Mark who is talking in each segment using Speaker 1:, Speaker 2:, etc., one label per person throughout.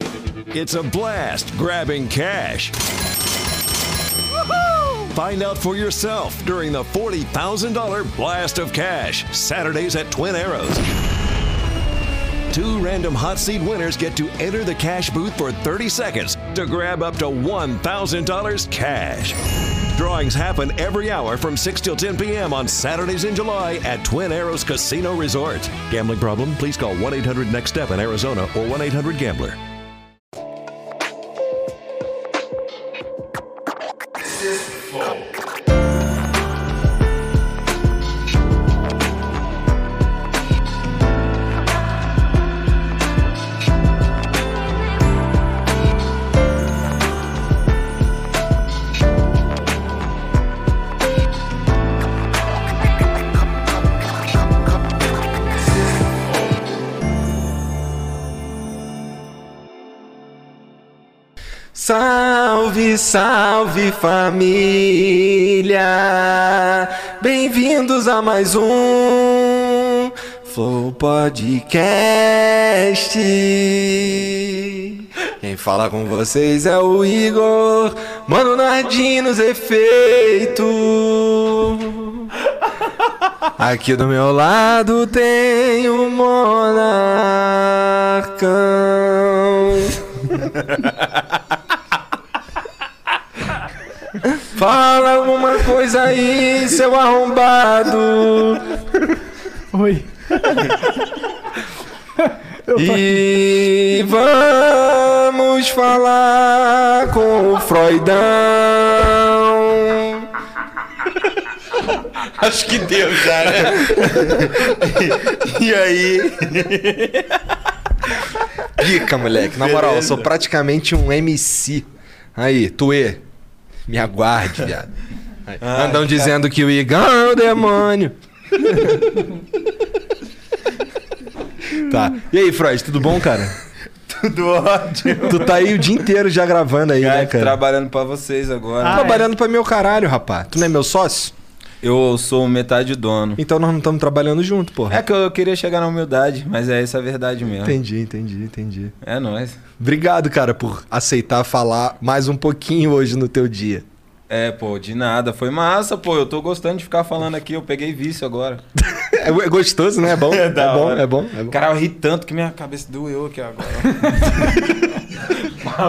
Speaker 1: It's a blast grabbing cash. Find out for yourself during the $40,000 Blast of Cash, Saturdays at Twin Arrows. Two random hot seat winners get to enter the cash booth for 30 seconds to grab up to $1,000 cash. Drawings happen every hour from 6 till 10 p.m. on Saturdays in July at Twin Arrows Casino Resort. Gambling problem? Please call 1 800 NEXT STEP in Arizona or 1 800 GAMBLER.
Speaker 2: Salve, salve família! Bem-vindos a mais um Flow Podcast. Quem fala com vocês é o Igor, mano Nardino nos efeito. Aqui do meu lado tem o Monarcão. Fala alguma coisa aí, seu arrombado.
Speaker 3: Oi.
Speaker 2: E vamos falar com o Freudão.
Speaker 4: Acho que deu já, né? E aí?
Speaker 2: Dica, moleque. Na moral, eu sou praticamente um MC. Aí, Tuê, me aguarde, viado. Aí, Andam dizendo que o Igão é o demônio. tá. E aí, Freud, tudo bom, cara?
Speaker 4: Tudo ótimo.
Speaker 2: Tu tá aí o dia inteiro já gravando aí, né, cara? Tá
Speaker 4: Trabalhando pra vocês agora.
Speaker 3: Ah,
Speaker 2: Trabalhando pra meu caralho, rapaz. Tu não é meu sócio?
Speaker 4: Eu sou metade dono.
Speaker 2: Então nós não estamos trabalhando junto, porra.
Speaker 4: É que eu queria chegar na humildade, mas é essa a verdade mesmo.
Speaker 2: Entendi, entendi, entendi.
Speaker 4: É nóis.
Speaker 2: Obrigado, cara, por aceitar falar mais um pouquinho hoje no teu dia.
Speaker 4: É, pô, de nada. Foi massa, pô. Eu tô gostando de ficar falando aqui. Eu peguei vício agora.
Speaker 2: É é gostoso, né? É bom, é,
Speaker 4: da
Speaker 2: bom,
Speaker 4: hora.
Speaker 2: é bom, é bom.
Speaker 4: Cara, eu ri tanto que minha cabeça doeu aqui agora.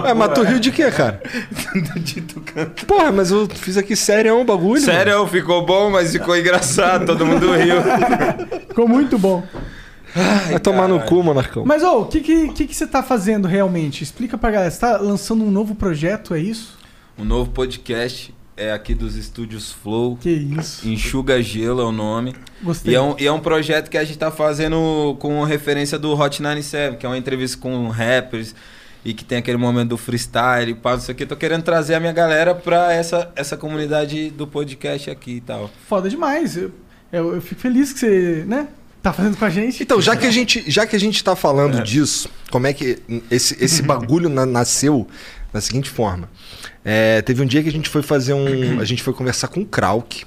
Speaker 2: Ué, É, mas
Speaker 4: né?
Speaker 2: tu riu de quê, cara?
Speaker 4: de tu canto.
Speaker 2: Porra, mas eu fiz aqui sério um bagulho. mano.
Speaker 4: Sério, ficou bom, mas ficou engraçado. Todo mundo riu.
Speaker 3: Ficou muito bom.
Speaker 2: Vai tomar no cu, monarcão.
Speaker 3: Mas, ô, o que, que, que, que você tá fazendo realmente? Explica pra galera. Você tá lançando um novo projeto, é isso?
Speaker 4: Um novo podcast é aqui dos estúdios Flow.
Speaker 3: Que isso.
Speaker 4: Enxuga Gelo é o nome.
Speaker 3: Gostei.
Speaker 4: E é, um, e é um projeto que a gente tá fazendo com referência do Hot 97, que é uma entrevista com rappers e que tem aquele momento do freestyle, pá, não sei o que. Tô querendo trazer a minha galera pra essa, essa comunidade do podcast aqui e tal.
Speaker 3: Foda demais. Eu, eu, eu fico feliz que você, né? Tá fazendo com a gente.
Speaker 2: Então, já que a gente, já que a gente tá falando disso, como é que esse, esse bagulho na- nasceu da seguinte forma. É, teve um dia que a gente foi fazer um. A gente foi conversar com o Krauk.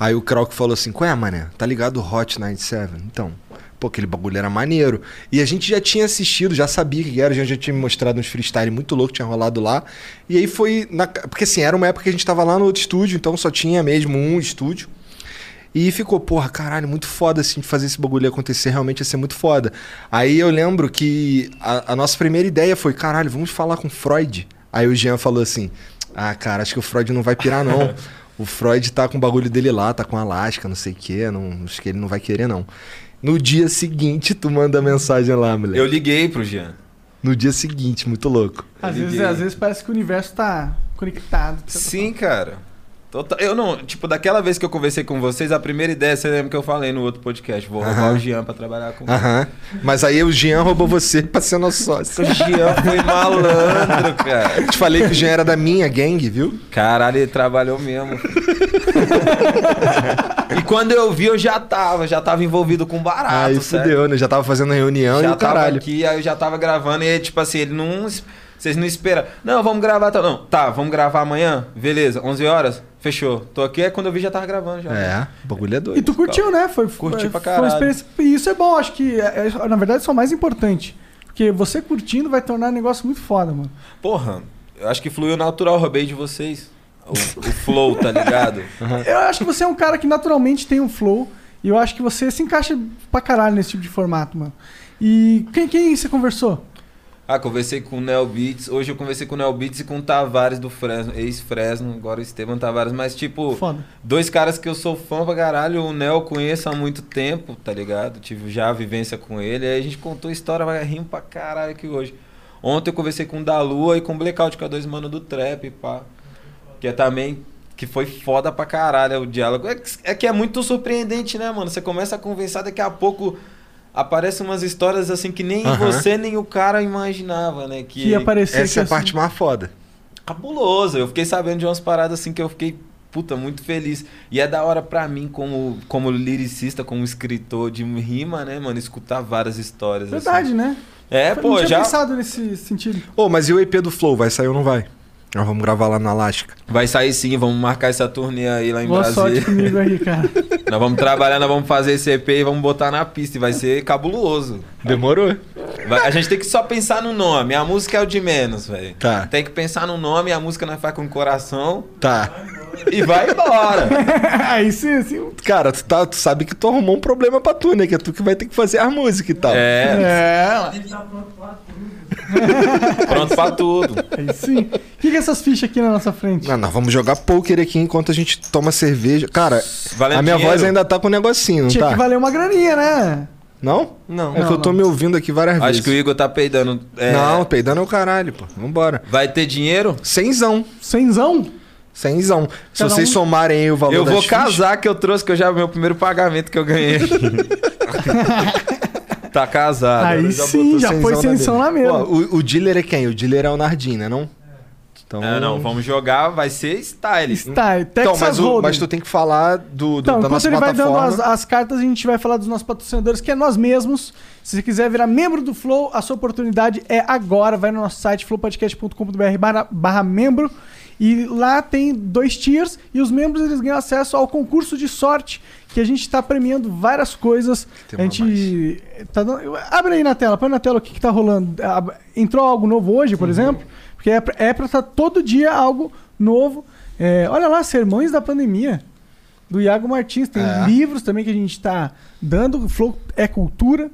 Speaker 2: Aí o Krauk falou assim: Qual é, mané? Tá ligado o Hot 97? Então, pô, aquele bagulho era maneiro. E a gente já tinha assistido, já sabia que era, a gente já tinha me mostrado uns freestyle muito louco, tinha rolado lá. E aí foi. na- porque assim, era uma época que a gente tava lá no outro estúdio, então só tinha mesmo um estúdio. E ficou, porra, caralho, muito foda assim, de fazer esse bagulho acontecer, realmente ia ser muito foda. Aí eu lembro que a, a nossa primeira ideia foi, caralho, vamos falar com Freud. Aí o Jean falou assim: Ah, cara, acho que o Freud não vai pirar, não. o Freud tá com o bagulho dele lá, tá com a Alaska, não sei o quê, não, acho que ele não vai querer, não. No dia seguinte, tu manda mensagem lá, moleque.
Speaker 4: Eu liguei pro Jean.
Speaker 2: No dia seguinte, muito louco.
Speaker 3: Às
Speaker 4: Liguei.
Speaker 3: vezes, às vezes parece que o universo tá conectado.
Speaker 4: Sim, cara. Total- Eu não, tipo, daquela vez que eu conversei com vocês, a primeira ideia, você lembra que eu falei no outro podcast, vou roubar o Jean pra trabalhar com
Speaker 2: Aham. Mas aí o Jean roubou você pra ser nosso sócio.
Speaker 4: O Jean foi malandro, cara.
Speaker 2: Eu te falei que o Jean era da minha gangue, viu?
Speaker 4: Caralho, ele trabalhou mesmo. e quando eu vi, eu já tava, já tava envolvido com barato,
Speaker 2: aí
Speaker 4: sério.
Speaker 2: fudeu, né? Já tava fazendo reunião e
Speaker 4: Já
Speaker 2: o
Speaker 4: tava
Speaker 2: caralho.
Speaker 4: aqui, aí eu já tava gravando, e aí, tipo assim, ele não. es- Vocês não esperam. Não, vamos gravar tal. Não, tá, vamos gravar amanhã? Beleza, 11 horas? Fechou. Tô aqui, aí quando eu vi, já tava gravando já.
Speaker 2: É, o bagulho é doido.
Speaker 3: E tu curtiu, né? Foi,
Speaker 4: Curti
Speaker 3: foi-
Speaker 4: pra
Speaker 3: foi uma
Speaker 4: caralho.
Speaker 3: experiência. E isso é bom, acho que, é- é- na verdade, isso é o mais importante. Porque Porque você curtindo vai tornar um negócio muito foda, mano.
Speaker 4: Porra, eu acho que fluiu natural, roubei de vocês. O, o flow, tá ligado?
Speaker 3: Eu acho que você é um cara que naturalmente tem um flow. E eu acho que você se encaixa pra caralho nesse tipo de formato, mano. E quem, quem você conversou?
Speaker 4: Ah, conversei com o Nel Beats. Hoje eu conversei com o Nel Beats e com o Tavares do Fresno, ex-Fresno, agora o Esteban Tavares. Mas, tipo,
Speaker 3: Foda.
Speaker 2: assim,
Speaker 4: dois caras que eu sou fã pra caralho. O Nel eu conheço há muito tempo, tá ligado? Tive já a vivência com ele. Aí a gente contou história, vai rindo pra caralho aqui hoje. Ontem eu conversei com o Da Lua e com o Blackout, que é dois mano do trap, pá. Que é também. Que foi foda pra caralho o diálogo. É que- É que é muito surpreendente, né, mano? Você começa a conversar, daqui a pouco aparecem umas histórias assim que nem
Speaker 2: Aham.
Speaker 4: você nem o cara imaginava, né? Que,
Speaker 3: Que, ia
Speaker 2: Essa
Speaker 3: aparecer
Speaker 2: é a
Speaker 3: que assim-
Speaker 2: parte mais foda.
Speaker 4: cabuloso. Eu fiquei sabendo de umas paradas assim que eu fiquei, puta, muito feliz. E é da hora pra mim, como, como liricista, como escritor de rima, né, mano, escutar várias histórias. assim.
Speaker 3: Verdade, né?
Speaker 4: É,
Speaker 3: não
Speaker 4: pô,
Speaker 3: tinha
Speaker 4: já.
Speaker 3: pensado nesse sentido.
Speaker 2: Ô, mas e o EP do Flow? Vai sair ou não vai? Nós vamos gravar lá no Alaska.
Speaker 4: Vai sair sim, vamos marcar essa turnê aí lá em
Speaker 3: Boa sorte
Speaker 4: Brasília.
Speaker 3: comigo aí, cara.
Speaker 4: nós vamos trabalhar, nós vamos fazer esse EP e vamos botar na pista. E vai ser cabuloso.
Speaker 2: Demorou?
Speaker 4: Vai- a gente tem que só pensar no nome. A música é o de menos, velho.
Speaker 2: Tá.
Speaker 4: Tem que pensar no nome, a música nós faz com o coração
Speaker 2: Tá.
Speaker 4: e vai embora.
Speaker 3: aí sim, assim.
Speaker 2: Cara, tu, tá, tu sabe que tu arrumou um problema pra tu, né? Que é tu que vai ter que fazer a música e tal.
Speaker 4: É,
Speaker 3: É,
Speaker 4: pronto pra tudo.
Speaker 3: aí sim. O que, que é essas fichas aqui na nossa frente?
Speaker 2: Não, nós vamos jogar poker aqui enquanto a gente toma cerveja. Cara,
Speaker 4: Valendo
Speaker 2: a minha
Speaker 4: dinheiro.
Speaker 2: voz ainda tá com um negocinho, não
Speaker 3: Tinha
Speaker 2: tá?
Speaker 3: que valer uma graninha, né?
Speaker 2: Não?
Speaker 4: Não.
Speaker 2: É que eu tô
Speaker 3: não.
Speaker 2: me ouvindo aqui várias
Speaker 4: Acho
Speaker 2: vezes.
Speaker 4: que o Igor tá peidando. É,
Speaker 2: Não, peidando é o caralho, pô. Vambora.
Speaker 4: Vai ter dinheiro?
Speaker 2: Cenzão.
Speaker 3: Cenzão?
Speaker 2: Cenzão. Se
Speaker 3: Cada
Speaker 2: vocês
Speaker 3: um-
Speaker 2: somarem aí o valor
Speaker 4: eu
Speaker 2: das
Speaker 4: vou
Speaker 2: fichas-
Speaker 4: casar que eu trouxe, que eu já meu primeiro pagamento que eu ganhei. tá casado.
Speaker 3: aí sim,
Speaker 2: botou
Speaker 3: já foi
Speaker 2: na
Speaker 3: cenzão
Speaker 2: dele.
Speaker 3: lá mesmo.
Speaker 2: Ó, o, o dealer é quem? O dealer é o Nardim, né não? Então...
Speaker 4: É, não, vamos jogar, vai ser style.
Speaker 3: Tá, Texas
Speaker 2: Então, mas, o-
Speaker 3: Hold'em.
Speaker 2: mas tu tem que falar do, do
Speaker 3: Então,
Speaker 2: da
Speaker 3: enquanto
Speaker 2: nossa
Speaker 3: ele vai dando
Speaker 2: plataforma.
Speaker 3: as, as cartas, a gente vai falar dos nossos patrocinadores, que é nós mesmos. Se você quiser virar membro do Flow, a sua oportunidade é agora. Vai no nosso site, flowpodcast.com.br barra, barra membro. E lá tem dois tiers e os membros eles ganham acesso ao concurso de sorte, que a gente está premiando várias coisas.
Speaker 2: Tem
Speaker 3: a
Speaker 2: uma
Speaker 3: gente tá dando- eu- Abre aí na tela, põe na tela o que, que tá rolando. Ah, Entrou algo novo hoje, por exemplo? Porque é pra, é pra tá todo dia algo novo. É, olha lá, sermões da pandemia do Iago Martins. Tem
Speaker 2: É.
Speaker 3: livros também que a gente tá dando. O Flow é cultura.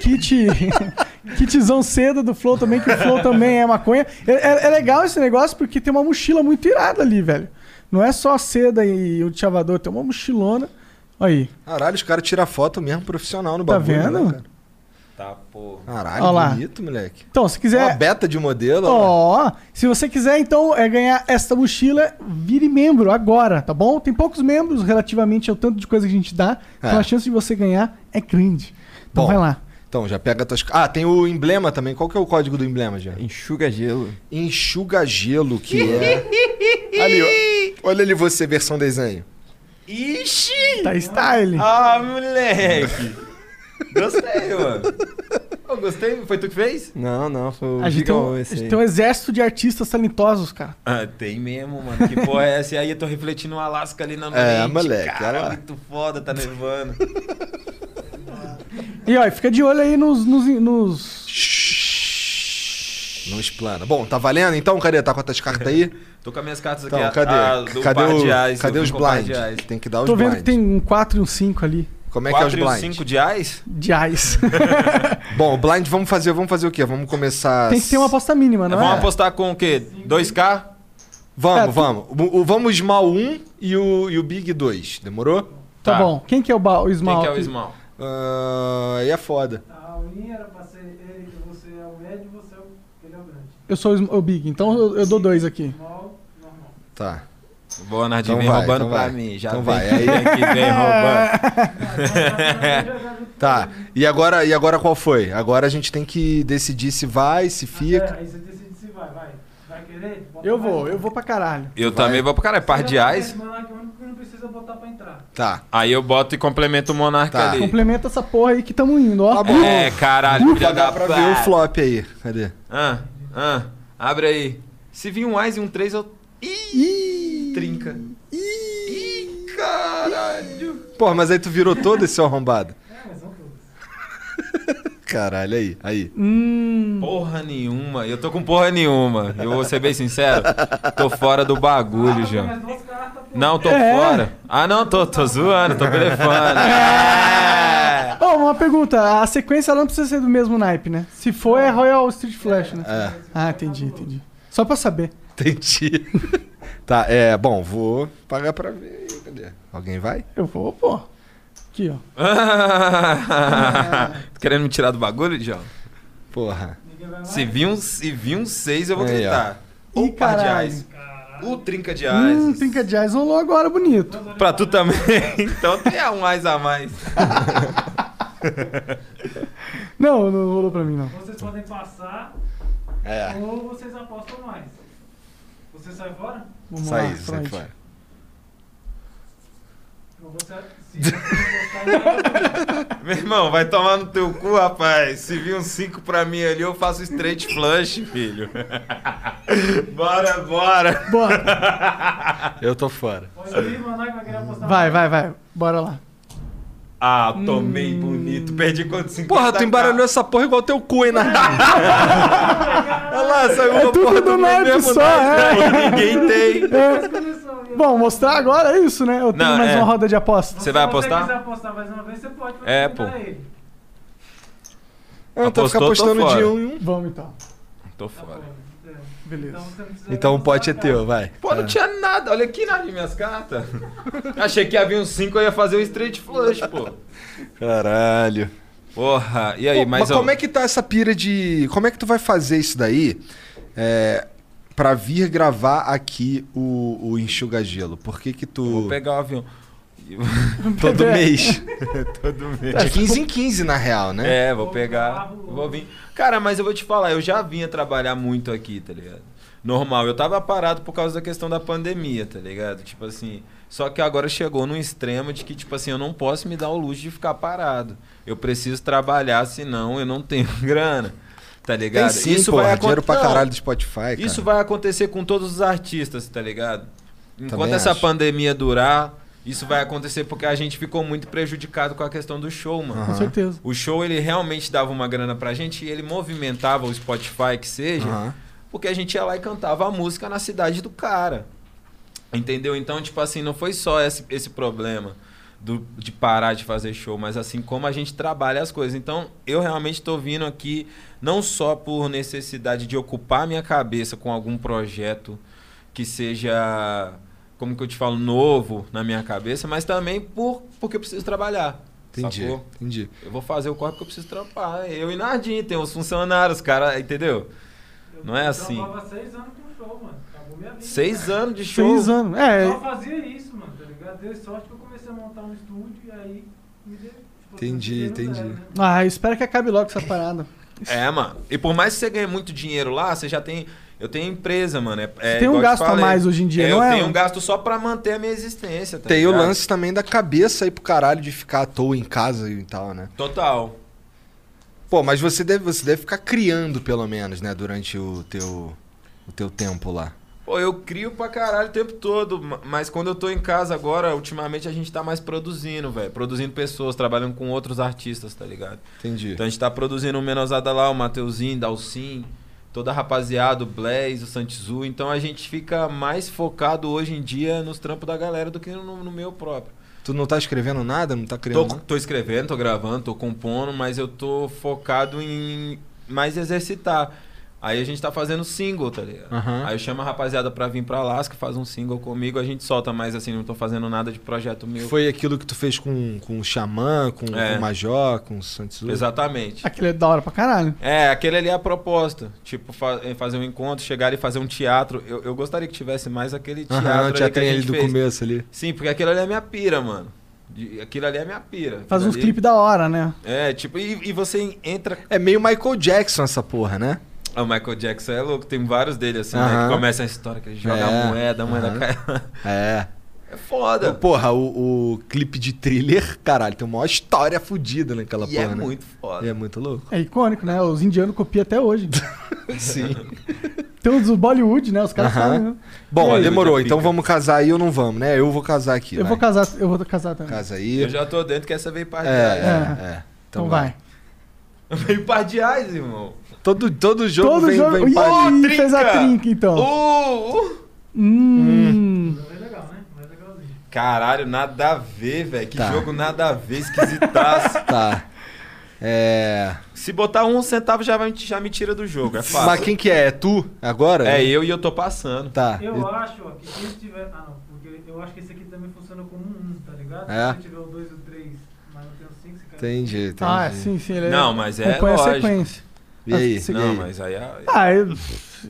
Speaker 3: Kit, kitzão cedo do Flow também, que o Flow também é maconha. É, é- é legal esse negócio porque tem uma mochila muito irada ali, velho. Não é só seda e o chavador, tem uma mochilona. Aí,
Speaker 2: Caralho, os caras tiram foto mesmo profissional no
Speaker 3: Tá
Speaker 2: bagulho.
Speaker 3: vendo?
Speaker 2: né, cara?
Speaker 4: Tá, porra.
Speaker 2: Caralho,
Speaker 3: Ó lá.
Speaker 2: bonito, moleque.
Speaker 3: então,
Speaker 2: Uma
Speaker 3: se
Speaker 2: né?
Speaker 3: quiser.
Speaker 2: beta de modelo. ó.
Speaker 3: Ó, se você quiser, então, é ganhar esta mochila, vire membro agora, tá bom? Tem poucos membros relativamente ao tanto de coisa que a gente dá, então
Speaker 2: É.
Speaker 3: a chance de você ganhar é grande. Então
Speaker 2: Bom.
Speaker 3: vai lá.
Speaker 2: Então, já pega tuas. Ah, tem o emblema também. Qual que é o código do emblema, já?
Speaker 5: Enxuga gelo.
Speaker 2: Enxuga gelo, que é. ali, ó. Olha ali você, versão desenho.
Speaker 4: Ixi!
Speaker 3: Tá style.
Speaker 4: Ah, moleque! Gostei, mano. Pô, gostei? Foi tu que fez?
Speaker 5: Não, não, foi o
Speaker 3: A gente, tem um,
Speaker 5: Digão
Speaker 3: a
Speaker 5: esse
Speaker 3: gente
Speaker 5: aí.
Speaker 3: tem um exército de artistas talentosos, cara.
Speaker 4: Ah, tem mesmo, mano. Que porra é essa? E aí eu tô refletindo o Alasca ali na noite.
Speaker 2: moleque, olha
Speaker 4: Cara,
Speaker 2: lá.
Speaker 4: muito foda, tá nevando.
Speaker 3: E ó, fica de olho aí nos. nos, nos-
Speaker 2: Shhh. Não explana. Bom, tá valendo então, cadê? Tá com as tuas cartas aí?
Speaker 4: Tô com as minhas cartas aqui.
Speaker 2: Então,
Speaker 4: a-
Speaker 2: cadê?
Speaker 4: a Ah, do
Speaker 2: cadê
Speaker 4: par de
Speaker 2: o,
Speaker 4: ais,
Speaker 2: cadê
Speaker 4: eu
Speaker 2: os
Speaker 4: fui com o par
Speaker 2: blind?
Speaker 4: de ais.
Speaker 2: Tem que dar os
Speaker 3: Tô vendo
Speaker 2: blind.
Speaker 3: que tem um 4 e um 5 ali.
Speaker 2: Como é que é os
Speaker 4: Quatro e os
Speaker 2: blind?
Speaker 4: cinco de ais?
Speaker 3: De ais.
Speaker 2: Bom, blind vamos fazer, vamos fazer o quê? Vamos começar.
Speaker 3: Tem que ter uma aposta mínima, não
Speaker 4: Vamos
Speaker 3: é?
Speaker 4: apostar com o quê? 2K?
Speaker 2: Vamos,
Speaker 3: É, tu-
Speaker 2: vamos. O, o vamos Small 1 e o, e o Big 2. Demorou?
Speaker 3: Tá
Speaker 4: Tá.
Speaker 3: bom. Quem que é o, ba- o
Speaker 4: Quem
Speaker 3: Small?
Speaker 4: que é o Ismal?
Speaker 2: Ah, aí é foda.
Speaker 6: A unha era pra ser ele, que você é o médio e você é o, ele é o grande.
Speaker 3: Eu sou o, Sm- o Big, então eu, eu dou dois aqui.
Speaker 6: Mal, normal.
Speaker 2: Tá.
Speaker 4: Boa, Nardinho,
Speaker 2: Então
Speaker 4: vem
Speaker 2: vai,
Speaker 4: roubando
Speaker 2: então
Speaker 4: pra
Speaker 2: vai.
Speaker 4: mim. Já
Speaker 2: Então
Speaker 4: vem
Speaker 2: vai,
Speaker 4: que
Speaker 2: aí-
Speaker 4: vem que vem roubando.
Speaker 2: Tá. E agora, e agora qual foi? Agora a gente tem que decidir se vai, se fica.
Speaker 6: É, Aí você decide se vai, vai. Vai querer? Bota
Speaker 3: Eu
Speaker 6: mais
Speaker 3: vou,
Speaker 6: um.
Speaker 3: eu vou pra caralho.
Speaker 4: Eu também vou pro cara, é par de ais.
Speaker 6: Mas lá que o único que não precisa botar pra
Speaker 4: É.
Speaker 6: entrar.
Speaker 2: Tá.
Speaker 4: Aí eu boto e complemento o Monarca
Speaker 2: Tá.
Speaker 4: ali.
Speaker 3: Complementa essa porra aí que tamo indo, ó.
Speaker 2: Tá bom.
Speaker 4: É, caralho, filha da
Speaker 2: Dá pra ver o um flop aí. Cadê?
Speaker 4: Ah, ah, abre aí. Se vir um ais e um 3, eu... Ih, trinca. Ih, caralho.
Speaker 2: Pô, mas aí tu virou todo esse seu arrombado.
Speaker 6: É, mas não todos.
Speaker 2: Caralho, aí, aí.
Speaker 3: Hum.
Speaker 4: Porra nenhuma. Eu tô com porra nenhuma. Eu vou ser bem sincero. Tô fora do bagulho, João.
Speaker 6: Duas cartas, pô.
Speaker 4: Não, tô
Speaker 3: É.
Speaker 4: fora. Ah, não, tô, tô zoando, tô telefone.
Speaker 3: Ó, uma pergunta. A sequência ela não precisa ser do mesmo naipe, né? Se for, é Royal Street Flash, né?
Speaker 2: É.
Speaker 3: Ah, entendi, entendi. Só pra saber.
Speaker 2: Entendi. tá, é, bom, vou pagar pra ver. Cadê? Alguém vai?
Speaker 3: Eu vou, pô. Aqui, ó.
Speaker 4: Querendo me tirar do bagulho, João?
Speaker 2: Porra.
Speaker 6: Ninguém vai mais.
Speaker 4: Se vir um, se vir um seis, eu vou
Speaker 2: Aí, ó.
Speaker 4: gritar.
Speaker 3: Ih,
Speaker 4: O par de
Speaker 3: caralho.
Speaker 4: ais. O trinca de ais.
Speaker 3: Hum, Trinca de Eyes rolou agora, bonito.
Speaker 4: Pra tu também. então tem um mais a mais.
Speaker 3: Não, não rolou pra mim, não.
Speaker 6: Vocês podem passar
Speaker 2: É.
Speaker 6: ou vocês apostam mais. Você sai fora?
Speaker 3: Vamos
Speaker 2: Sai,
Speaker 3: lá,
Speaker 2: sai
Speaker 3: Freud.
Speaker 2: fora.
Speaker 6: Eu vou sair. Se você não gostar,
Speaker 4: Meu irmão, vai tomar no teu cu, rapaz. Se vir um 5 pra mim ali, eu faço straight flush, filho. bora, bora.
Speaker 3: Bora.
Speaker 2: Eu tô fora.
Speaker 6: pode ir mandar que vai querer apostar
Speaker 3: Vai,
Speaker 6: mais.
Speaker 3: vai, vai. Bora lá.
Speaker 4: Ah, tomei bonito. Perdi quanto? 50
Speaker 2: Porra, tu embaralhou essa porra igual teu cu, hein, Nardinho? Olha lá, saiu uma
Speaker 3: É tudo
Speaker 2: porra
Speaker 3: do
Speaker 2: meu
Speaker 3: naipe
Speaker 2: mesmo
Speaker 3: só, é.
Speaker 2: naipe.
Speaker 4: Aí ninguém tem.
Speaker 3: Bom, mostrar agora é isso, né? Eu tenho
Speaker 4: Não,
Speaker 3: mais
Speaker 4: é.
Speaker 3: uma roda de aposta.
Speaker 4: Você vai
Speaker 6: Se
Speaker 4: apostar?
Speaker 6: você quiser apostar mais uma vez, você pode. pode
Speaker 4: É,
Speaker 6: tentar
Speaker 4: pô.
Speaker 6: ele.
Speaker 2: Ah, Então fica
Speaker 4: Apostou, tô
Speaker 2: apostando de
Speaker 4: fora.
Speaker 2: um em um.
Speaker 3: Vamos então.
Speaker 4: Tô fora.
Speaker 6: É.
Speaker 3: Beleza.
Speaker 6: você não precisa
Speaker 2: Então o
Speaker 6: gastar
Speaker 2: pote é
Speaker 6: a carta.
Speaker 2: teu, vai.
Speaker 4: Pô, não tinha nada. Olha aqui nas minhas cartas. Achei que ia vir um 5, eu ia fazer um straight flush, pô.
Speaker 2: Caralho.
Speaker 4: Porra, e aí?
Speaker 2: Pô, mas
Speaker 4: mais um? mas
Speaker 2: como é que tá essa pira de. Como é que tu vai fazer isso daí é, pra vir gravar aqui o, o Enxuga Gelo? Por que que
Speaker 4: Vou
Speaker 2: tu.
Speaker 4: pegar o avião.
Speaker 2: Todo
Speaker 3: É.
Speaker 2: mês.
Speaker 4: Todo mês.
Speaker 2: De 15 em 15, na real, né?
Speaker 4: É, vou pegar. Vou vir. Cara, mas eu vou te falar, eu já vinha trabalhar muito aqui, tá ligado? Normal, eu tava parado por causa da questão da pandemia, tá ligado? Tipo assim, só que agora chegou num extremo de que, tipo assim, eu não posso me dar o luxo de ficar parado. Eu preciso trabalhar, senão eu não tenho grana, tá
Speaker 2: Tem
Speaker 4: ligado?
Speaker 2: sim, Isso porra,
Speaker 4: acon-
Speaker 2: dinheiro pra
Speaker 4: Não,
Speaker 2: caralho do Spotify, cara.
Speaker 4: isso vai acontecer com todos os artistas, tá ligado? Enquanto
Speaker 2: Também
Speaker 4: essa
Speaker 2: acho.
Speaker 4: pandemia durar, isso vai acontecer porque a gente ficou muito prejudicado com a questão do show, mano.
Speaker 3: Com certeza.
Speaker 4: O show ele realmente dava uma grana pra gente e ele movimentava o Spotify que seja,
Speaker 2: Aham.
Speaker 4: porque a gente ia lá e cantava a música na cidade do cara. Entendeu? Então, tipo assim, não foi só esse, esse problema do- de parar de fazer show, mas assim como a gente trabalha as coisas. Então, eu realmente tô vindo aqui não só por necessidade de ocupar minha cabeça com algum projeto que seja, como que eu te falo, novo na minha cabeça, mas também por porque eu preciso trabalhar.
Speaker 2: Entendi,
Speaker 4: sacou?
Speaker 2: entendi.
Speaker 4: Eu vou fazer o corre porque eu preciso trampar. Eu e Nardim, tem os funcionários, os cara, entendeu?
Speaker 6: Eu
Speaker 4: Não é assim.
Speaker 6: trampava seis anos com show, mano. Acabou minha vida.
Speaker 4: Seis anos de show.
Speaker 3: Seis anos. É,
Speaker 6: Eu só fazia isso, mano, tá ligado? Deu sorte que eu comecei a montar um estúdio e aí me deu. tipo,
Speaker 2: Entendi,
Speaker 6: eu fiquei no
Speaker 2: entendi.
Speaker 6: zero, né?
Speaker 3: Ah, eu espero que acabe logo essa parada.
Speaker 4: É, mano. E por mais que você ganhe muito dinheiro lá, você já tem. Eu tenho empresa, mano. É, é
Speaker 3: Tem
Speaker 4: igual
Speaker 3: um
Speaker 4: eu te
Speaker 3: gasto a
Speaker 4: falei.
Speaker 3: mais hoje em dia,
Speaker 4: É,
Speaker 3: não
Speaker 4: eu
Speaker 3: é,
Speaker 4: tenho
Speaker 3: mano?
Speaker 4: um gasto só pra manter a minha existência. Tá
Speaker 2: Tem o
Speaker 4: ligado?
Speaker 2: lance também da cabeça aí pro caralho de ficar à toa em casa e tal, né?
Speaker 4: Total.
Speaker 2: Pô, mas você deve, você deve ficar criando, pelo menos, né, durante o teu, o teu tempo lá.
Speaker 4: Pô, eu crio pra caralho o tempo todo, ma- mas quando eu tô em casa agora, ultimamente a gente tá mais produzindo, velho. Produzindo pessoas, trabalhando com outros artistas, tá ligado?
Speaker 2: Entendi.
Speaker 4: Então a gente tá produzindo o Menosada lá, o Mateuzinho, Dalcin, toda a rapaziada, o Blaze, o Santizu. Então a gente fica mais focado hoje em dia nos trampos da galera do que no, no meu próprio.
Speaker 2: Tu não tá escrevendo nada? Não tá
Speaker 4: Tô,
Speaker 2: criando nada?
Speaker 4: tô escrevendo, tô gravando, tô compondo, mas eu tô focado em mais exercitar. Aí a gente tá fazendo single, tá ligado?
Speaker 2: Aham.
Speaker 4: Aí eu chamo a rapaziada pra vir pra Alaska, faz um single comigo, a gente solta, mas assim, não tô fazendo nada de projeto meu.
Speaker 2: Foi aquilo que tu fez com, com o Xamã, com,
Speaker 4: É.
Speaker 2: com o Major, com o Santos
Speaker 4: Exatamente.
Speaker 3: Aquele é da hora pra caralho.
Speaker 4: É, aquele ali é a proposta. Tipo, fa- eh, fazer um encontro, chegar e fazer um teatro. Eu, eu gostaria que tivesse mais aquele teatro.
Speaker 2: Aham,
Speaker 4: ali
Speaker 2: já
Speaker 4: que a
Speaker 2: tem ele
Speaker 4: gente
Speaker 2: do
Speaker 4: fez.
Speaker 2: começo ali.
Speaker 4: Sim, porque aquilo ali é minha pira, mano. De- Aquilo ali é minha pira.
Speaker 3: Faz
Speaker 4: Aquilo
Speaker 3: uns
Speaker 4: ali-
Speaker 3: clipes da hora, né?
Speaker 4: É, tipo, e, e você entra.
Speaker 2: É meio Michael Jackson essa porra, né?
Speaker 4: Ah, O Michael Jackson é louco, tem vários dele assim, né?
Speaker 2: Aham.
Speaker 4: Que começa a história que ele joga
Speaker 2: É,
Speaker 4: a moeda, a moeda
Speaker 2: aham.
Speaker 4: cai.
Speaker 2: É.
Speaker 4: É foda.
Speaker 2: Porra, o, o clipe de thriller, caralho, tem uma maior história fodida naquela
Speaker 4: e
Speaker 2: porra,
Speaker 4: é
Speaker 2: né?
Speaker 4: muito foda.
Speaker 2: E é muito louco.
Speaker 3: É icônico, né? Os indianos copiam até hoje.
Speaker 2: Sim.
Speaker 3: Tem os do Bollywood, né? Os caras
Speaker 2: Aham.
Speaker 3: sabem, né?
Speaker 2: Bom,
Speaker 4: E aí,
Speaker 2: demorou.
Speaker 4: Ludia
Speaker 2: Então
Speaker 4: Pica?
Speaker 2: vamos casar aí ou não vamos, né? Eu vou casar aqui.
Speaker 3: Eu
Speaker 2: vai.
Speaker 3: vou casar, eu vou casar também.
Speaker 2: Casa aí.
Speaker 4: Eu já tô dentro que essa veio pra
Speaker 2: É, é,
Speaker 4: trás.
Speaker 2: é.
Speaker 3: Então vai.
Speaker 4: Veio par de reais, irmão.
Speaker 2: Todo, todo jogo
Speaker 3: Todo
Speaker 2: vem,
Speaker 3: jogo-
Speaker 2: vem
Speaker 3: Ih,
Speaker 2: pra-
Speaker 3: Ih, fez a trinca, então.
Speaker 4: Uh, uh.
Speaker 3: Hum.
Speaker 6: Mas é legal, né? Mas é legalzinho.
Speaker 4: Caralho, nada a ver, velho. Que
Speaker 2: Tá.
Speaker 4: jogo nada a ver, esquisitaço.
Speaker 2: Tá. É.
Speaker 4: Se botar um centavo já, vai, já me tira do jogo, é fácil.
Speaker 2: Mas quem que é? É tu? Agora?
Speaker 4: É eu e eu tô passando.
Speaker 2: Tá.
Speaker 6: Eu acho, ó, que se ele tiver. Ah, não, porque eu acho que esse aqui também funciona como um, tá ligado?
Speaker 2: É.
Speaker 6: Se eu tiver o 2 e o 3, mas não tem o 5, você cai.
Speaker 2: Entendi, entendi.
Speaker 3: Ah, sim, sim. Ele
Speaker 4: Não, mas é
Speaker 3: acompanha a
Speaker 4: lógico.
Speaker 3: sequência.
Speaker 2: E aí?
Speaker 3: Ah, sim.
Speaker 4: Não, mas aí aí-
Speaker 3: Ah, eu...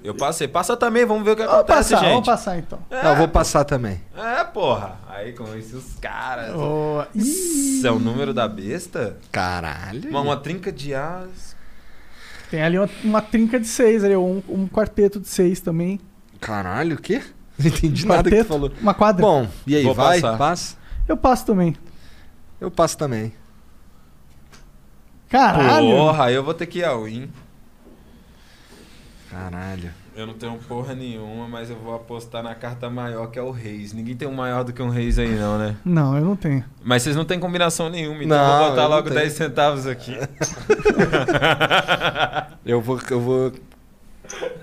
Speaker 4: eu passei. Passa também, vamos ver o que
Speaker 3: vamos
Speaker 4: acontece,
Speaker 3: passar, vamos
Speaker 4: gente.
Speaker 3: passar então.
Speaker 4: É,
Speaker 2: Não, eu vou passar também.
Speaker 4: é, porra. Aí convence os caras.
Speaker 3: Boa. Ih,
Speaker 4: Isso é o número da besta?
Speaker 2: Caralho.
Speaker 4: Uma, uma trinca de as.
Speaker 3: tem ali uma, uma trinca de seis, ali, um, um quarteto de seis também.
Speaker 2: Caralho, o quê? Não entendi
Speaker 3: Um
Speaker 2: nada que tu
Speaker 3: quarteto,
Speaker 2: falou.
Speaker 3: Uma quadra.
Speaker 2: Bom, e aí,
Speaker 4: Vou
Speaker 2: vai?
Speaker 4: passar.
Speaker 2: Passa?
Speaker 3: Eu passo também.
Speaker 2: Eu passo também.
Speaker 3: Caralho!
Speaker 4: Porra, aí eu vou ter que ir ao in.
Speaker 2: Caralho.
Speaker 4: Eu não tenho porra nenhuma, mas eu vou apostar na carta maior que é o Reis. Ninguém tem um maior do que um Reis aí, não, né?
Speaker 3: Não, eu não tenho.
Speaker 4: Mas vocês não têm combinação nenhuma, então
Speaker 2: Não,
Speaker 4: eu vou botar
Speaker 2: eu não
Speaker 4: logo
Speaker 2: tenho.
Speaker 4: 10 centavos aqui.
Speaker 2: Eu vou. Eu vou.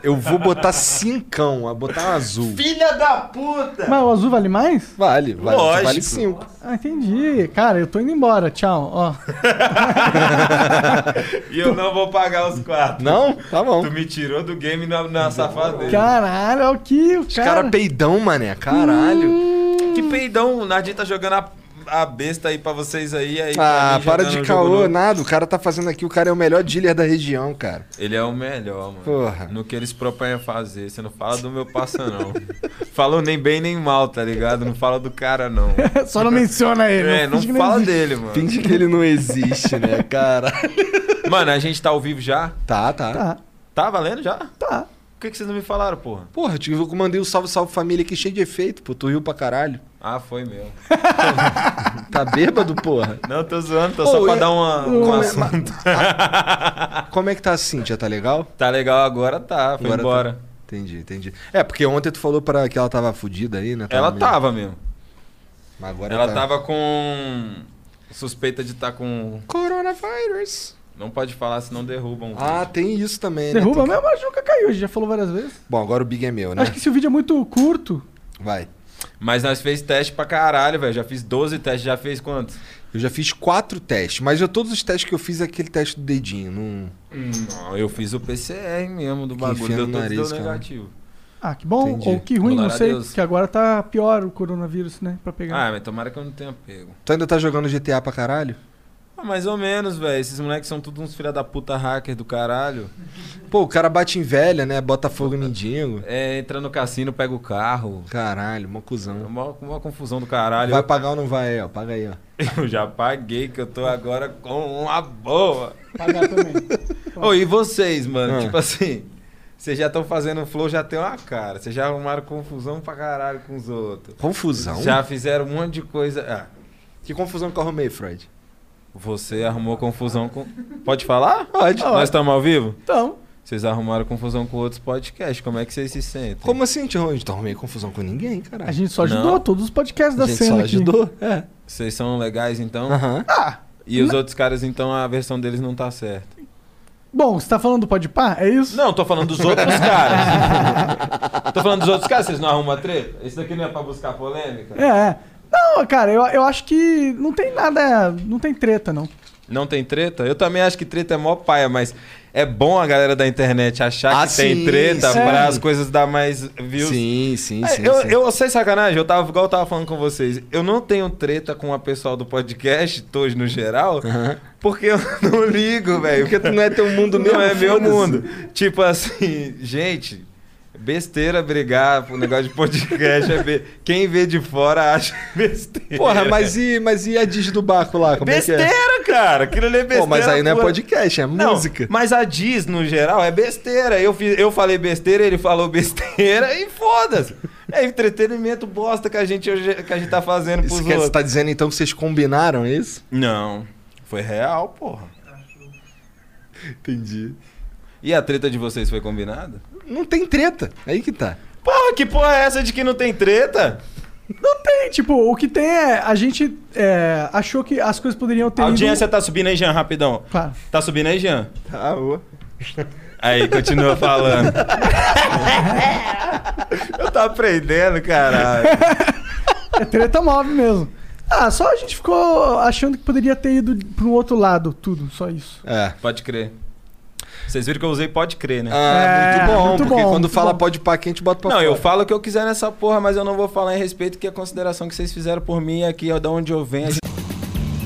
Speaker 2: Eu vou botar cincão, vou botar um azul.
Speaker 4: Filha da puta!
Speaker 3: Mas o azul vale mais?
Speaker 2: Vale, vale.
Speaker 4: Lógico.
Speaker 2: Vale cinco.
Speaker 3: Ah, entendi. Cara, eu tô indo embora. Tchau. Ó.
Speaker 4: E eu não vou pagar os quatro.
Speaker 2: Não? Tá bom.
Speaker 4: Tu me tirou do game na, na safadeza.
Speaker 3: Caralho, olha o que o
Speaker 2: Os
Speaker 3: cara...
Speaker 2: caras peidão, mané. Caralho.
Speaker 4: Que peidão, o Nardi tá jogando a, a besta aí pra vocês aí. aí pra
Speaker 2: Ah,
Speaker 4: mim
Speaker 2: para
Speaker 4: jogando
Speaker 2: de
Speaker 4: um jogo
Speaker 2: caô,
Speaker 4: novo.
Speaker 2: nada. O cara tá fazendo aqui, o cara é o melhor dealer da região, cara.
Speaker 4: Ele é o melhor, mano.
Speaker 2: Porra.
Speaker 4: No que eles propõem a fazer. Você não fala do meu passa, não. Falou nem bem nem mal, tá ligado? Não fala do cara, não.
Speaker 3: Só não menciona ele.
Speaker 4: É, não
Speaker 3: finge que
Speaker 4: fala
Speaker 3: existe.
Speaker 4: dele, mano.
Speaker 2: Finge que ele não existe, né, cara?
Speaker 4: Mano, a gente tá ao vivo já?
Speaker 2: Tá, tá.
Speaker 3: Tá,
Speaker 4: Tá valendo já?
Speaker 3: tá.
Speaker 4: Por que, que vocês não me falaram, porra?
Speaker 2: Porra, eu te- eu mandei o salve, salve família aqui cheio de efeito, pô. Tu riu pra caralho.
Speaker 4: Ah, foi meu.
Speaker 2: Tá bêbado, porra?
Speaker 4: Não, tô zoando, tô
Speaker 2: Ô,
Speaker 4: só pra
Speaker 2: e-
Speaker 4: dar uma, um
Speaker 2: Como é-
Speaker 4: assunto.
Speaker 2: Como é que tá a Cíntia? Tá legal?
Speaker 4: Tá legal, agora tá, foi
Speaker 2: Agora tá.
Speaker 4: embora.
Speaker 2: Entendi, entendi. É, porque ontem tu falou pra que ela tava fudida aí, né?
Speaker 4: Ela
Speaker 2: meio-
Speaker 4: tava Tá mesmo.
Speaker 2: Mas agora
Speaker 4: Ela
Speaker 2: tá.
Speaker 4: tava com. suspeita de estar tá com.
Speaker 2: Coronavirus.
Speaker 4: Não pode falar, senão derrubam.
Speaker 2: Ah, tem isso também,
Speaker 4: é
Speaker 2: né?
Speaker 3: Derruba
Speaker 2: Tem que-
Speaker 3: mesmo, mas nunca caiu. A gente já falou várias vezes.
Speaker 2: Bom, agora o Big é meu, né?
Speaker 3: Acho que se o vídeo é muito curto...
Speaker 2: Vai.
Speaker 4: Mas nós fez teste pra caralho, velho. Já fiz 12 testes, já fez quantos?
Speaker 2: Eu já fiz quatro testes, mas eu, todos os testes que eu fiz é aquele teste do dedinho. Não...
Speaker 4: Hum. Não, eu fiz o PCR mesmo do
Speaker 2: Que
Speaker 4: bagulho.
Speaker 2: enfia
Speaker 4: Deu
Speaker 2: no
Speaker 4: todos
Speaker 2: nariz,
Speaker 4: deu
Speaker 2: cara.
Speaker 4: negativo.
Speaker 3: Ah, que bom.
Speaker 2: Entendi.
Speaker 3: Ou que ruim,
Speaker 4: Glória
Speaker 3: não
Speaker 4: a
Speaker 3: sei.
Speaker 4: Deus.
Speaker 3: Porque agora tá pior o coronavírus, né? Pra pegar.
Speaker 4: Ah, mas tomara que eu não tenha pego.
Speaker 2: Tu ainda tá jogando GTA pra caralho?
Speaker 4: Ah, mais ou menos, velho. Esses moleques são tudo uns filha da puta hacker do caralho.
Speaker 2: Pô, o cara bate em velha, né? Bota fogo em mendigo.
Speaker 4: É, entra no cassino, pega o carro.
Speaker 2: Caralho, uma
Speaker 4: É
Speaker 2: cusão.
Speaker 4: Uma, uma confusão do caralho.
Speaker 2: Vai pagar ou não vai, ó? Paga aí, ó.
Speaker 4: Eu já paguei, que eu tô agora com uma boa.
Speaker 3: Pagar também.
Speaker 4: Ô, e vocês, mano?
Speaker 2: Ah.
Speaker 4: Tipo assim, vocês já estão fazendo flow, já tem uma cara. Vocês já arrumaram confusão pra caralho com os outros.
Speaker 2: Confusão?
Speaker 4: Já fizeram um monte de coisa. Ah,
Speaker 2: Que confusão que eu arrumei, Freud?
Speaker 4: você arrumou confusão com. Pode falar?
Speaker 2: Pode.
Speaker 4: Nós estamos ao vivo?
Speaker 3: Então,
Speaker 4: Vocês arrumaram confusão com outros podcasts. Como é que vocês se sentem?
Speaker 2: Como assim, tio? Eu não arrumei confusão com ninguém,
Speaker 3: a
Speaker 2: caralho.
Speaker 3: gente só ajudou
Speaker 4: Não.
Speaker 3: todos os podcasts da
Speaker 2: A gente
Speaker 3: cena
Speaker 2: só
Speaker 3: aqui.
Speaker 2: ajudou? É.
Speaker 4: Vocês são legais então?
Speaker 2: Aham.
Speaker 4: E os outros caras, então, a versão deles não tá certa.
Speaker 3: Bom, você tá falando do Podpah? É isso?
Speaker 4: Não, tô falando dos outros caras. tô falando dos outros caras, vocês não arrumam treta? Isso daqui não é pra buscar polêmica?
Speaker 3: É, é. Não, cara, eu, eu acho que não tem nada. Não tem treta, não.
Speaker 4: Não tem treta? Eu também acho que treta é mó paia, mas é bom a galera da internet achar
Speaker 2: Ah,
Speaker 4: que
Speaker 2: sim,
Speaker 4: tem treta
Speaker 2: sim.
Speaker 4: pra as coisas dar mais views.
Speaker 2: Sim, sim,
Speaker 4: É,
Speaker 2: sim.
Speaker 4: eu,
Speaker 2: sim.
Speaker 4: eu sei sacanagem, eu tava igual eu tava falando com vocês. Eu não tenho treta com a pessoal do podcast, todos no geral,
Speaker 2: Aham.
Speaker 4: porque eu não ligo, velho.
Speaker 2: Porque tu não é teu mundo mesmo.
Speaker 4: Não é meu
Speaker 2: foda-se.
Speaker 4: mundo. Tipo assim, gente, besteira brigar por um negócio de podcast. é be- Quem vê de fora acha besteira.
Speaker 2: Porra, mas e, mas e a Diz do Baco lá? Como
Speaker 4: besteira,
Speaker 2: é que é?
Speaker 4: cara. Aquilo ali é besteira.
Speaker 2: Pô, mas aí não é
Speaker 4: pura.
Speaker 2: podcast, é
Speaker 4: Não,
Speaker 2: música.
Speaker 4: mas a Diz, no geral, é besteira. Eu, fiz, eu falei besteira, ele falou besteira e foda-se. É entretenimento bosta que a gente, hoje- que a gente tá fazendo pros
Speaker 2: Isso que você
Speaker 4: outros.
Speaker 2: tá dizendo então que vocês combinaram é isso?
Speaker 4: Não, foi real, porra.
Speaker 2: Entendi.
Speaker 4: E a treta de vocês foi combinada?
Speaker 2: Não tem treta. Aí que tá.
Speaker 4: Porra, que porra é essa de que não tem treta?
Speaker 3: Não tem, tem, tipo, o que tem é. A gente é, achou que as coisas poderiam ter.
Speaker 4: A
Speaker 3: ido-
Speaker 4: audiência tá subindo aí, Jean, rapidão.
Speaker 3: Claro.
Speaker 4: Tá subindo aí, Jean?
Speaker 2: Tá, boa.
Speaker 4: Aí, continua falando. Eu tô aprendendo, caralho.
Speaker 3: É treta move mesmo. Ah, só a gente ficou achando que poderia ter ido pro outro lado, tudo, só isso.
Speaker 2: É.
Speaker 4: Pode crer. Vocês viram que eu usei pode crer, né?
Speaker 2: Ah,
Speaker 3: É,
Speaker 2: muito bom,
Speaker 3: muito
Speaker 2: porque
Speaker 3: bom,
Speaker 2: quando
Speaker 3: muito
Speaker 2: fala
Speaker 3: bom.
Speaker 2: pode pá, quem te bota pra
Speaker 4: não,
Speaker 2: fora.
Speaker 4: eu falo o que eu quiser nessa porra, mas eu não vou falar em respeito que a consideração que vocês fizeram por mim aqui, ó, da onde eu venho. a gente-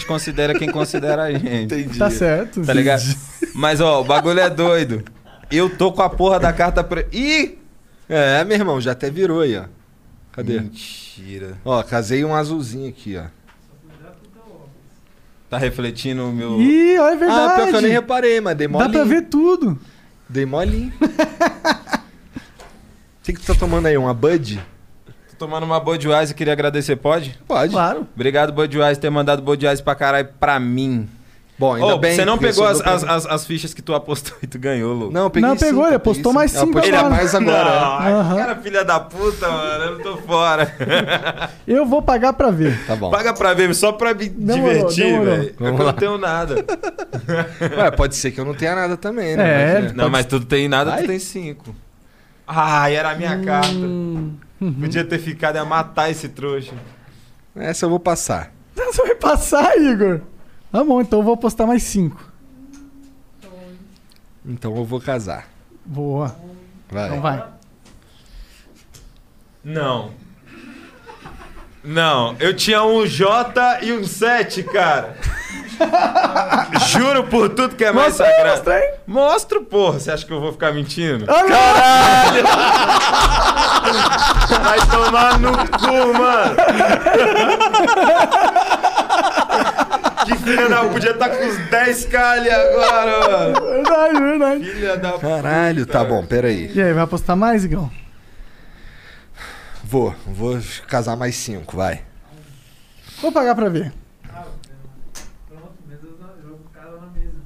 Speaker 4: gente considera quem considera a gente.
Speaker 3: Tá certo.
Speaker 4: Tá ligado? Mas, ó, o bagulho é doido. Eu tô com a porra da carta pre... Ih!
Speaker 2: É, meu irmão, já até virou aí, ó. Cadê?
Speaker 3: Hum.
Speaker 4: Mentira.
Speaker 2: Ó, casei um azulzinho aqui, ó.
Speaker 4: Tá refletindo o meu...
Speaker 3: Ih, olha, é verdade.
Speaker 2: Ah, pior que eu nem reparei, mas dei
Speaker 3: Dá pra
Speaker 2: molinho.
Speaker 3: ver tudo.
Speaker 2: Dei molinho. O que, que tu tá tomando aí? Uma Bud?
Speaker 4: Tô tomando uma Budweiser, queria agradecer, pode?
Speaker 2: Pode.
Speaker 3: Claro.
Speaker 4: Obrigado, Budweiser, ter mandado Budweiser pra caralho pra mim.
Speaker 2: Bom, ainda
Speaker 4: Ô,
Speaker 2: bem.
Speaker 4: você não
Speaker 2: porque
Speaker 4: pegou
Speaker 2: eu
Speaker 4: as,
Speaker 2: sou do-
Speaker 4: as, as- as fichas que tu apostou e tu ganhou, Lu.
Speaker 2: Não, eu peguei
Speaker 3: Não, pegou,
Speaker 2: cinco,
Speaker 3: ele
Speaker 2: eu
Speaker 3: apostou
Speaker 2: peguei
Speaker 3: mais cinco
Speaker 2: Eu apostei
Speaker 3: agora.
Speaker 2: mais agora. né?
Speaker 4: Ai,
Speaker 3: Aham.
Speaker 4: Cara, filha da puta, mano, eu não tô fora.
Speaker 3: Eu vou pagar pra ver.
Speaker 2: Tá bom.
Speaker 4: Paga pra ver, só pra me
Speaker 3: Demorou,
Speaker 4: divertir,
Speaker 3: demorou.
Speaker 4: velho. Eu
Speaker 2: Vamos lá.
Speaker 4: não tenho nada.
Speaker 2: Ué, pode ser que eu não tenha nada também, né?
Speaker 3: É,
Speaker 2: Imagina.
Speaker 4: Não, mas tu tem nada,
Speaker 2: Ai.
Speaker 4: tu tem cinco. Ai, era a minha carta. Podia ter ficado ia matar esse trouxa.
Speaker 2: Essa eu vou passar.
Speaker 3: Você vai passar, Igor? Tá bom, então eu vou apostar mais cinco.
Speaker 2: Então eu vou casar.
Speaker 3: Boa.
Speaker 2: Vai.
Speaker 3: Então vai.
Speaker 4: Não. Não, eu tinha um J e um 7, cara. Juro por tudo que é mais
Speaker 3: Mostra aí,
Speaker 4: sagrado.
Speaker 3: mostra aí.
Speaker 4: Mostro, porra. Você acha que eu vou ficar mentindo?
Speaker 3: Olha,
Speaker 4: Vai tomar no cu, mano. que filha da podia estar com os 10k ali agora, mano.
Speaker 3: Ah, verdade, verdade.
Speaker 4: Filha da
Speaker 2: Caralho, tá bom, peraí.
Speaker 3: E aí, vai apostar mais, Igão?
Speaker 2: Vou, vou casar mais cinco, vai.
Speaker 3: Vou pagar pra ver.
Speaker 6: Pronto, mesa na, jogo cara na mesa.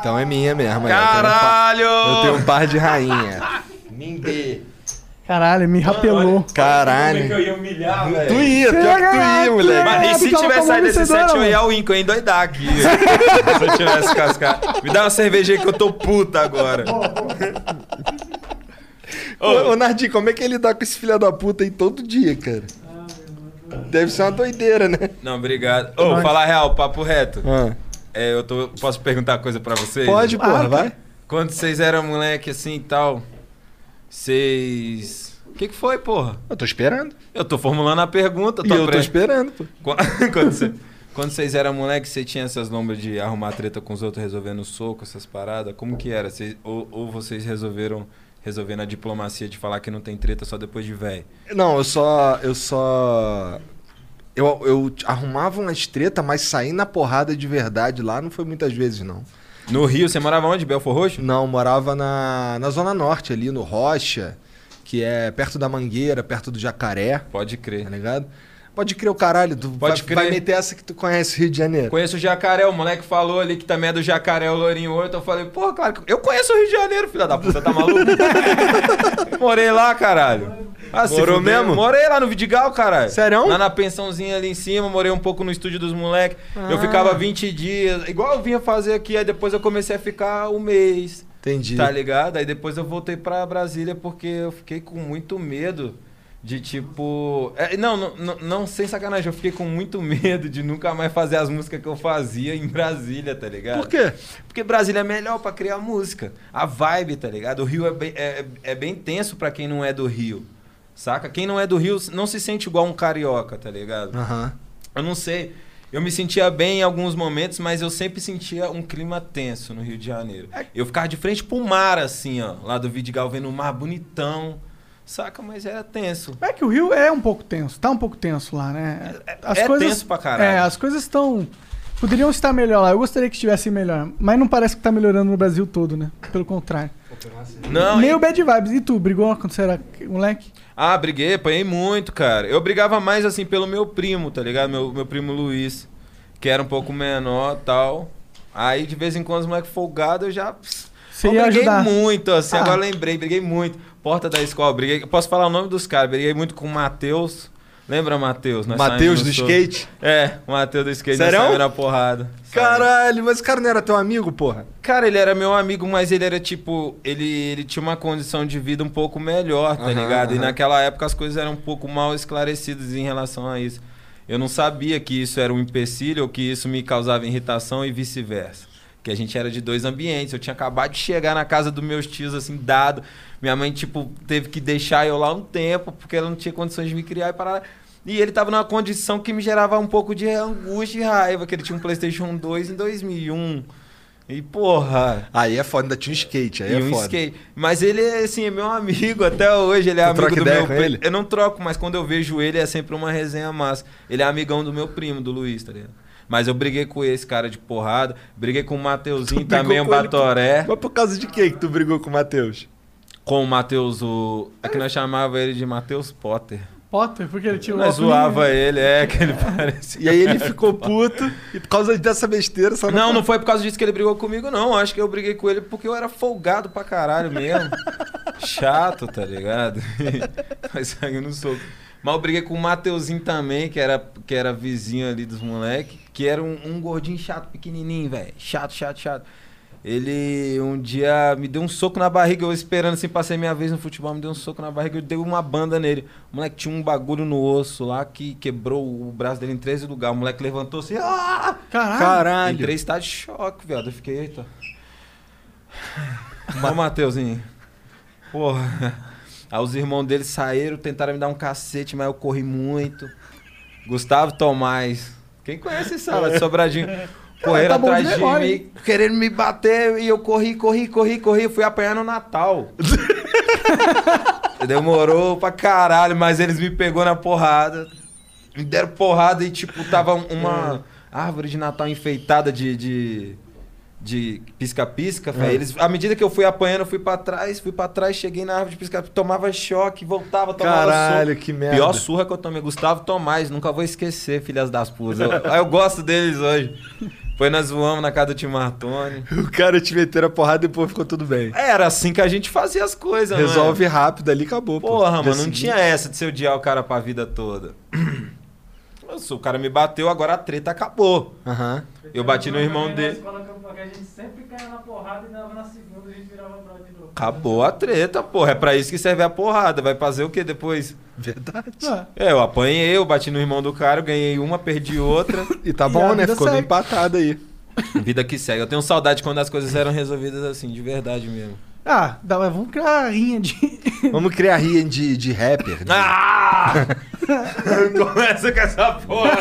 Speaker 2: Então é minha mesmo. é.
Speaker 4: Caralho!
Speaker 2: Eu tenho um par de rainha. Mindê.
Speaker 3: Caralho, me rapelou.
Speaker 4: é que
Speaker 2: Caralho.
Speaker 4: eu ia humilhar,
Speaker 2: Tu
Speaker 4: velho.
Speaker 2: ia, pior que tu ia,
Speaker 3: Caraca.
Speaker 2: moleque.
Speaker 4: Mano, e
Speaker 3: É,
Speaker 4: se
Speaker 3: porque ela
Speaker 4: tivesse
Speaker 3: tomou
Speaker 4: saído desse
Speaker 3: vencedora,
Speaker 4: set, eu
Speaker 3: mano.
Speaker 4: ia ao Inco, eu ainda ia dar aqui. se eu tivesse cascado. Me dá uma cerveja aí que eu tô puta agora.
Speaker 2: Ô, ô, Nardi, como é que ele dá com esse filho da puta aí todo dia, cara? Deve ser uma doideira, né?
Speaker 4: Não, obrigado. Ô, falar real, papo reto.
Speaker 2: Ah.
Speaker 4: É, eu tô, posso perguntar coisa pra vocês? é.
Speaker 2: Pode, porra,
Speaker 3: Claro,
Speaker 2: vai.
Speaker 4: Quando vocês eram moleque assim e tal, vocês. O que, que foi, porra?
Speaker 2: Eu tô esperando.
Speaker 4: Eu tô formulando a pergunta,
Speaker 2: E
Speaker 4: tô
Speaker 2: eu tô
Speaker 4: pre-
Speaker 2: esperando, pô.
Speaker 4: Qu- quando, você- quando vocês eram moleque, você tinha essas lombas de arrumar treta com os outros, resolvendo soco, essas paradas? Como que era? Vocês- ou, ou vocês resolveram resolver na diplomacia de falar que não tem treta só depois de velho?
Speaker 2: Não, eu só. Eu só. Eu, eu arrumava umas treta, mas sair na porrada de verdade lá não foi muitas vezes, não.
Speaker 4: No Rio, você morava onde? Belfor Roxo?
Speaker 2: Não, morava na, na Zona Norte, ali no Rocha, que é perto da Mangueira, perto do Jacaré,
Speaker 4: Pode
Speaker 2: tá
Speaker 4: crer.
Speaker 2: ligado? Pode crer o caralho, tu
Speaker 4: Pode
Speaker 2: vai,
Speaker 4: crer.
Speaker 2: vai meter essa que tu conhece, Rio de Janeiro.
Speaker 4: Conheço o Jacaré, o moleque falou ali que também é do Jacaré, o Lourinho Horto. Eu falei, porra, claro que eu conheço o Rio de Janeiro, filha da puta, tá maluco? Morei lá, caralho. Ah, se
Speaker 2: Morou
Speaker 4: fudeu.
Speaker 2: mesmo?
Speaker 4: Morei lá no Vidigal, caralho.
Speaker 2: Sério?
Speaker 4: Lá na pensãozinha ali em cima, morei um pouco no estúdio dos moleques. Eu
Speaker 2: Ah.
Speaker 4: ficava 20 dias, igual eu vinha fazer aqui, aí depois eu comecei a ficar um mês.
Speaker 2: Entendi.
Speaker 4: Tá ligado? Aí depois eu voltei pra Brasília porque eu fiquei com muito medo De tipo. é, não, não, não, não, sem sacanagem, eu fiquei com muito medo de nunca mais fazer as músicas que eu fazia em Brasília, tá ligado?
Speaker 2: Por quê?
Speaker 4: Porque Brasília é melhor pra criar música. A vibe, tá ligado? O Rio é bem, é, é bem tenso pra quem não é do Rio. Saca? Quem não é do Rio não se sente igual um carioca, tá ligado?
Speaker 2: Aham.
Speaker 4: Eu não sei. Eu me sentia bem em alguns momentos, mas eu sempre sentia um clima tenso no Rio de Janeiro. Eu ficava de frente pro mar, assim, ó. Lá do Vidigal, vendo o mar bonitão. Saca? Mas era tenso.
Speaker 3: É que o Rio é um pouco tenso, tá um pouco tenso lá, né?
Speaker 4: é tenso pra caralho.
Speaker 3: É, as coisas estão. Poderiam estar melhor lá. Eu gostaria que estivesse melhor. Mas não parece que tá melhorando no Brasil todo, né? Pelo contrário.
Speaker 4: Não,
Speaker 3: Meio
Speaker 4: e-
Speaker 3: bad vibes. E tu, brigou quando você era moleque?
Speaker 4: Ah, briguei, apanhei muito, cara. Eu brigava mais, assim, pelo meu primo, tá ligado? Meu, meu primo Luiz, que era um pouco menor tal. Aí, de vez em quando, os moleques folgados, eu já...
Speaker 3: Você
Speaker 4: eu
Speaker 3: ia
Speaker 4: briguei
Speaker 3: ajudar.
Speaker 4: muito, assim,
Speaker 3: Ah.
Speaker 4: agora lembrei, briguei muito. Porta da escola, briguei... Posso falar o nome dos caras? Briguei muito com o Matheus. Lembra, Matheus? Nós
Speaker 2: Matheus
Speaker 4: saímos
Speaker 2: do
Speaker 4: no soco.
Speaker 2: skate?
Speaker 4: É, o Matheus do skate. nós
Speaker 2: Serão?
Speaker 4: saímos na porrada.
Speaker 2: Caralho, mas o cara não era teu amigo, porra?
Speaker 4: Cara, ele era meu amigo, mas ele era tipo. Ele, ele tinha uma condição de vida um pouco melhor, tá
Speaker 2: Aham,
Speaker 4: ligado? E
Speaker 2: aham.
Speaker 4: naquela época as coisas eram um pouco mal esclarecidas em relação a isso. Eu não sabia que isso era um empecilho ou que isso me causava irritação e vice-versa. Que a gente era de dois ambientes. Eu tinha acabado de chegar na casa dos meus tios, assim, dado. Minha mãe, tipo, teve que deixar eu lá um tempo, porque ela não tinha condições de me criar e parar. E ele tava numa condição que me gerava um pouco de angústia e raiva, que ele tinha um PlayStation 2 em 2001. E porra.
Speaker 2: Aí é foda, ainda tinha um skate, aí
Speaker 4: e
Speaker 2: é
Speaker 4: um
Speaker 2: foda.
Speaker 4: skate. Mas ele, é, assim, é meu amigo até hoje. Ele é
Speaker 2: Tu
Speaker 4: amigo
Speaker 2: troca
Speaker 4: do
Speaker 2: ideia
Speaker 4: meu
Speaker 2: com
Speaker 4: pri-
Speaker 2: ele?
Speaker 4: Eu não troco, mas quando eu vejo ele é sempre uma resenha massa. Ele é amigão do meu primo, do Luiz, tá ligado? Mas eu briguei com esse cara de porrada. Briguei com o Mateuzinho
Speaker 2: Tu
Speaker 4: também, o
Speaker 2: brigou com ele por-
Speaker 4: Batoré.
Speaker 2: Mas por causa de quem que tu brigou com o Matheus?
Speaker 4: Com o Mateus, o... É que nós chamava ele de Mateus Potter.
Speaker 3: Potter, porque ele tinha o
Speaker 4: Nós
Speaker 3: óculos-
Speaker 4: zoava ele, é, que ele parecia...
Speaker 2: E aí ele ficou puto, e por causa dessa besteira, só
Speaker 4: Não, não foi por causa disso que ele brigou comigo, não. Acho que eu briguei com ele porque eu era folgado pra caralho mesmo. Chato, tá ligado? Mas sangue no soco. Mas eu briguei com o Mateuzinho também, que era, que era vizinho ali dos moleques, que era um, um gordinho chato, pequenininho, velho. Chato, chato, chato. Ele um dia me deu um soco na barriga, eu esperando assim, passei minha vez no futebol, me deu um soco na barriga, eu dei uma banda nele. O moleque tinha um bagulho no osso lá que quebrou o braço dele em 13 lugares. O moleque levantou assim, ah!
Speaker 3: Caralho.
Speaker 2: Caralho.
Speaker 4: Entrei em estado de choque, viado. Eu fiquei, eita. Ó, Mateuzinho. Porra. Aí os irmãos dele saíram, tentaram me dar um cacete, mas eu corri muito. Gustavo Tomás. Quem conhece essa sala de Sobradinho? Correram
Speaker 3: tá bom de
Speaker 4: atrás de,
Speaker 3: memória,
Speaker 4: mim, querendo me bater, e eu corri, corri, corri, corri, fui apanhar no Natal. Demorou pra caralho, mas eles me pegou na porrada. Me deram porrada e, tipo, tava um- uma
Speaker 2: É.
Speaker 4: árvore de Natal enfeitada de. de de pisca-pisca, velho.
Speaker 2: É.
Speaker 4: Eles, à medida que eu fui apanhando, eu fui pra trás, fui pra trás, cheguei na árvore de pisca-pisca, tomava choque, voltava, tomava
Speaker 2: Caralho,
Speaker 4: soco.
Speaker 2: que merda.
Speaker 4: Pior surra que eu tomei. Gustavo Tomás, nunca vou esquecer, filhas das putas. Eu, eu gosto deles hoje. Foi nós voamos na casa do Tim Martoni.
Speaker 2: O cara te meteram a porrada e depois ficou tudo bem.
Speaker 4: Era assim que a gente fazia as coisas, não é?
Speaker 2: Resolve rápido ali, acabou. pô.
Speaker 4: Porra,
Speaker 2: Dia
Speaker 4: mano, não
Speaker 2: seguinte-
Speaker 4: tinha essa de você odiar o cara pra vida toda. Nossa, o cara me bateu, agora a treta acabou.
Speaker 2: Aham.
Speaker 4: Eu bati no irmão
Speaker 6: Na
Speaker 4: dele.
Speaker 6: escola, porque a gente sempre caia na porrada e na, na segunda a gente virava brother de novo.
Speaker 4: Acabou a treta, porra. É pra isso que serve a porrada. Vai fazer o que depois?
Speaker 2: Verdade.
Speaker 3: Ah,
Speaker 4: É, eu apanhei, eu bati no irmão do cara, eu ganhei uma, perdi outra.
Speaker 2: E tá
Speaker 3: E a
Speaker 2: bom, né?
Speaker 3: vida
Speaker 2: Ficou
Speaker 3: segue.
Speaker 2: empatado aí.
Speaker 4: Vida que segue. Eu tenho saudade quando as coisas eram resolvidas assim, de verdade mesmo.
Speaker 3: ah dá, mas vamos criar a rinha de.
Speaker 2: Vamos criar rinha de, de rapper. né? de-
Speaker 4: Ah! Começa com essa porra,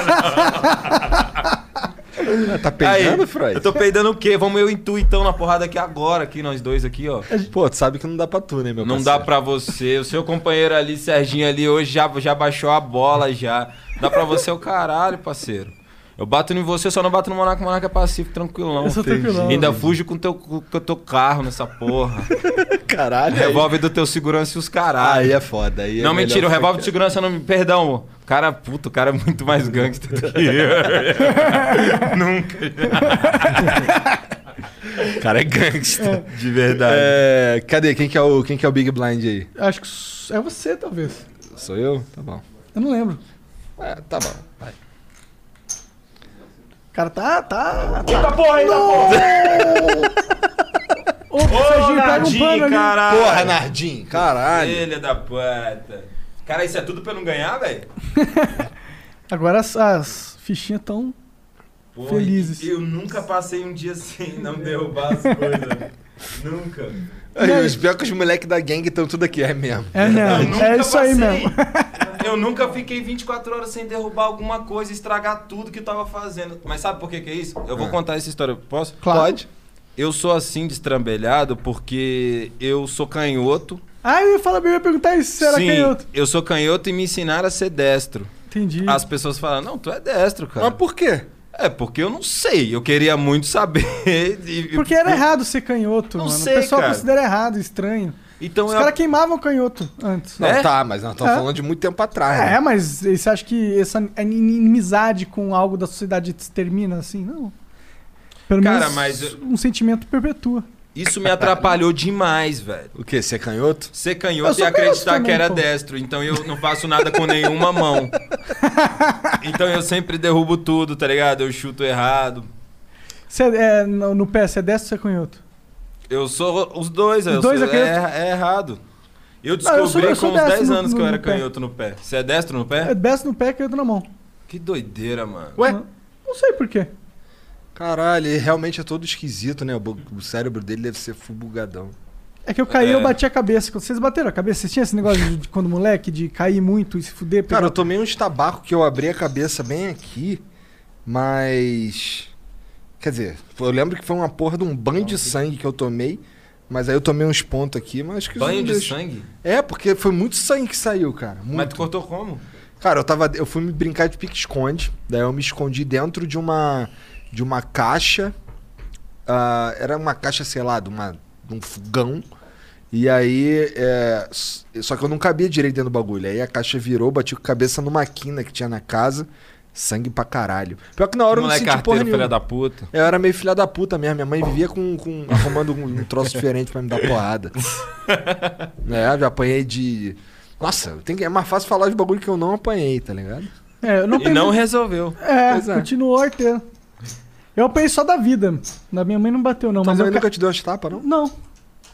Speaker 4: né?
Speaker 2: Tá peidando,
Speaker 4: Aí,
Speaker 2: Freud?
Speaker 4: Eu tô peidando o quê? Vamos eu e tu então na porrada aqui agora, aqui, nós dois aqui, ó.
Speaker 2: Pô, tu sabe que não dá pra tu, né, meu
Speaker 4: Não
Speaker 2: parceiro?
Speaker 4: dá pra você. O seu companheiro ali, Serginho ali, hoje já, já baixou a bola já. Dá pra você é o caralho, parceiro. Eu bato em você, eu só não bato no Monaco, o Monaco é pacífico, tranquilão.
Speaker 3: Eu sou tranquilão.
Speaker 4: Ainda fujo com teu, com o teu carro nessa porra.
Speaker 2: Caralho. aí-
Speaker 4: Revólver do teu segurança e os caralho.
Speaker 2: É Aí é foda. Aí é
Speaker 4: não,
Speaker 2: melhor
Speaker 4: mentira, o
Speaker 2: ficar-
Speaker 4: revólver de segurança não me. Perdão, o cara puto, o cara é muito mais gangster do que eu. Nunca. O cara é gangster, de verdade.
Speaker 2: É, cadê? Quem que, é o, quem que é o Big Blind aí?
Speaker 3: Acho que s- é você, talvez.
Speaker 2: Sou eu? Tá bom.
Speaker 3: Eu não lembro.
Speaker 2: É, tá bom. Vai.
Speaker 3: O cara tá. tá...
Speaker 4: Eita porra, eita porra!
Speaker 3: Ô, Serginho, pega um pano ali.
Speaker 4: caralho!
Speaker 2: Porra, Nardim. Caralho.
Speaker 4: Filha da puta. Cara, isso é tudo pra eu não ganhar, velho?
Speaker 3: Agora as, as fichinhas estão.
Speaker 4: Pô,
Speaker 3: Felizes.
Speaker 4: Eu nunca passei um dia sem não derrubar as coisas. nunca.
Speaker 2: Aí,
Speaker 3: E aí?
Speaker 2: os pior é que os moleques da gangue estão tudo aqui, é mesmo.
Speaker 3: É
Speaker 4: Eu
Speaker 3: mesmo.
Speaker 4: nunca
Speaker 3: É isso aí
Speaker 4: passei.
Speaker 3: mesmo.
Speaker 4: Eu nunca fiquei 24 horas sem derrubar alguma coisa, estragar tudo que eu tava fazendo. Mas sabe por que que é isso? Eu vou
Speaker 2: Ah.
Speaker 4: contar essa história. Posso?
Speaker 2: Pode?
Speaker 4: Eu sou assim destrambelhado porque eu sou canhoto.
Speaker 3: Ah, eu ia falar, eu ia perguntar isso. Será
Speaker 4: Sim,
Speaker 3: que é outro?
Speaker 4: eu sou canhoto e me ensinaram a ser destro.
Speaker 3: Entendi.
Speaker 4: As pessoas falam, não, tu é destro, cara.
Speaker 2: Mas por quê?
Speaker 4: É, porque eu não sei. Eu queria muito saber. e- e-
Speaker 3: Porque era errado ser canhoto,
Speaker 4: Não
Speaker 3: mano.
Speaker 4: sei,
Speaker 3: o pessoal
Speaker 4: cara.
Speaker 3: considera errado, estranho.
Speaker 4: Então
Speaker 3: Os
Speaker 4: eu...
Speaker 3: caras queimavam canhoto antes.
Speaker 2: Não,
Speaker 4: É?
Speaker 2: tá, mas nós estamos
Speaker 3: É.
Speaker 2: falando de muito tempo atrás.
Speaker 3: É,
Speaker 2: né?
Speaker 3: mas você acha que essa inimizade com algo da sociedade termina assim? Não. Pelo
Speaker 4: Cara,
Speaker 3: menos
Speaker 4: mas eu-
Speaker 3: um sentimento perpetua.
Speaker 4: Isso me atrapalhou demais, velho.
Speaker 2: O quê? Você é canhoto?
Speaker 4: Ser
Speaker 3: Eu
Speaker 4: canhoto e
Speaker 3: sou canhoto
Speaker 4: acreditar
Speaker 3: também,
Speaker 4: que era
Speaker 3: pô.
Speaker 4: destro. Então eu não faço nada com nenhuma mão. Então eu sempre derrubo tudo, tá ligado? Eu chuto errado.
Speaker 3: Você é, no, no pé, você é destro ou você é canhoto?
Speaker 4: Eu sou os dois, eu
Speaker 3: dois
Speaker 4: sou-
Speaker 3: é canhoto?
Speaker 4: é, é errado. Eu
Speaker 3: Não, eu sou-
Speaker 4: descobri
Speaker 3: eu sou
Speaker 4: com uns
Speaker 3: destro
Speaker 4: 10
Speaker 3: no-
Speaker 4: anos que
Speaker 3: no-
Speaker 4: eu era
Speaker 3: no pé.
Speaker 4: canhoto no pé. Você é destro no
Speaker 3: É
Speaker 4: pé?
Speaker 3: destro no pé e canhoto na mão.
Speaker 4: Que doideira, mano.
Speaker 2: Ué?
Speaker 3: Não sei por quê.
Speaker 2: Caralho, ele realmente é todo esquisito, né? O, bu- o cérebro dele deve ser full bugadão.
Speaker 3: É que eu caí e eu
Speaker 4: É.
Speaker 3: bati a cabeça. Vocês bateram a cabeça? Vocês tinham esse negócio de, de quando moleque, de cair muito e se fuder?
Speaker 2: Cara,
Speaker 3: pegar-
Speaker 2: eu tomei uns tabaco que eu abri a cabeça bem aqui, mas. Quer dizer, eu lembro que foi uma porra de um banho de sangue que eu tomei, mas aí eu tomei uns pontos aqui, mas que isso
Speaker 4: Banho
Speaker 2: não
Speaker 4: de
Speaker 2: deixa-
Speaker 4: sangue?
Speaker 2: É, porque foi muito sangue que saiu, cara.
Speaker 4: Mas tu
Speaker 2: Muito.
Speaker 4: cortou como?
Speaker 2: Cara, eu tava. Eu fui me brincar de pique-esconde. Daí eu me escondi dentro de uma. de uma caixa. ah, era uma caixa, sei lá, de, uma, de um fogão. E aí. é, s- só que eu não cabia direito dentro do bagulho. Aí a caixa virou, bati com a cabeça numa quina que tinha na casa. Sangue pra caralho. Pior que na hora eu não
Speaker 4: Moleque
Speaker 2: senti porra
Speaker 4: carteiro, filha
Speaker 2: nenhuma.
Speaker 4: da puta.
Speaker 2: Eu era meio filha da puta mesmo. Minha mãe vivia com, com- arrumando um, um troço diferente pra me dar porrada. é, já apanhei de. Nossa, tem que- é mais fácil falar de bagulho que eu não apanhei, tá ligado?
Speaker 3: É, eu não
Speaker 4: E
Speaker 3: peguei.
Speaker 4: não resolveu.
Speaker 3: É,
Speaker 2: Pois é.
Speaker 3: continuou arteiro. Eu apanhei só da vida. Da minha mãe não bateu, não.
Speaker 2: Mas
Speaker 3: Mas
Speaker 2: mãe
Speaker 3: eu.
Speaker 2: Então nunca
Speaker 3: Ca...
Speaker 2: te deu as tapas, não?
Speaker 3: Não.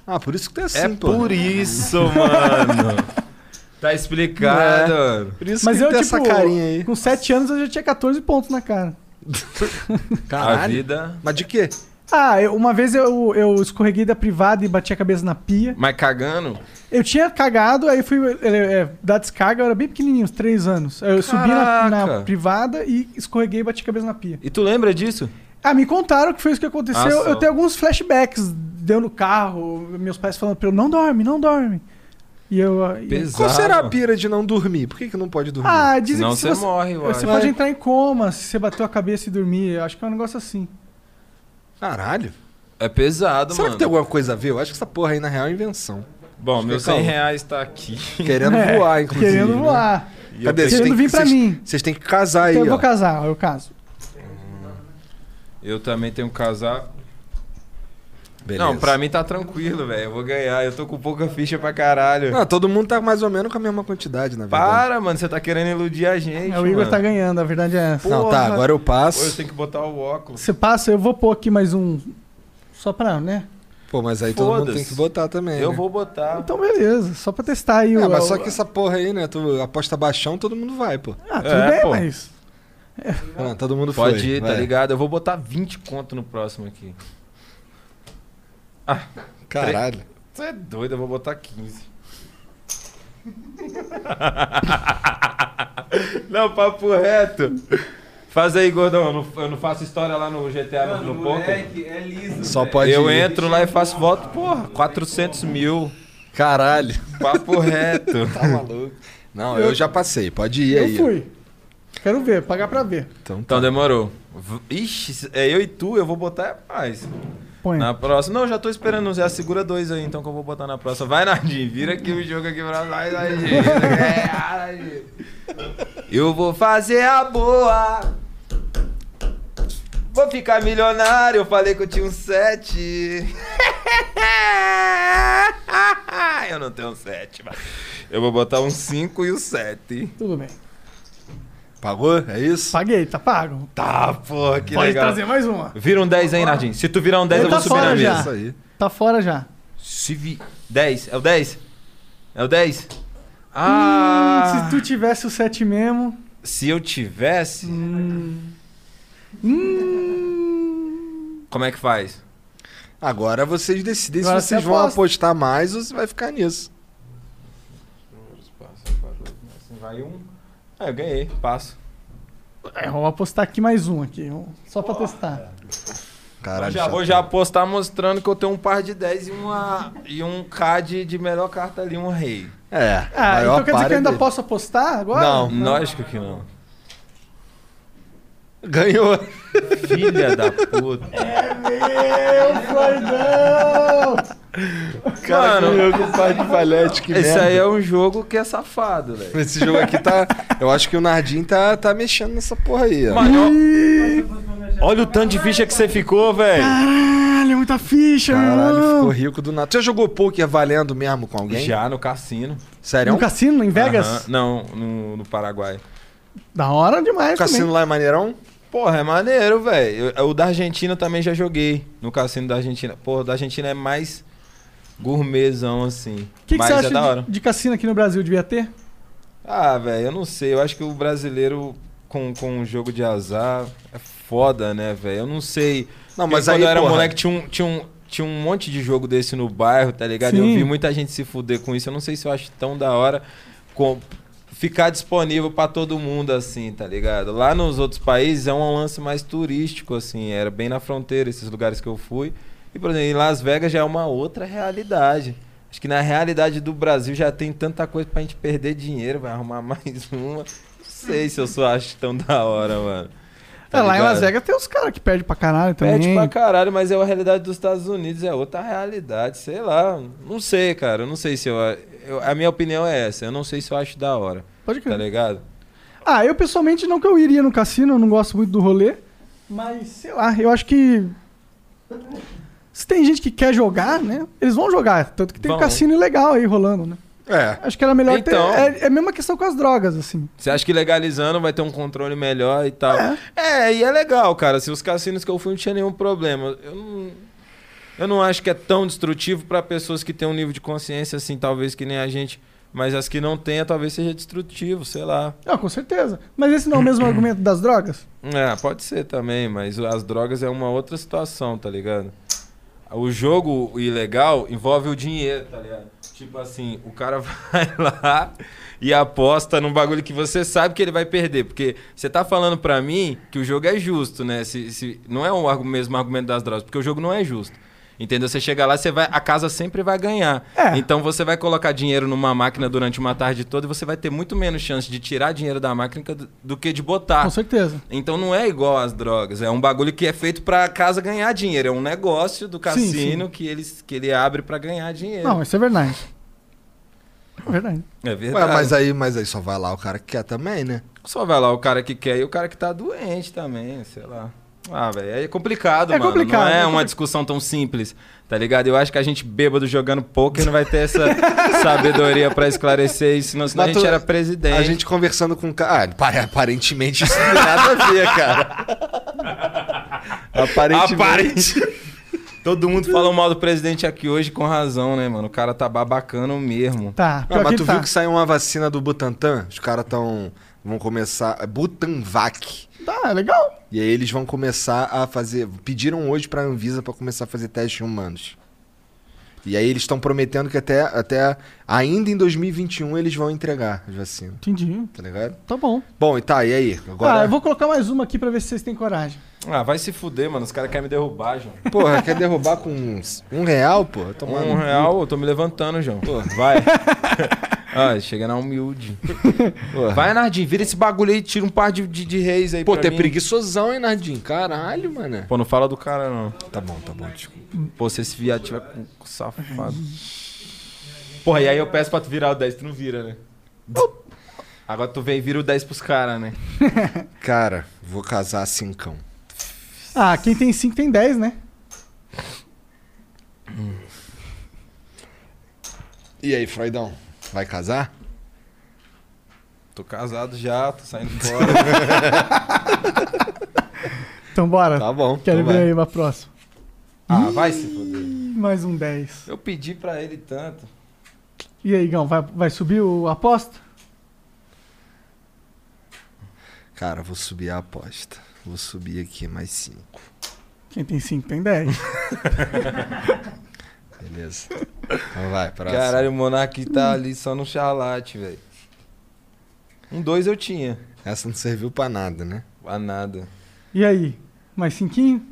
Speaker 2: Ah, por isso que tá assim,
Speaker 4: é
Speaker 2: pô.
Speaker 4: por isso, mano. Tá explicado. mano.
Speaker 2: Por isso
Speaker 3: Mas
Speaker 2: que
Speaker 3: eu,
Speaker 2: tem
Speaker 3: tipo,
Speaker 2: essa carinha aí.
Speaker 3: com 7 anos eu já tinha 14 pontos na cara.
Speaker 4: A vida.
Speaker 2: Mas de quê?
Speaker 3: Ah, eu- uma vez eu, eu escorreguei da privada e bati a cabeça na pia.
Speaker 4: Mas cagando?
Speaker 3: Eu tinha cagado, aí fui eh, eh, dar descarga, eu era bem pequenininho, uns 3 anos. Aí Eu subi na, na
Speaker 4: Caraca.
Speaker 3: privada e escorreguei e bati a cabeça na pia.
Speaker 4: E tu lembra disso?
Speaker 3: Ah, me contaram que foi isso que aconteceu.
Speaker 4: Ah, só.
Speaker 3: eu tenho alguns flashbacks, deu no carro, meus pais falando pra eu, não dorme, não dorme. E eu... ah, e-
Speaker 4: Pesado.
Speaker 2: Qual será a pira de não dormir? Por que, que não pode dormir?
Speaker 3: Ah, dizem
Speaker 4: Senão
Speaker 3: que se
Speaker 4: você
Speaker 3: você...
Speaker 4: morre, eu acho.
Speaker 3: Você pode entrar em coma se você bateu a cabeça e dormir. Eu acho que é um negócio assim.
Speaker 2: Caralho.
Speaker 4: É pesado,
Speaker 2: será
Speaker 4: mano.
Speaker 2: que tem alguma coisa a ver? Eu acho que essa porra aí, na real, é invenção.
Speaker 4: Bom, meus
Speaker 2: Fica calmo.
Speaker 4: 100 reais tá aqui.
Speaker 2: Querendo
Speaker 3: É,
Speaker 2: voar, inclusive.
Speaker 3: Querendo
Speaker 2: né?
Speaker 3: voar.
Speaker 4: E eu
Speaker 2: Cadê? Vocês têm
Speaker 4: tenho-
Speaker 3: Querendo
Speaker 2: que-
Speaker 3: vir pra
Speaker 2: vocês-
Speaker 3: mim.
Speaker 2: Vocês têm que casar aí,
Speaker 3: Então eu
Speaker 2: ó.
Speaker 3: vou casar, eu caso.
Speaker 4: Eu também tenho um casaco.
Speaker 2: Beleza.
Speaker 4: Não, pra mim tá tranquilo, velho. Eu vou ganhar. Eu tô com pouca ficha pra caralho.
Speaker 2: Não, todo mundo tá mais ou menos com a mesma quantidade, na verdade.
Speaker 4: Para, mano. Você tá querendo iludir a gente.
Speaker 3: É, o Igor
Speaker 4: mano.
Speaker 3: tá ganhando, a verdade é essa.
Speaker 2: Não, tá,
Speaker 4: Porra.
Speaker 2: agora eu
Speaker 4: Pô, eu
Speaker 2: passo.
Speaker 4: tenho que botar o óculos.
Speaker 3: Você passa, eu vou pôr aqui mais um. Só pra, né?
Speaker 2: Pô, mas aí todo mundo
Speaker 4: Foda-se.
Speaker 2: tem que botar também.
Speaker 4: Eu
Speaker 2: né?
Speaker 4: vou botar.
Speaker 3: Então beleza, só pra testar aí
Speaker 2: É,
Speaker 3: o.
Speaker 2: mas
Speaker 3: o-
Speaker 2: só que essa porra aí, né? Tu aposta baixão, todo mundo vai, pô.
Speaker 3: Ah, tudo
Speaker 4: É,
Speaker 3: bem,
Speaker 4: pô.
Speaker 3: mas.
Speaker 2: Ah, todo mundo
Speaker 4: Pode
Speaker 2: foi,
Speaker 4: ir, tá
Speaker 2: vai.
Speaker 4: ligado? Eu vou botar 20 conto no próximo aqui.
Speaker 2: Caralho.
Speaker 4: Você é doido, eu vou botar 15. não, papo reto. Faz aí, gordão. Eu não, eu não faço história lá no GTA no, no poker.
Speaker 6: é liso.
Speaker 2: Só pode
Speaker 4: Eu
Speaker 2: ir.
Speaker 4: entro lá e faço voto, porra, 400 mil.
Speaker 2: Caralho.
Speaker 4: Papo reto.
Speaker 2: Tá maluco. Não, eu já passei. Pode ir aí.
Speaker 3: eu fui. Quero ver, pagar pra ver.
Speaker 2: Então, tá.
Speaker 4: Então demorou. V- Ixi, é eu e tu, eu vou botar mais.
Speaker 3: Põe.
Speaker 4: Na próxima. Não, já tô esperando já segura dois aí, então que eu vou botar na próxima. Vai, Nardim, vira aqui o jogo aqui pra nós, Nardim. É, Nardim. Eu vou fazer a boa. Vou ficar milionário, eu falei que eu tinha um 7. eu não tenho um 7, mas eu vou botar um 5 e um 7.
Speaker 3: Tudo bem.
Speaker 2: Pagou? É isso?
Speaker 3: Paguei, tá pago.
Speaker 4: Tá, porra, que
Speaker 3: Pode
Speaker 4: legal.
Speaker 3: trazer mais uma.
Speaker 4: Vira um 10 aí, Nardim. Se tu virar um 10,
Speaker 3: Ele
Speaker 4: eu vou
Speaker 3: tá
Speaker 4: subir na
Speaker 3: fora
Speaker 4: mesa.
Speaker 3: já.
Speaker 2: Isso aí.
Speaker 3: Tá fora já.
Speaker 4: Se vi... 10, é o 10? É o 10? Ah!
Speaker 3: Se tu tivesse o 7 mesmo.
Speaker 4: Se eu tivesse. Hum. Como é que faz?
Speaker 2: Agora vocês decidem
Speaker 3: Agora
Speaker 2: se vocês
Speaker 3: você
Speaker 2: vão
Speaker 3: aposta.
Speaker 2: apostar mais ou se vai ficar nisso.
Speaker 4: Vai um. Ah, eu ganhei, passo.
Speaker 3: É, vamos apostar aqui mais um aqui. um- Só pra testar.
Speaker 2: Caralho.
Speaker 4: já
Speaker 2: chato.
Speaker 4: vou já apostar mostrando que eu tenho um par de 10 e, uma, e um K de, de melhor carta ali, um rei.
Speaker 2: É.
Speaker 3: Ah,
Speaker 2: maior
Speaker 3: então quer dizer que
Speaker 2: pare
Speaker 3: eu ainda
Speaker 2: dele.
Speaker 3: posso apostar agora?
Speaker 4: Lógico que não.
Speaker 2: Ganhou.
Speaker 4: Filha da puta.
Speaker 2: Cara,
Speaker 4: Mano.
Speaker 2: ganhou com o par de valete, que
Speaker 4: Esse
Speaker 2: merda.
Speaker 4: aí é um jogo que é safado, velho.
Speaker 2: Esse jogo aqui tá. Eu acho que o Nardim tá, tá mexendo nessa porra aí, ó.
Speaker 4: Mano, olha o tanto de ficha que você ficou, velho.
Speaker 3: Caralho, é muita ficha, meu
Speaker 2: Caralho,
Speaker 3: irmão.
Speaker 2: ficou rico do nada. Você já jogou poker valendo mesmo com alguém?
Speaker 4: Já no cassino.
Speaker 2: Sério?
Speaker 3: No cassino, em Vegas?
Speaker 4: Aham, Não, no, no Paraguai.
Speaker 3: Da hora demais
Speaker 2: O cassino
Speaker 3: também.
Speaker 2: lá é maneirão?
Speaker 4: Porra, é maneiro, velho. Eu- O da Argentina eu também já joguei. No cassino da Argentina. Porra, o da Argentina é mais gourmetzão, assim.
Speaker 3: O que, que
Speaker 4: Mas
Speaker 3: você
Speaker 4: é
Speaker 3: acha
Speaker 4: da hora.
Speaker 3: de, de cassino aqui no Brasil? Devia ter?
Speaker 4: Ah, velho, eu não sei. Eu acho que o brasileiro com, com um jogo de azar é foda, né, velho? Eu não sei.
Speaker 2: Não,
Speaker 4: Porque
Speaker 2: mas
Speaker 4: quando
Speaker 2: aí,
Speaker 4: eu era
Speaker 2: porra.
Speaker 4: moleque, tinha um, tinha, um, tinha um monte de jogo desse no bairro, tá ligado? Eu
Speaker 3: Sim.
Speaker 4: vi muita gente se fuder com isso. Eu não sei se eu acho tão da hora com- ficar disponível pra todo mundo, assim, tá ligado? Lá nos outros países é um lance mais turístico, assim. Era bem na fronteira, esses lugares que eu fui. E, por exemplo, em Las Vegas já é uma outra realidade. Acho que na realidade do Brasil já tem tanta coisa pra gente perder dinheiro, vai arrumar mais uma. Não sei se eu só acho tão da hora, mano. Tá
Speaker 3: É, lá em
Speaker 4: ligado?
Speaker 3: Las Vegas tem uns caras que perdem pra caralho também.
Speaker 4: Perde pra caralho, mas é a realidade dos Estados Unidos, é outra realidade, sei lá. Não sei, cara, eu não sei se eu, eu- A minha opinião é essa, eu não sei se eu acho da hora,
Speaker 3: Pode
Speaker 4: tá
Speaker 3: crer.
Speaker 4: ligado?
Speaker 3: Ah, eu pessoalmente não que eu iria no cassino, eu não gosto muito do rolê. Mas, sei lá, eu acho que. Se tem gente que quer jogar, né? Eles vão jogar. Tanto que tem um
Speaker 4: Vão.
Speaker 3: cassino ilegal aí rolando, né?
Speaker 2: É.
Speaker 3: Acho que era melhor
Speaker 4: Então.
Speaker 3: ter. É, é a mesma questão com as drogas, assim.
Speaker 4: Você acha que legalizando vai ter um controle melhor e tal? É, e é legal, cara. Se os cassinos que eu fui não tinha nenhum problema. Eu não, eu não acho que é tão destrutivo pra pessoas que têm um nível de consciência assim, talvez que nem a gente. Mas as que não tenha, talvez seja destrutivo, sei lá.
Speaker 3: Ah, com certeza. Mas esse não é o mesmo argumento das drogas?
Speaker 4: É, pode ser também, mas as drogas é uma outra situação, tá ligado? O jogo ilegal envolve o dinheiro, tá ligado? Tipo assim, o cara vai lá e aposta num bagulho que você sabe que ele vai perder. Porque você tá falando pra mim que o jogo é justo, né? Se, se, não é o argu- mesmo argumento das drogas, porque o jogo não é justo. Entendeu? Você chega lá, você vai, a casa sempre vai ganhar.
Speaker 3: É.
Speaker 4: Então você vai colocar dinheiro numa máquina durante uma tarde toda e você vai ter muito menos chance de tirar dinheiro da máquina do, do que de botar.
Speaker 3: Com certeza.
Speaker 4: Então não é igual às drogas, é um bagulho que é feito pra casa ganhar dinheiro, é um negócio do cassino Que, eles, que ele abre pra ganhar dinheiro.
Speaker 3: Não, isso é verdade. É verdade.
Speaker 4: é
Speaker 2: Ué,
Speaker 4: verdade.
Speaker 2: mas aí, mas aí só vai lá o cara que quer também, né?
Speaker 4: Só vai lá o cara que quer e o cara que tá doente também, sei lá. Ah, velho, é complicado,
Speaker 3: É
Speaker 4: mano.
Speaker 3: complicado,
Speaker 4: não
Speaker 3: é
Speaker 4: é, uma
Speaker 3: complicado.
Speaker 4: discussão tão simples, tá ligado? Eu acho que a gente bêbado jogando poker não vai ter essa sabedoria pra esclarecer isso, senão, senão a
Speaker 2: Mas
Speaker 4: gente
Speaker 2: tu-
Speaker 4: era presidente.
Speaker 2: A gente conversando com o cara. Ah, pare- aparentemente isso não tem nada a ver, cara.
Speaker 4: Ah,
Speaker 2: aparentemente.
Speaker 4: Aparente.
Speaker 2: é.
Speaker 4: Todo mundo falou mal do presidente aqui hoje com razão, né, mano? O cara tá babacano mesmo.
Speaker 3: Tá,
Speaker 2: Não,
Speaker 3: pior
Speaker 2: Ah, mas
Speaker 3: que
Speaker 2: tu
Speaker 3: tá.
Speaker 2: viu que saiu uma vacina do Butantan? Os caras tão. vão começar. é Butanvac.
Speaker 3: Tá, é legal.
Speaker 2: E aí eles vão começar a fazer. Pediram hoje pra Anvisa pra começar a fazer testes em humanos. E aí eles estão prometendo que até, até ainda em 2021 eles vão entregar as vacinas,
Speaker 3: Entendi.
Speaker 2: tá ligado?
Speaker 3: Tá bom.
Speaker 2: Bom, e tá, e aí? Agora.
Speaker 4: é.
Speaker 3: Ah, eu vou colocar mais uma aqui pra ver se vocês têm coragem.
Speaker 4: Ah, vai se fuder, mano. Os caras querem me derrubar, João.
Speaker 2: Porra, quer derrubar com uns- um real, pô? Tomando
Speaker 4: Um real, eu tô me levantando, João. Pô, vai. Ah, chega na humilde. Vai, Nardim, vira esse bagulho aí, tira um par de, de, de reis aí.
Speaker 2: Pô,
Speaker 4: pra
Speaker 2: tu é
Speaker 4: mim.
Speaker 2: preguiçosão, hein, Nardim? Caralho, mano.
Speaker 4: Pô, não fala do cara, não.
Speaker 2: Tá bom, tá bom, desculpa.
Speaker 4: Pô, se esse viado tiver com com um safado. Porra, e aí eu peço pra tu virar o 10, tu não vira, né? Agora tu vem e vira o 10 pros caras, né?
Speaker 2: Cara, vou casar cincão.
Speaker 3: Ah, quem tem 5 tem 10, né?
Speaker 2: E aí, Freudão? Vai casar?
Speaker 4: Tô casado já, tô saindo fora.
Speaker 3: Então bora.
Speaker 2: Tá bom.
Speaker 3: Quero
Speaker 2: então
Speaker 3: ver
Speaker 2: vai.
Speaker 3: aí uma próxima.
Speaker 4: ah, vai se fuder.
Speaker 3: Ih, Mais um 10.
Speaker 4: Eu pedi pra ele tanto.
Speaker 3: E aí, Gão, vai, vai subir o aposta?
Speaker 2: Cara, vou subir a aposta. Vou subir aqui mais 5.
Speaker 3: Quem tem 5 tem 10.
Speaker 2: Beleza. Então vai, próximo.
Speaker 4: Caralho, o Monark tá ali só no charlate, velho. Um dois eu tinha.
Speaker 2: Essa não serviu pra nada, né?
Speaker 4: Ah, nada.
Speaker 3: E aí? Mais cinquinho?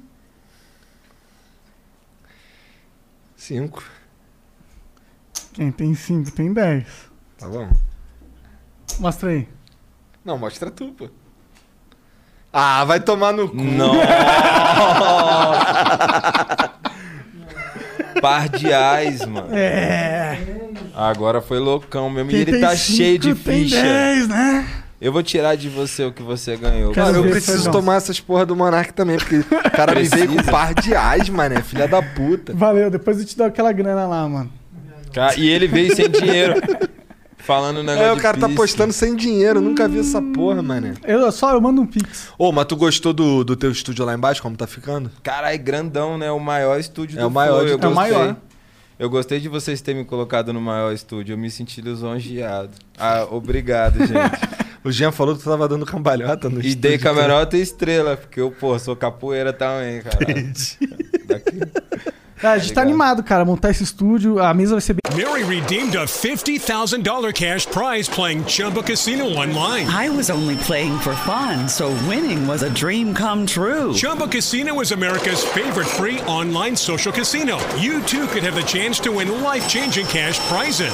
Speaker 2: 5.
Speaker 3: Quem tem 5 tem 10.
Speaker 2: Tá bom?
Speaker 3: Mostra aí.
Speaker 2: Não, mostra tu, pô. Ah, vai tomar no cu.
Speaker 4: Par de ais, mano.
Speaker 3: É.
Speaker 4: Agora foi loucão mesmo.
Speaker 3: Quem
Speaker 4: e ele
Speaker 3: tem
Speaker 4: tá
Speaker 3: cinco
Speaker 4: cheio de
Speaker 3: tem
Speaker 4: ficha.
Speaker 3: 10, né?
Speaker 4: Eu vou tirar de você o que você ganhou.
Speaker 3: Quero
Speaker 2: Cara, eu
Speaker 3: ver,
Speaker 2: preciso
Speaker 3: Feijão.
Speaker 2: tomar essas porra do Monark também, porque o cara me veio com um
Speaker 4: Precisa.
Speaker 2: par de ais, mané. Filha da puta.
Speaker 3: Valeu, depois eu te dou aquela grana lá, mano.
Speaker 4: Ca- E ele veio sem dinheiro. Falando um negócio
Speaker 2: É, o
Speaker 4: de
Speaker 2: cara tá
Speaker 4: pizza.
Speaker 2: postando sem dinheiro, nunca vi essa porra, mané.
Speaker 3: Eu só eu mando um pix.
Speaker 2: Ô, mas tu gostou do, do teu estúdio lá embaixo, como tá ficando?
Speaker 4: Caralho, grandão, né? O maior estúdio
Speaker 2: É
Speaker 4: do
Speaker 2: o maior
Speaker 4: Flow,
Speaker 2: de-
Speaker 4: eu
Speaker 3: é o
Speaker 4: gostei.
Speaker 3: maior.
Speaker 4: Eu gostei de vocês terem me colocado no maior estúdio. Eu me senti lisonjeado. Ah, obrigado, gente.
Speaker 2: O Jean falou que tu tava dando cambalhota no
Speaker 4: E
Speaker 2: estúdio.
Speaker 4: dei camarota e estrela, porque eu, pô, sou capoeira também, caralho. Daqui.
Speaker 3: Ah, a gente
Speaker 4: Obrigado.
Speaker 3: tá animado, cara, montar esse estúdio. A mesa vai ser bem.
Speaker 7: Mary redeemed a $50,000 cash prize playing Chumba Casino online.
Speaker 8: I was only playing for fun, so winning was a dream come true.
Speaker 7: Chumba Casino is America's favorite free online social casino. You too could have the chance to win life changing cash prizes.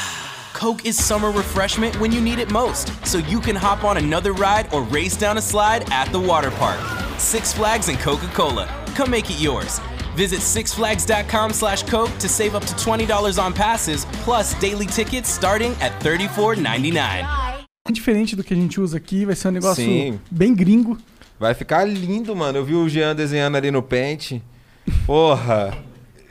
Speaker 9: Coke is summer refreshment when you need it most, so you can hop on another ride or race down a slide at the water park. Six Flags and Coca Cola. Come make it yours. Visit sixflags.com slash Coke to save up to $20 on passes, plus daily tickets starting at $34.99.
Speaker 3: diferente do que a gente usa aqui. Vai ser um negócio
Speaker 4: Sim.
Speaker 3: bem gringo.
Speaker 4: Vai ficar lindo, mano. Eu vi o Jean desenhando ali no pente. Porra.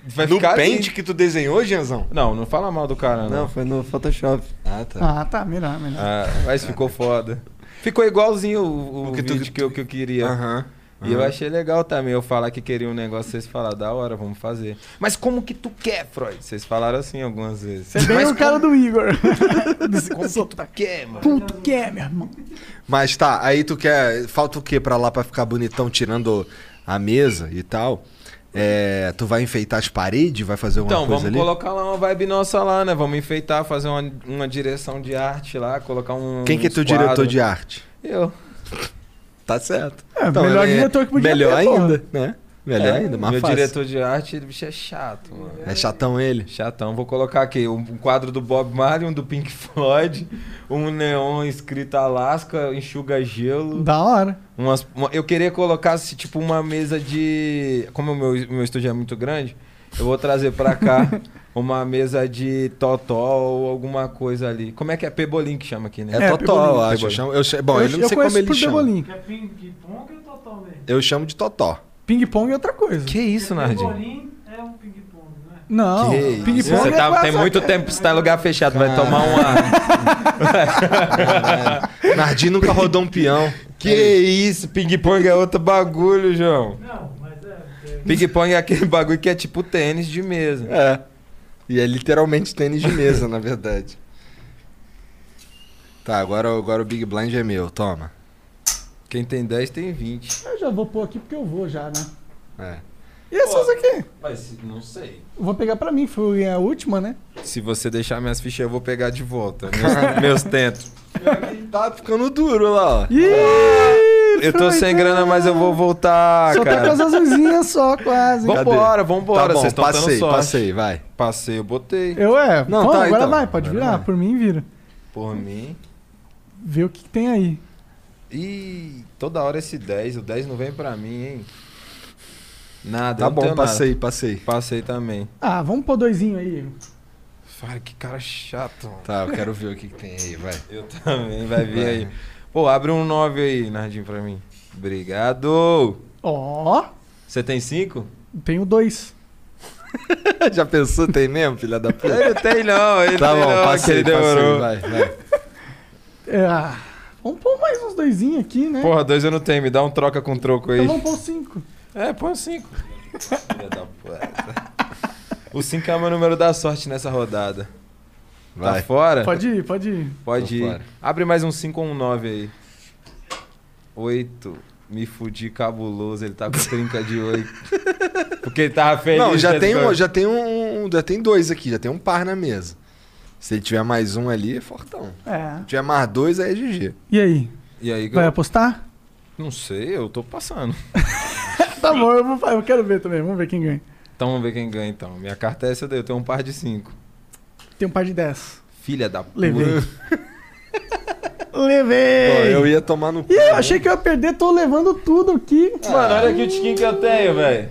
Speaker 4: Vai
Speaker 2: No
Speaker 4: ficar
Speaker 2: pente
Speaker 4: lindo.
Speaker 2: que tu desenhou, Jeanzão?
Speaker 4: Não, não fala mal do cara, não.
Speaker 10: Foi no Photoshop.
Speaker 2: Ah, tá.
Speaker 3: Ah, tá, melhor, melhor.
Speaker 4: Ah, mas ficou foda. Ficou igualzinho o, o
Speaker 2: que tu-
Speaker 4: vídeo que, eu, que eu queria.
Speaker 2: Aham.
Speaker 4: E eu achei legal também eu falar que queria um negócio, vocês falaram, da hora, vamos fazer. Mas como que tu quer, Freud? Vocês falaram assim algumas vezes.
Speaker 3: Você é bem o cara do Igor.
Speaker 4: Como que tu quer, mano?
Speaker 3: Como tu quer, é, meu irmão?
Speaker 2: Mas tá, aí tu quer. Falta o que pra lá pra ficar bonitão, tirando a mesa e tal? É, tu vai enfeitar as paredes? Vai fazer alguma
Speaker 4: Então,
Speaker 2: coisa
Speaker 4: vamos
Speaker 2: ali?
Speaker 4: colocar lá uma vibe nossa lá, né? Vamos enfeitar, fazer uma, uma direção de arte lá, colocar um.
Speaker 2: Quem que é teu diretor de arte?
Speaker 4: Eu.
Speaker 2: Tá certo.
Speaker 3: É, melhor diretor que podia
Speaker 2: Melhor
Speaker 3: ter, porra.
Speaker 2: ainda, né? Melhor ainda, mais
Speaker 4: É, Meu
Speaker 2: fácil.
Speaker 4: diretor de arte, ele bicho é chato, mano.
Speaker 2: É chatão ele.
Speaker 4: Chatão, vou colocar aqui um um quadro do Bob Marley, um do Pink Floyd, um neon escrito Alaska, enxuga gelo.
Speaker 3: Da hora.
Speaker 4: Umas, uma- eu queria colocar assim, tipo uma mesa de. Como o meu, o meu estúdio é muito grande, eu vou trazer pra cá uma mesa de totó ou alguma coisa ali. Como é que é? Pebolim que chama aqui, né?
Speaker 2: É,
Speaker 3: É,
Speaker 2: Totó, eu
Speaker 3: Pebolim.
Speaker 2: acho. Eu
Speaker 4: Pebolim.
Speaker 2: chamo, eu chamo- bom,
Speaker 3: eu
Speaker 2: ele não
Speaker 3: eu
Speaker 2: sei
Speaker 3: conheço
Speaker 2: como ele
Speaker 3: por
Speaker 2: chama.
Speaker 3: Debolim.
Speaker 6: Que é ping-pong ou total mesmo?
Speaker 2: Eu chamo de Totó.
Speaker 3: Ping-pong é outra coisa.
Speaker 4: Que isso, Nardinho?
Speaker 6: Pebolim é um ping-pong, não é?
Speaker 3: Não.
Speaker 2: Que
Speaker 3: Ping-pong
Speaker 4: Você
Speaker 3: é
Speaker 4: tá,
Speaker 3: quase-
Speaker 4: tem muito tempo que você tá em lugar fechado, vai tomar um ar.
Speaker 2: Nardinho nunca rodou um peão.
Speaker 4: Que
Speaker 3: É
Speaker 4: isso, ping-pong é outro bagulho, João.
Speaker 6: Não, mas é. é-
Speaker 4: Ping-pong é aquele bagulho que é tipo tênis de mesa.
Speaker 2: É. E é literalmente tênis de mesa, na verdade. Tá, agora, agora o Big Blind é meu, toma.
Speaker 4: Quem tem 10 tem 20.
Speaker 3: Eu já vou pôr aqui porque eu vou já, né?
Speaker 2: É.
Speaker 3: E essas aqui?
Speaker 4: Mas não sei.
Speaker 3: Eu vou pegar pra mim, foi a última, né?
Speaker 4: Se você deixar minhas fichas, eu vou pegar de volta. Meus, meus tentos.
Speaker 2: Tá ficando duro lá, ó.
Speaker 3: Ih,
Speaker 4: Eu tô sem
Speaker 3: Freudão.
Speaker 4: grana, mas eu vou voltar,
Speaker 3: Só tá com
Speaker 4: cara.
Speaker 3: as azulzinhas só, quase.
Speaker 2: Tá
Speaker 4: Vambora, vambora.
Speaker 2: bom,
Speaker 4: Vocês estão dando
Speaker 2: passei,
Speaker 4: sorte.
Speaker 2: passei, vai.
Speaker 4: Passei, eu botei.
Speaker 3: Eu é.
Speaker 2: Não,
Speaker 3: Bom,
Speaker 2: tá,
Speaker 3: agora
Speaker 2: então.
Speaker 3: vai, pode
Speaker 2: Agora
Speaker 3: virar.
Speaker 2: vai.
Speaker 3: Por mim, vira.
Speaker 4: Por mim.
Speaker 3: Vê o que, que tem aí.
Speaker 4: Ih, toda hora esse 10. O 10 não vem pra mim, hein? Nada, eu
Speaker 2: Tá
Speaker 4: não tenho
Speaker 2: bom,
Speaker 4: nada.
Speaker 2: passei, passei.
Speaker 4: Passei também.
Speaker 3: Ah, vamos pôr doisinho aí.
Speaker 4: Cara, que cara chato. mano.
Speaker 2: Tá, eu quero ver o que, que tem aí, vai.
Speaker 4: Eu também, vai ver aí. Pô, abre um 9 aí, Nardim, pra mim. Obrigado.
Speaker 3: Ó,
Speaker 4: Você tem 5?
Speaker 3: tenho dois.
Speaker 2: Já pensou, tem mesmo, filha da puta?
Speaker 4: Ele tem não, ele
Speaker 2: tá
Speaker 4: tem
Speaker 2: bom,
Speaker 4: não, que
Speaker 2: passei,
Speaker 4: ele
Speaker 2: passei,
Speaker 4: demorou.
Speaker 2: vai, vai.
Speaker 3: É, ah, vamos pôr mais uns doisinhos aqui, né?
Speaker 4: Porra, dois eu não tenho, me dá um troca com troco aí.
Speaker 3: Então vamos pôr cinco.
Speaker 4: É, põe um 5. Filha da puta. O 5 é o meu número da sorte nessa rodada. Tá
Speaker 2: Vai.
Speaker 4: fora?
Speaker 3: Pode ir, pode ir.
Speaker 4: Pode
Speaker 2: Tô
Speaker 4: ir.
Speaker 2: Então fora.
Speaker 4: Abre mais um 5 ou um 9 aí. 8. Me fudi cabuloso, ele tá com trinca de 8. Porque ele tava feliz.
Speaker 2: Não, já
Speaker 4: né,
Speaker 2: tem, um,
Speaker 4: Scott?
Speaker 2: já, tem um, já tem dois aqui, já tem um par na mesa. Se ele tiver mais um ali, é fortão.
Speaker 3: É.
Speaker 2: Se tiver mais dois, aí é GG.
Speaker 3: E aí?
Speaker 4: E aí,
Speaker 3: Vai
Speaker 4: eu-
Speaker 3: apostar?
Speaker 4: não sei, eu tô passando.
Speaker 3: Tá bom, eu, vou, fa- eu quero ver também. Vamos ver quem ganha.
Speaker 4: Então vamos ver quem ganha então. Minha carta é essa daí, eu tenho um par de 5.
Speaker 3: Tem um par de dez.
Speaker 4: Filha da puta.
Speaker 3: Levei.
Speaker 2: Pô,
Speaker 3: Levei!
Speaker 2: eu ia tomar no cu. né?
Speaker 3: Ih, eu achei que eu ia perder, tô levando tudo aqui.
Speaker 4: Mano, olha aqui o tiquinho que eu tenho, velho.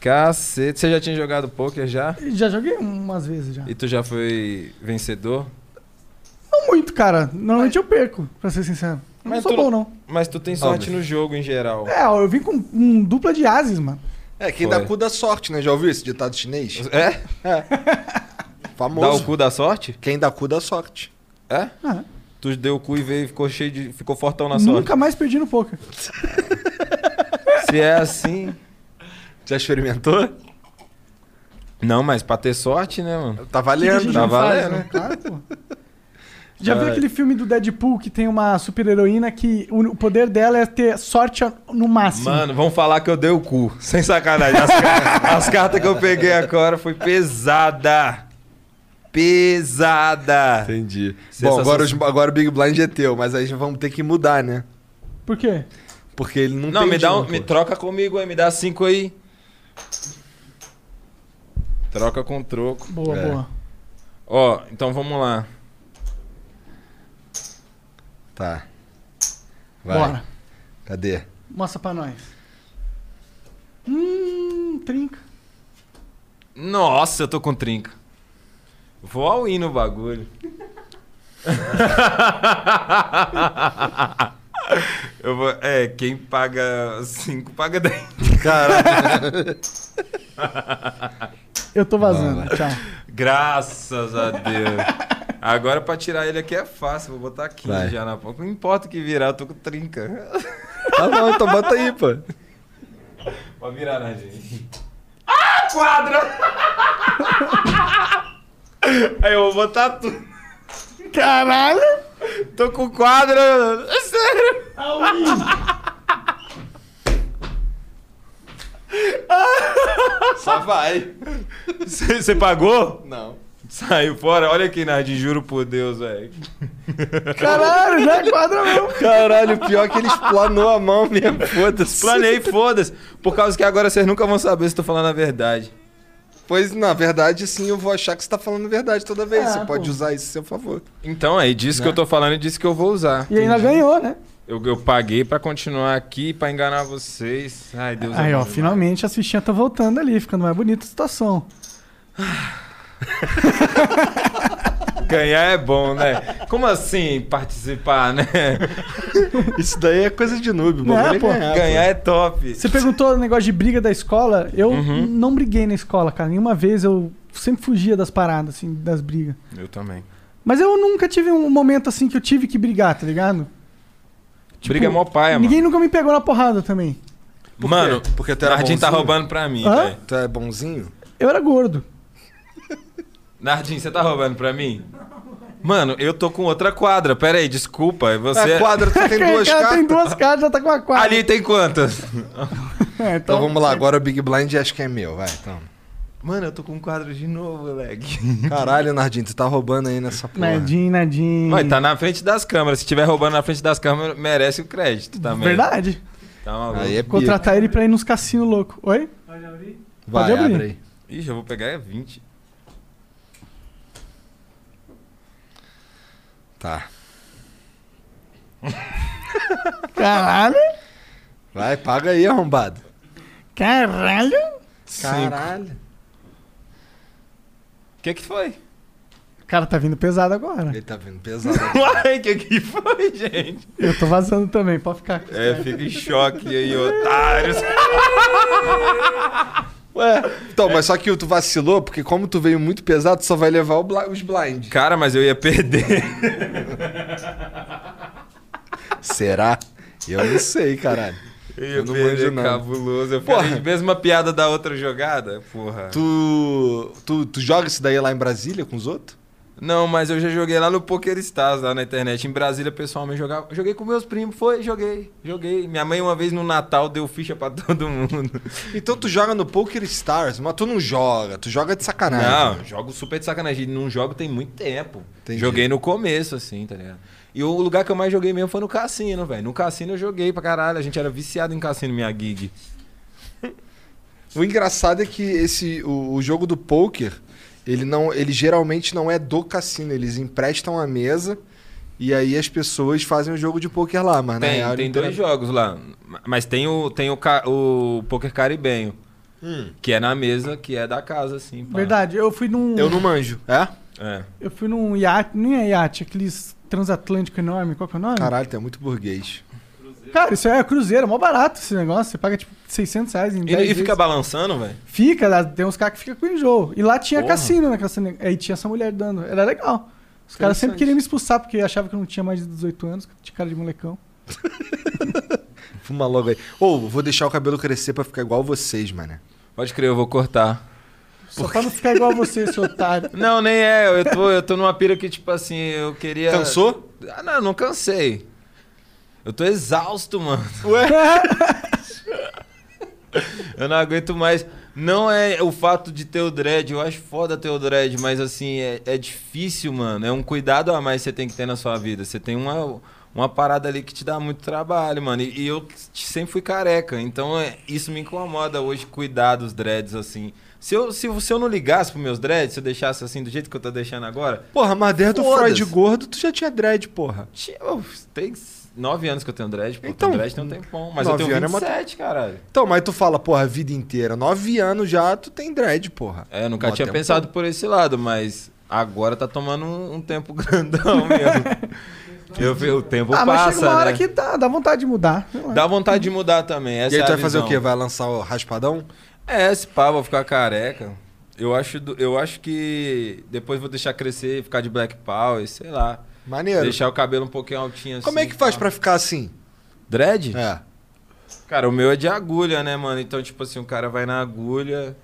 Speaker 4: Cacete, você já tinha jogado poker já?
Speaker 3: Já joguei umas vezes já.
Speaker 4: E tu já foi vencedor?
Speaker 3: Não muito, cara. Normalmente eu perco, pra ser sincero. Eu não
Speaker 4: Mas
Speaker 3: sou
Speaker 4: tu-
Speaker 3: bom, não.
Speaker 4: Mas tu tem sorte
Speaker 2: Óbvio.
Speaker 4: no jogo em geral.
Speaker 3: É, eu vim com um dupla de ases, mano.
Speaker 2: É, quem
Speaker 4: Foi.
Speaker 2: dá cu dá sorte, né? Já ouviu esse ditado chinês?
Speaker 4: É?
Speaker 2: Famoso.
Speaker 4: Dá o cu da sorte?
Speaker 2: Quem dá cu dá sorte.
Speaker 4: É?
Speaker 3: Ah,
Speaker 4: Tu deu o cu e veio, ficou cheio de. ficou fortão na sorte.
Speaker 3: nunca mais perdi no poker.
Speaker 4: Se é assim.
Speaker 2: Já experimentou?
Speaker 4: Não, mas pra ter sorte, né,
Speaker 2: Tá
Speaker 4: mano?
Speaker 3: O que que a
Speaker 2: valendo.
Speaker 3: gente
Speaker 4: tá
Speaker 3: não faz,
Speaker 4: valendo. É.
Speaker 3: né? Claro, pô. Já viu
Speaker 4: Ai.
Speaker 3: aquele filme do Deadpool que tem uma super heroína que o o poder dela é ter sorte no máximo?
Speaker 4: Mano, vão falar que eu dei o cu. Sem sacanagem. As, ca- as cartas que eu peguei agora foi pesada. Pesada.
Speaker 2: Entendi. Bom,
Speaker 4: Sensação-
Speaker 2: agora, os- agora o Big Blind é teu, mas aí já vamos ter que mudar, né?
Speaker 3: Por quê?
Speaker 2: Porque ele não,
Speaker 4: Não,
Speaker 2: tem
Speaker 4: me dá um,
Speaker 2: junto.
Speaker 4: me troca comigo aí, me dá cinco aí. Troca com troco.
Speaker 3: Boa,
Speaker 2: É.
Speaker 3: boa.
Speaker 4: Ó, então vamos lá.
Speaker 2: Tá. Vai.
Speaker 3: Bora.
Speaker 2: Cadê?
Speaker 3: Mostra pra nós. Hum, trinca.
Speaker 4: Nossa, eu tô com trinca. Vou ao in no bagulho. eu vou, é, quem paga cinco paga dez.
Speaker 3: Eu tô vazando. Tchau.
Speaker 4: Graças a Deus. Agora pra tirar ele aqui é fácil, vou botar 15
Speaker 2: Vai.
Speaker 4: já na ponta. Não importa o que virar, eu tô com trinca.
Speaker 2: Tá bom, então bota aí, pô.
Speaker 4: Pode virar, né, Nardinho. Ah, quadra! Aí eu vou botar tudo. Caralho! Tô com quadra, é sério!
Speaker 2: Só Tá, vai.
Speaker 4: Você pagou?
Speaker 2: Não.
Speaker 4: Saiu fora? Olha aqui, Nardinho, juro por Deus, velho.
Speaker 3: Caralho, já é quadra mesmo.
Speaker 2: Caralho, pior é que ele explanou a mão mesmo, foda-se.
Speaker 4: Planei, foda-se. Por causa que agora vocês nunca vão saber se eu tô falando a verdade.
Speaker 2: Pois, na verdade, sim, eu vou achar que você tá falando a verdade toda vez.
Speaker 3: É,
Speaker 2: você pode
Speaker 3: pô.
Speaker 2: usar isso a seu favor. Né?
Speaker 4: Então aí, disse que eu tô falando e disse que eu vou usar.
Speaker 3: E ainda ganhou, né?
Speaker 4: Eu, eu paguei pra continuar aqui, pra enganar vocês. Ai, Deus é
Speaker 3: Aí,
Speaker 4: bom
Speaker 3: ó,
Speaker 4: demais.
Speaker 3: finalmente as fichinhas estão voltando ali, ficando mais bonita a situação.
Speaker 4: Ganhar é bom, né? Como assim participar, né?
Speaker 2: Isso daí é coisa de noob,
Speaker 3: Não é, pô.
Speaker 4: Ganhar é top.
Speaker 3: Você perguntou o negócio de briga da escola. Eu
Speaker 4: Uhum.
Speaker 3: não briguei na escola, cara. Nenhuma vez eu sempre fugia das paradas, assim, das brigas.
Speaker 4: Eu também.
Speaker 3: Mas eu nunca tive um momento assim que eu tive que brigar, tá ligado?
Speaker 4: Briga é mó paia, mano.
Speaker 3: Ninguém nunca me pegou na porrada também.
Speaker 2: Por quê?
Speaker 4: Mano,
Speaker 2: Porque tu
Speaker 4: o
Speaker 2: era
Speaker 4: Nardim tá
Speaker 2: bonzinho?
Speaker 4: roubando pra mim,
Speaker 3: Hã?
Speaker 4: velho.
Speaker 2: Tu é bonzinho?
Speaker 3: Eu era gordo.
Speaker 4: Nardim, você tá roubando pra mim? Mano, eu tô com outra quadra. Pera aí, desculpa. Você...
Speaker 2: É quadra, tu tem
Speaker 3: Cara,
Speaker 2: duas
Speaker 3: cara
Speaker 2: cartas.
Speaker 3: tem duas cartas, já tá com a quadra.
Speaker 4: Ali tem quantas?
Speaker 3: É, então,
Speaker 2: Então vamos lá, agora o Big Blind acho que é meu, vai, então.
Speaker 4: Mano, eu tô com quadra de novo, moleque.
Speaker 2: Caralho, Nardinho, tu tá roubando aí nessa porra.
Speaker 3: Nadinho, nadinho.
Speaker 4: Mas tá na frente das câmeras. Se tiver roubando na frente das câmeras, merece o crédito também.
Speaker 3: Verdade.
Speaker 4: Tá maluco.
Speaker 2: Aí é pico.
Speaker 3: Contratar ele pra ir nos cassinos loucos. Oi?
Speaker 6: Pode abrir?
Speaker 2: Vai,
Speaker 3: Pode abrir.
Speaker 2: abre aí.
Speaker 4: Ixi, eu vou pegar é 20.
Speaker 2: Tá.
Speaker 3: Caralho!
Speaker 2: Vai, paga aí, arrombado.
Speaker 3: Caralho!
Speaker 2: Caralho.
Speaker 4: O que que foi?
Speaker 3: O cara tá vindo pesado agora.
Speaker 2: Ele tá vindo pesado.
Speaker 4: Uai, o que que foi, gente?
Speaker 3: Eu tô vazando também, pode ficar.
Speaker 4: É, fica em choque aí, otários.
Speaker 2: Ué. Então, mas só que tu vacilou, porque como tu veio muito pesado, tu só vai levar o bla- os blind.
Speaker 4: Cara, mas eu ia perder.
Speaker 2: Será? Eu não sei, caralho.
Speaker 4: Eu ia
Speaker 2: Eu não
Speaker 4: perder,
Speaker 2: manjo, não.
Speaker 4: cabuloso. Eu
Speaker 2: Porra.
Speaker 4: falei de mesma piada da outra jogada, porra.
Speaker 2: Tu, tu, tu joga isso daí lá em Brasília com os outros?
Speaker 4: Não, mas eu já joguei lá no PokerStars, lá na internet. Em Brasília, pessoalmente, jogava. Joguei com meus primos, foi, joguei, joguei. Minha mãe, uma vez no Natal, deu ficha pra todo mundo.
Speaker 2: Então tu joga no Poker Stars, mas tu não joga, tu joga de
Speaker 4: Não,
Speaker 2: sacanagem.
Speaker 4: eu jogo super de sacanagem. Não jogo tem muito tempo.
Speaker 2: Entendi.
Speaker 4: Joguei no começo, assim, tá ligado? E o lugar que eu mais joguei mesmo foi no cassino, velho. No cassino eu joguei pra caralho. A gente era viciado em cassino, minha gig.
Speaker 2: O engraçado é que esse o, o jogo do poker, ele não, ele geralmente não é do cassino, eles emprestam a mesa e aí as pessoas fazem o jogo de poker lá, mas na
Speaker 4: Tem,
Speaker 2: real,
Speaker 4: tem
Speaker 2: ele
Speaker 4: dois jogos lá. Mas tem o, tem o, ca- o poker caribenho. Que é na mesa, que é da casa, assim. pá.
Speaker 3: Hum. Verdade, eu fui num.
Speaker 2: Eu não manjo, é?
Speaker 4: É.
Speaker 3: Eu fui num iate, nem é iate, aqueles transatlântico enorme, qual que é o nome?
Speaker 2: Caralho, tu é muito burguês.
Speaker 3: Cara, isso é cruzeiro, mó barato esse negócio. Você paga tipo 600 reais em
Speaker 4: E,
Speaker 3: 10
Speaker 4: e fica
Speaker 3: vezes.
Speaker 4: balançando, velho?
Speaker 3: Fica, lá, tem uns caras que ficam com enjoo. E lá tinha
Speaker 4: Porra.
Speaker 3: cassino naquela cena. Aí tinha essa mulher dando. Era legal. Os caras sempre queriam me expulsar porque achavam que eu não tinha mais de 18 anos, que eu tinha cara de molecão.
Speaker 2: Fuma logo aí. Ou vou deixar o cabelo crescer pra ficar igual vocês, mané.
Speaker 4: Pode crer, eu vou cortar.
Speaker 3: Só pra não ficar igual a você, seu otário.
Speaker 4: Não, nem é. Eu tô, eu tô numa pira que, tipo assim, eu queria.
Speaker 2: Cansou?
Speaker 4: Ah, não, não cansei. Eu tô exausto, mano. Eu não aguento mais. Não é o fato de ter o dread, eu acho foda ter o dread, mas assim, é, é difícil, mano. É um cuidado a mais que você tem que ter na sua vida. Você tem uma, uma parada ali que te dá muito trabalho, mano. E, e eu sempre fui careca, então é- isso me incomoda hoje, cuidar dos dreads, assim. Se eu, se, eu- se eu não ligasse pros meus dreads, se eu deixasse assim do jeito que eu tô deixando agora,
Speaker 2: Porra, mas desde o
Speaker 4: Foda-se.
Speaker 2: Freud gordo, tu já tinha dread, porra.
Speaker 4: tinha- eu- tem nove anos que eu tenho dread, pô.
Speaker 2: Então,
Speaker 4: Então, dread tem um tempão, mas eu
Speaker 2: nove
Speaker 4: tenho
Speaker 2: anos é uma-
Speaker 4: 27, caralho.
Speaker 2: Então, mas tu fala, porra, a vida inteira, nove anos já, tu tem dread, porra.
Speaker 4: É, eu nunca
Speaker 2: Mó
Speaker 4: tinha
Speaker 2: tempo.
Speaker 4: pensado por esse lado, mas agora tá tomando um, um tempo grandão mesmo. eu, vi- o tempo
Speaker 3: ah, mas chega
Speaker 4: passa,
Speaker 3: uma hora
Speaker 4: né?
Speaker 3: que dá, dá vontade de mudar. Sei lá.
Speaker 4: Dá vontade de mudar também.
Speaker 2: E aí
Speaker 4: Essa
Speaker 2: tu
Speaker 4: é a
Speaker 2: vai fazer o
Speaker 4: visão.
Speaker 2: quê? Vai lançar o raspadão?
Speaker 4: É, esse pá, vou ficar careca. Eu acho, do- eu acho que depois vou deixar crescer e ficar de black power, sei lá.
Speaker 2: Maneiro.
Speaker 4: Deixar o cabelo um pouquinho altinho assim.
Speaker 2: Como é que faz
Speaker 4: pá.
Speaker 2: pra ficar assim?
Speaker 4: Dread?
Speaker 2: É.
Speaker 4: Cara, o meu é de agulha, né, mano? Então, tipo assim, o cara vai na agulha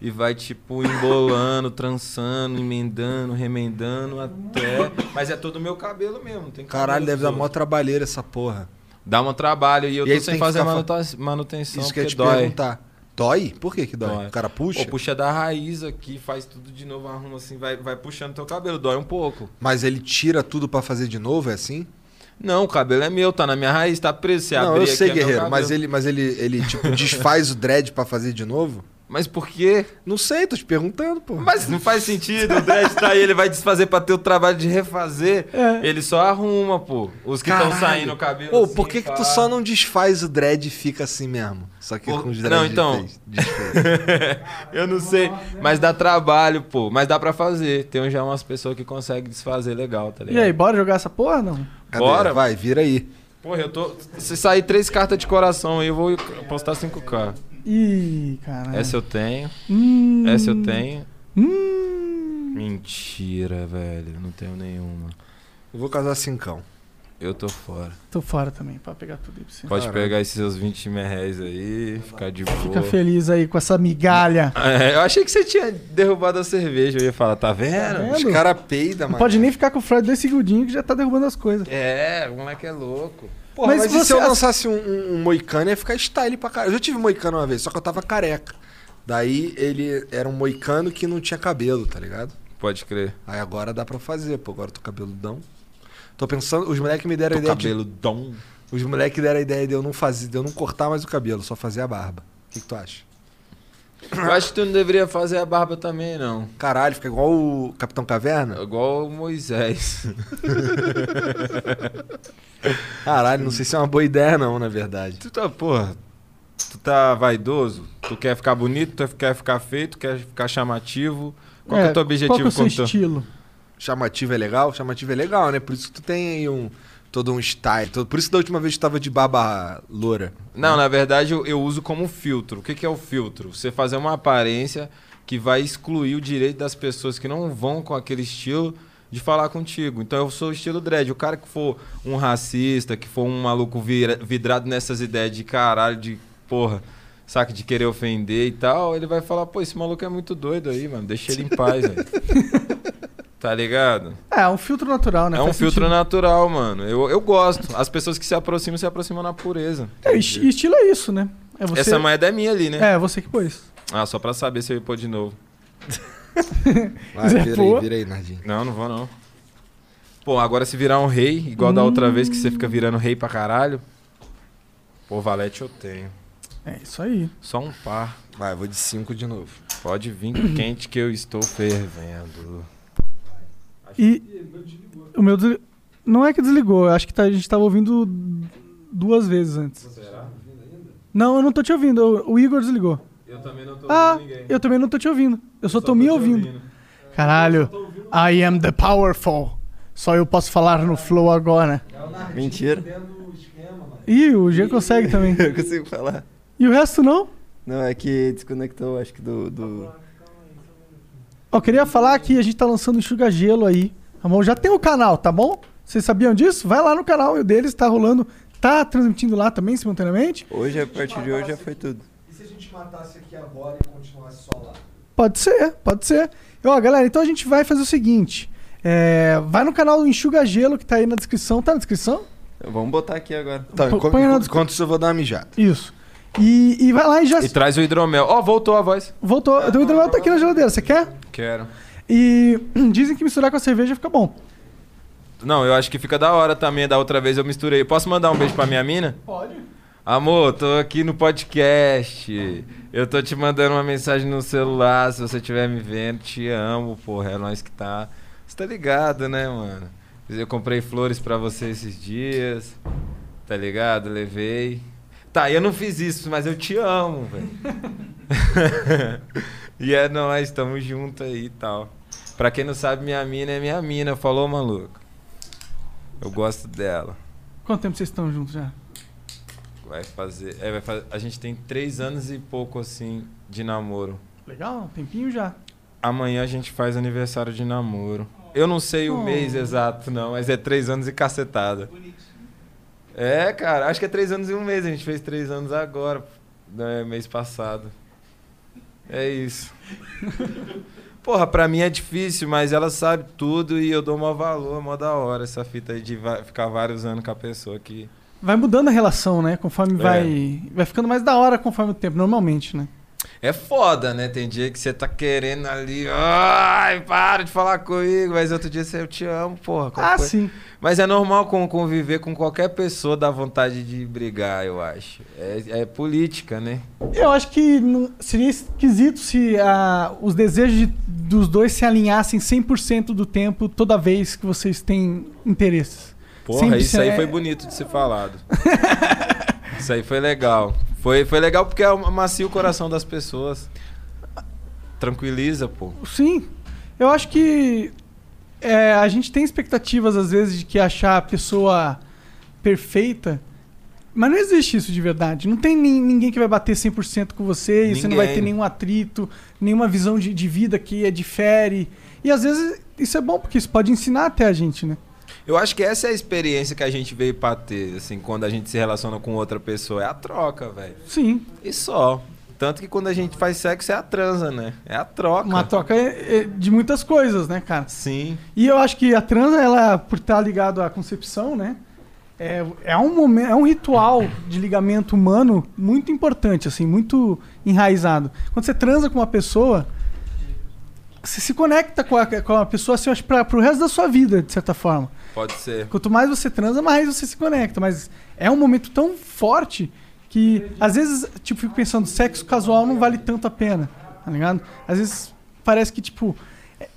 Speaker 4: e vai, tipo, embolando, trançando, emendando, remendando até. Mas é todo o meu cabelo mesmo. Tem cabelo
Speaker 2: Caralho, deve
Speaker 4: dos
Speaker 2: dar mó
Speaker 4: outros.
Speaker 2: trabalheira essa porra.
Speaker 4: Dá um trabalho e eu
Speaker 2: E aí
Speaker 4: tô
Speaker 2: tu
Speaker 4: sem
Speaker 2: tem que
Speaker 4: fazer
Speaker 2: ficar fa-
Speaker 4: manuta- manutenção.
Speaker 2: Isso que eu ia
Speaker 4: porque
Speaker 2: te
Speaker 4: dói.
Speaker 2: perguntar. Dói? Por que que dói?
Speaker 4: Dói.
Speaker 2: O cara puxa?
Speaker 4: Pô, puxa é da raiz aqui, faz tudo de novo, arruma assim, vai, vai puxando teu cabelo, dói um pouco.
Speaker 2: Mas ele tira tudo pra fazer de novo, é assim?
Speaker 4: Não, o cabelo é meu, tá na minha raiz, tá preso. Se
Speaker 2: Não,
Speaker 4: abrir
Speaker 2: eu sei,
Speaker 4: aqui, é meu
Speaker 2: guerreiro, mas
Speaker 4: cabelo.
Speaker 2: ele, mas ele, ele tipo, desfaz o dread pra fazer de novo?
Speaker 4: Mas por quê?
Speaker 2: Não sei, tô te perguntando, pô.
Speaker 4: Mas não faz sentido, o dread tá aí, ele vai desfazer pra ter o trabalho de refazer. Ele só arruma, pô. Os que estão
Speaker 2: Caralho.
Speaker 4: saindo o cabelo.
Speaker 2: É. Pô,
Speaker 4: assim,
Speaker 2: por que, que
Speaker 4: pá.
Speaker 2: tu só não desfaz o dread e fica assim mesmo? Só que
Speaker 4: Por-
Speaker 2: com os
Speaker 4: Não,
Speaker 2: dread
Speaker 4: então.
Speaker 2: fez- desfez.
Speaker 4: Eu não sei. Mas dá trabalho, pô. Mas dá pra fazer. Tem já umas pessoas que conseguem desfazer legal, tá
Speaker 3: E
Speaker 4: ligado?
Speaker 3: aí, bora jogar essa porra? Não.
Speaker 2: Cadê?
Speaker 4: Bora.
Speaker 2: Vai, vira aí.
Speaker 4: Porra, eu tô. Se sair três cartas de coração aí, eu vou postar 5K.
Speaker 3: Ih,
Speaker 2: É.
Speaker 3: caralho.
Speaker 4: Essa eu tenho.
Speaker 3: Hum,
Speaker 4: Essa eu tenho.
Speaker 3: hum.
Speaker 4: Mentira, velho. Não tenho nenhuma.
Speaker 2: Eu vou casar cincão.
Speaker 4: Eu tô fora.
Speaker 3: Tô fora também, pra pegar tudo aí pra você.
Speaker 4: Pode
Speaker 2: Caralho.
Speaker 4: pegar esses seus 20 mil reais aí, ficar de boa.
Speaker 3: Fica feliz aí com essa migalha.
Speaker 4: É, eu achei que você tinha derrubado a cerveja. Eu ia falar, tá vendo?
Speaker 3: vendo?
Speaker 2: Os caras peidam, mano.
Speaker 3: Não pode nem ficar com o Freud dois segundinhos que já tá derrubando as coisas.
Speaker 4: É, o moleque é louco.
Speaker 2: Porra, mas, e
Speaker 3: Mas
Speaker 2: se
Speaker 3: você-
Speaker 2: eu lançasse um, um, um moicano, ia ficar style pra caralho. Eu já tive moicano uma vez, só que eu tava careca. Daí ele era um moicano que não tinha cabelo, tá ligado?
Speaker 4: Pode crer.
Speaker 2: Aí agora dá pra fazer, pô. Agora eu tô cabeludão. Tô pensando, os moleques me deram a ideia
Speaker 4: cabelo dom.
Speaker 2: de. Os moleques deram a ideia de eu não fazer, de eu não cortar mais o cabelo, só fazer a barba. O que, que tu acha?
Speaker 4: Eu acho que tu não deveria fazer a barba também, não.
Speaker 2: Caralho, fica igual o Capitão Caverna?
Speaker 4: Igual o Moisés.
Speaker 2: Caralho, não sei se é uma boa ideia, não, na verdade.
Speaker 4: tu tá, porra. Tu tá vaidoso? Tu quer ficar bonito? Tu quer ficar feio? Tu quer ficar chamativo? Qual que é o teu objetivo?
Speaker 3: Qual que é o seu
Speaker 4: quando tu-
Speaker 3: estilo?
Speaker 2: Chamativo é legal? Chamativo é legal, né? Por isso que tu tem aí um. Todo um style. todo- Por isso que da última vez tu tava de barba loura.
Speaker 4: Não, na verdade eu, eu uso como filtro. O que, que é o filtro? Você fazer uma aparência que vai excluir o direito das pessoas que não vão com aquele estilo de falar contigo. Então eu sou o estilo dread. O cara que for um racista, que for um maluco vira- vidrado nessas ideias de caralho, de porra, saca, de querer ofender e tal, ele vai falar, pô, esse maluco é muito doido aí, mano. Deixa ele em paz, velho. Tá ligado?
Speaker 3: É, um filtro natural, né?
Speaker 4: É um
Speaker 3: Faz
Speaker 4: filtro
Speaker 3: sentido.
Speaker 4: natural, mano. Eu, eu gosto. As pessoas que se aproximam, se aproximam na pureza.
Speaker 3: É, est- estilo é isso, né? É você...
Speaker 4: Essa moeda é minha ali, né?
Speaker 3: É, você que pôs.
Speaker 4: Ah, só pra saber se eu ia pôr de novo.
Speaker 2: Vai,
Speaker 3: Zé
Speaker 2: vira
Speaker 3: Pô.
Speaker 2: aí, vira aí, Nardinho.
Speaker 4: Não, não vou não. Pô, agora se virar um rei, igual da outra vez que você
Speaker 3: Hum.
Speaker 4: fica virando rei pra caralho. Pô, valete eu tenho.
Speaker 3: É isso aí.
Speaker 4: Só um par.
Speaker 2: Vai, vou de 5 de novo.
Speaker 4: Pode vir quente que eu estou fervendo.
Speaker 3: E o meu desli- não é que desligou, eu acho que tá- a gente tava ouvindo duas vezes antes. Não, eu não tô te ouvindo. O o Igor desligou.
Speaker 4: Eu também não tô
Speaker 3: Ah, eu também não tô te ouvindo. Eu só, tô me ouvindo. Caralho. I am the powerful. Só eu posso falar no flow agora.
Speaker 10: Mentira.
Speaker 3: Ih, o G consegue também.
Speaker 10: Eu consigo falar.
Speaker 3: E o resto não?
Speaker 10: Não, é que desconectou, acho que do. do...
Speaker 3: Ó, eu queria falar que a gente tá lançando Enxuga Gelo aí. Amor, já tem o canal, tá bom? Vocês sabiam disso? Vai lá no canal e o deles tá rolando. Tá transmitindo lá também simultaneamente?
Speaker 10: Hoje, a partir de hoje, já foi tudo.
Speaker 2: E se a gente matasse aqui agora e continuasse só lá?
Speaker 3: Pode ser, pode ser. E, Ó, galera, então a gente vai fazer o seguinte. É, vai no canal do Enxuga Gelo que tá aí na descrição. Tá na descrição?
Speaker 10: Vamos botar aqui agora.
Speaker 2: Tá,
Speaker 3: Põe
Speaker 2: enquanto,
Speaker 3: na
Speaker 2: enquanto,
Speaker 3: descrição.
Speaker 2: isso eu vou dar uma mijada.
Speaker 3: Isso. E, e vai lá e já.
Speaker 4: E traz o hidromel. Ó, voltou a voz.
Speaker 3: Voltou. O teu hidromel tá aqui na geladeira, você quer?
Speaker 4: Quero.
Speaker 3: E dizem que misturar com a cerveja fica bom.
Speaker 4: Não, eu acho que fica da hora também. Da outra vez eu misturei. Posso mandar um beijo pra minha mina?
Speaker 3: Pode.
Speaker 4: Amor, tô aqui no podcast. Eu tô te mandando uma mensagem no celular, se você estiver me vendo, te amo, porra, é nós que tá. Você tá ligado, né, mano? Eu comprei flores pra você esses dias. Tá ligado? Levei. Tá, eu não fiz isso, mas eu te amo, velho. e é nóis, tamo junto aí e tal. Pra quem não sabe, minha mina é minha mina, falou, maluco? Eu gosto dela.
Speaker 3: Quanto tempo vocês estão juntos já?
Speaker 4: Vai fazer, é, vai fazer. A gente tem três anos e pouco assim de namoro.
Speaker 3: Legal, um tempinho já.
Speaker 4: Amanhã a gente faz aniversário de namoro. Eu não sei o
Speaker 3: Oh.
Speaker 4: mês exato, não, mas é três anos e cacetada. É, cara, acho que é três anos e um mês. A gente fez três anos agora, né, mês passado. É isso. Porra, pra mim é difícil, mas ela sabe tudo e eu dou maior valor, mó da hora essa fita aí de va- ficar vários anos com a pessoa que.
Speaker 3: Vai mudando a relação, né? Conforme
Speaker 4: É.
Speaker 3: vai. Vai ficando mais da hora conforme o tempo, normalmente, né?
Speaker 4: É foda, né? Tem dia que você tá querendo ali, ai, para de falar comigo, mas outro dia você, eu te amo, porra. qual
Speaker 3: Ah,
Speaker 4: foi?"
Speaker 3: sim.
Speaker 4: Mas é normal con- conviver com qualquer pessoa dá vontade de brigar, eu acho. É, é política, né?
Speaker 3: Eu acho que não- seria esquisito se ah, os desejos de- dos dois se alinhassem 100% do tempo toda vez que vocês têm interesses.
Speaker 4: Porra,
Speaker 3: Sempre
Speaker 4: isso aí
Speaker 3: é-
Speaker 4: foi bonito de ser falado. isso aí foi legal. Foi, foi legal porque amacia o coração das pessoas. Tranquiliza, pô.
Speaker 3: Sim. Eu acho que é, a gente tem expectativas, às vezes, de que achar a pessoa perfeita. Mas não existe isso de verdade. Não tem nin- ninguém que vai bater 100% com você e você não vai
Speaker 4: Ninguém.
Speaker 3: ter nenhum atrito, nenhuma visão de, de vida que é difere. E às vezes isso é bom, porque isso pode ensinar até a gente, né?
Speaker 4: Eu acho que essa é a experiência que a gente veio pra ter, assim, quando a gente se relaciona com outra pessoa. É a troca, velho.
Speaker 3: Sim.
Speaker 4: E só. Tanto que quando a gente faz sexo é a transa, né? É a troca.
Speaker 3: Uma troca é- é de muitas coisas, né, cara?
Speaker 4: Sim.
Speaker 3: E eu acho que a transa, ela, por estar ligado à concepção, né? É, é, um momento, é um ritual de ligamento humano muito importante, assim, muito enraizado. Quando você transa com uma pessoa, você se conecta com a, com a pessoa assim, acho, pra, pro resto da sua vida, de certa forma.
Speaker 4: Pode ser.
Speaker 3: Quanto mais você transa, mais você se conecta. Mas é um momento tão forte que, às vezes, tipo, fico pensando, sexo casual não vale tanto a pena, tá ligado? Às vezes parece que, tipo,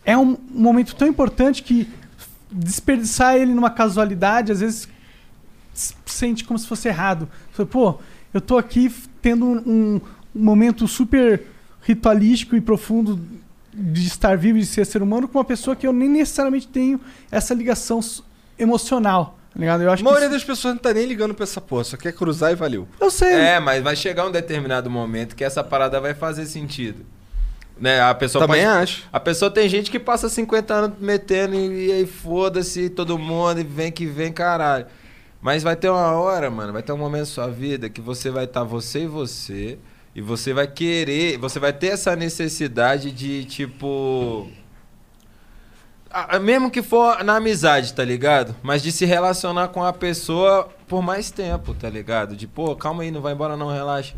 Speaker 3: é um momento tão importante que desperdiçar ele numa casualidade, às vezes s- sente como se fosse errado. Você, pô, eu tô aqui f- tendo um, um- um momento super ritualístico e profundo de estar vivo, de ser ser humano, com uma pessoa que eu nem necessariamente tenho essa ligação s- emocional. tá ligado? Eu acho
Speaker 2: A
Speaker 3: que
Speaker 2: maioria
Speaker 3: isso-
Speaker 2: das pessoas não tá nem ligando pra essa porra, só quer cruzar e valeu.
Speaker 10: Então
Speaker 3: Eu sei.
Speaker 4: É, mas vai chegar um determinado momento que essa parada vai fazer sentido. Né? A pessoa
Speaker 2: Também
Speaker 4: pode-
Speaker 2: acho.
Speaker 4: A pessoa tem gente que passa 50 anos metendo e, e aí foda-se todo mundo e vem que vem, caralho. Mas vai ter uma hora, mano, vai ter um momento da sua vida que você vai estar você e você e você vai querer, você vai ter essa necessidade de tipo a- a- Ah, mesmo que for na amizade, tá ligado? Mas de se relacionar com a pessoa por mais tempo, tá ligado? De, pô, calma aí, não vai embora não, relaxa.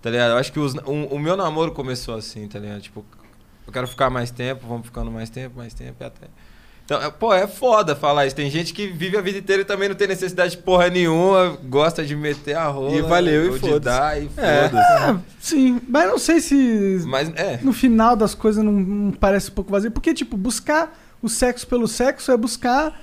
Speaker 4: Tá ligado? Eu acho que os- um- o meu namoro começou assim, tá ligado? Tipo, eu quero ficar mais tempo, vamos ficando mais tempo, mais tempo e até. Então, é- pô, é foda falar isso. Tem gente que vive a vida inteira e também não tem necessidade de porra nenhuma, gosta de meter a rola.
Speaker 2: E valeu, e
Speaker 4: ou de
Speaker 2: foda-se.
Speaker 4: dar, e
Speaker 2: É.
Speaker 4: foda-se.
Speaker 3: Sim, mas não sei se
Speaker 4: Mas, é.
Speaker 3: no final das coisas não, não parece um pouco vazio. Porque, tipo, buscar o sexo pelo sexo é buscar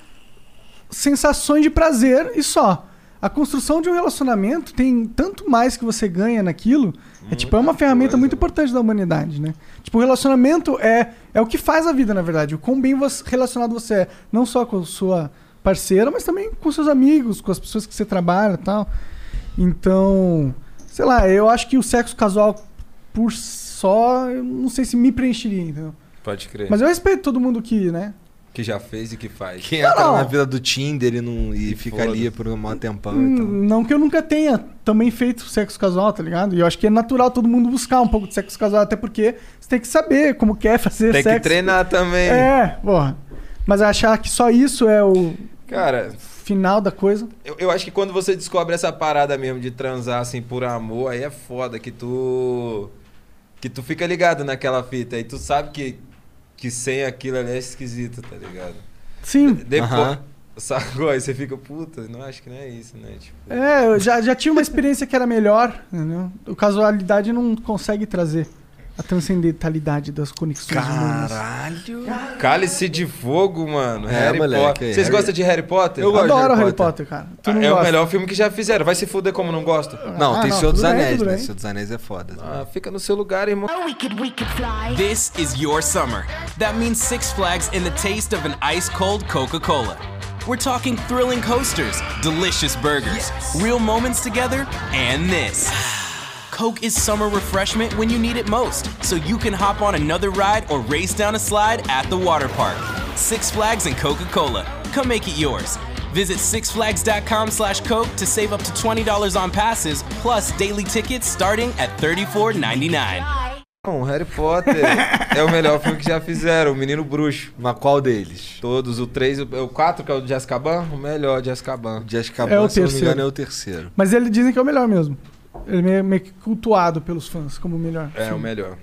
Speaker 3: sensações de prazer e só. A construção de um relacionamento tem tanto mais que você ganha naquilo. É tipo, é uma ferramenta muito importante da humanidade, né? Tipo, o relacionamento é, é o que faz a vida, na verdade. O quão bem você- relacionado você é, não só com a sua parceira, mas também com seus amigos, com as pessoas que você trabalha e tal. Então, sei lá, eu acho que o sexo casual por só, eu não sei se me preencheria, entendeu?
Speaker 4: Pode crer.
Speaker 3: Mas eu respeito todo mundo que, né?
Speaker 4: Que já fez e que faz.
Speaker 2: Quem
Speaker 3: Não,
Speaker 2: entra
Speaker 3: não.
Speaker 2: na vida do Tinder e, não, e fica ali por um maior tempão e
Speaker 4: então.
Speaker 2: tal.
Speaker 3: Hum, Não que eu nunca tenha também feito sexo casual, tá ligado? E eu acho que é natural todo mundo buscar um pouco de sexo casual, até porque você tem que saber como quer fazer
Speaker 4: Tem
Speaker 3: sexo.
Speaker 4: que treinar também.
Speaker 3: É, porra. Mas achar que só isso é o
Speaker 4: Cara,
Speaker 3: final da coisa.
Speaker 4: Eu, eu acho que quando você descobre essa parada mesmo de transar assim por amor, aí é foda que tu. Que tu fica ligado naquela fita. E tu sabe que, que sem aquilo ali é esquisito, tá ligado?
Speaker 3: Sim.
Speaker 4: Depois.
Speaker 3: Aham.
Speaker 4: Sacou? Aí você fica, puta, não acho que não é isso, né? Tipo,
Speaker 3: É, eu já, já tive uma experiência que era melhor, entendeu? O casualidade não consegue trazer a transcendentalidade das conexões humanas.
Speaker 2: Caralho!
Speaker 4: cálice de fogo, mano.
Speaker 2: É,
Speaker 4: Harry
Speaker 2: moleque,
Speaker 4: Potter.
Speaker 2: é.
Speaker 4: Vocês gostam de Harry Potter?
Speaker 3: Eu adoro Harry, Potter. cara. Tu não
Speaker 4: é o
Speaker 3: gosta. Ah.
Speaker 4: melhor filme que já fizeram. Vai se fuder como não gosta.
Speaker 2: Não, tem Senhor dos
Speaker 4: tudo bem,
Speaker 2: Anéis,
Speaker 4: tudo
Speaker 2: né?
Speaker 4: bem.
Speaker 2: Senhor dos Anéis é foda.
Speaker 4: Ah, fica no seu lugar, irmão.
Speaker 9: This is your summer. That means Six Flags in the taste of an ice cold Coca Cola. We're talking thrilling coasters, delicious burgers, real moments together, and this. Coke is summer refreshment when you need it most, so you can hop on another ride or race down a slide at the water park. Six Flags and Coca Cola. Come make it yours. Visit sixflags.com slash Coke to save up to $20 on passes, plus daily tickets starting at $34.99.
Speaker 4: Não, Harry Potter é o melhor filme que já fizeram, o Menino Bruxo.
Speaker 2: Mas qual deles?
Speaker 4: Todos, o 3, o 4, que é o de Azkaban? O melhor de Azkaban.
Speaker 2: De
Speaker 3: É o
Speaker 2: Azkaban, se eu não me
Speaker 3: terceiro.
Speaker 2: engano, é o terceiro.
Speaker 3: Mas eles dizem que é o melhor mesmo. Ele é meio, meio que cultuado pelos fãs como o melhor. filme.
Speaker 4: É, melhor.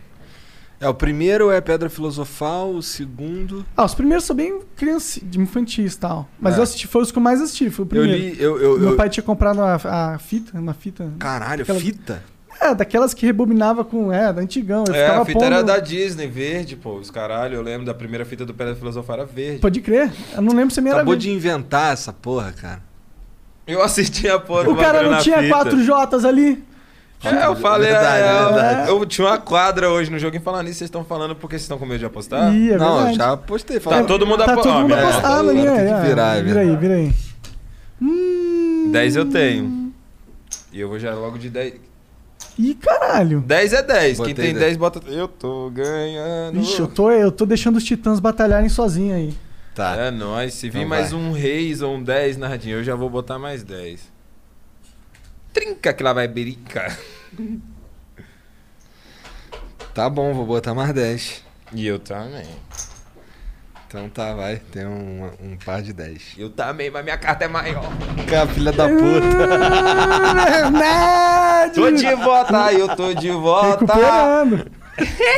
Speaker 2: É, o primeiro é Pedra Filosofal, o segundo...
Speaker 3: Ah, os primeiros são bem criança, de infantis e tal. Mas
Speaker 2: É.
Speaker 3: eu assisti, foi os que eu mais assisti, foi o
Speaker 2: Eu
Speaker 3: primeiro.
Speaker 2: li... Eu, eu,
Speaker 3: Meu
Speaker 2: eu-
Speaker 3: pai tinha comprado a, a fita, uma fita.
Speaker 2: Caralho,
Speaker 3: Aquela-
Speaker 2: fita?
Speaker 3: É, daquelas que rebobinava com. É, da antigão. Eu
Speaker 4: É,
Speaker 3: ficava
Speaker 4: a fita
Speaker 3: pondo-
Speaker 4: era da Disney, verde, pô. Os caralho, eu lembro da primeira fita do Pedra Filosofal era verde.
Speaker 3: Pode crer. Eu não lembro se a minha
Speaker 2: Acabou
Speaker 3: era.
Speaker 2: de inventar essa porra, cara.
Speaker 4: Eu assisti a porra do
Speaker 3: O cara
Speaker 4: bagulho
Speaker 3: não
Speaker 4: na
Speaker 3: tinha
Speaker 4: fita.
Speaker 3: quatro Jotas ali?
Speaker 4: É,
Speaker 2: Tá.
Speaker 4: eu falei,
Speaker 2: Verdade,
Speaker 4: é,
Speaker 2: verdade.
Speaker 4: eu tinha uma quadra hoje no jogo e falando isso, vocês estão falando porque vocês estão com medo de apostar?
Speaker 3: Ih, é
Speaker 2: não,
Speaker 3: verdade.
Speaker 2: já postei.
Speaker 4: Tá todo mundo
Speaker 3: Tá
Speaker 4: apo-
Speaker 3: todo
Speaker 4: Ah,
Speaker 3: mundo
Speaker 4: minha nota
Speaker 3: apostado ali,
Speaker 2: agora tem
Speaker 3: é,
Speaker 2: que
Speaker 3: é.
Speaker 2: virar, é
Speaker 3: Vira aí, vira aí. Hum,
Speaker 4: 10 eu tenho. E eu vou já logo de 10.
Speaker 3: Ih, caralho.
Speaker 4: 10 é 10.
Speaker 3: Botei
Speaker 4: Quem tem
Speaker 3: dez.
Speaker 4: 10 bota. Eu tô ganhando.
Speaker 3: Vixe, eu tô, eu tô deixando os titãs batalharem sozinho aí.
Speaker 2: Tá.
Speaker 4: É nóis. Se vir
Speaker 2: Então
Speaker 4: mais
Speaker 2: vai.
Speaker 4: um reis ou um 10, Nardinho, eu já vou botar mais 10. Trinca que lá vai berica.
Speaker 2: Tá bom, vou botar mais 10.
Speaker 4: E eu também.
Speaker 2: Então tá, vai. Tem um, um par de 10.
Speaker 4: Eu também, mas minha carta é maior.
Speaker 2: Cara, filha da puta.
Speaker 3: Verdade!
Speaker 4: Tô de volta, eu tô de volta.
Speaker 2: Tá.
Speaker 3: Recuperando.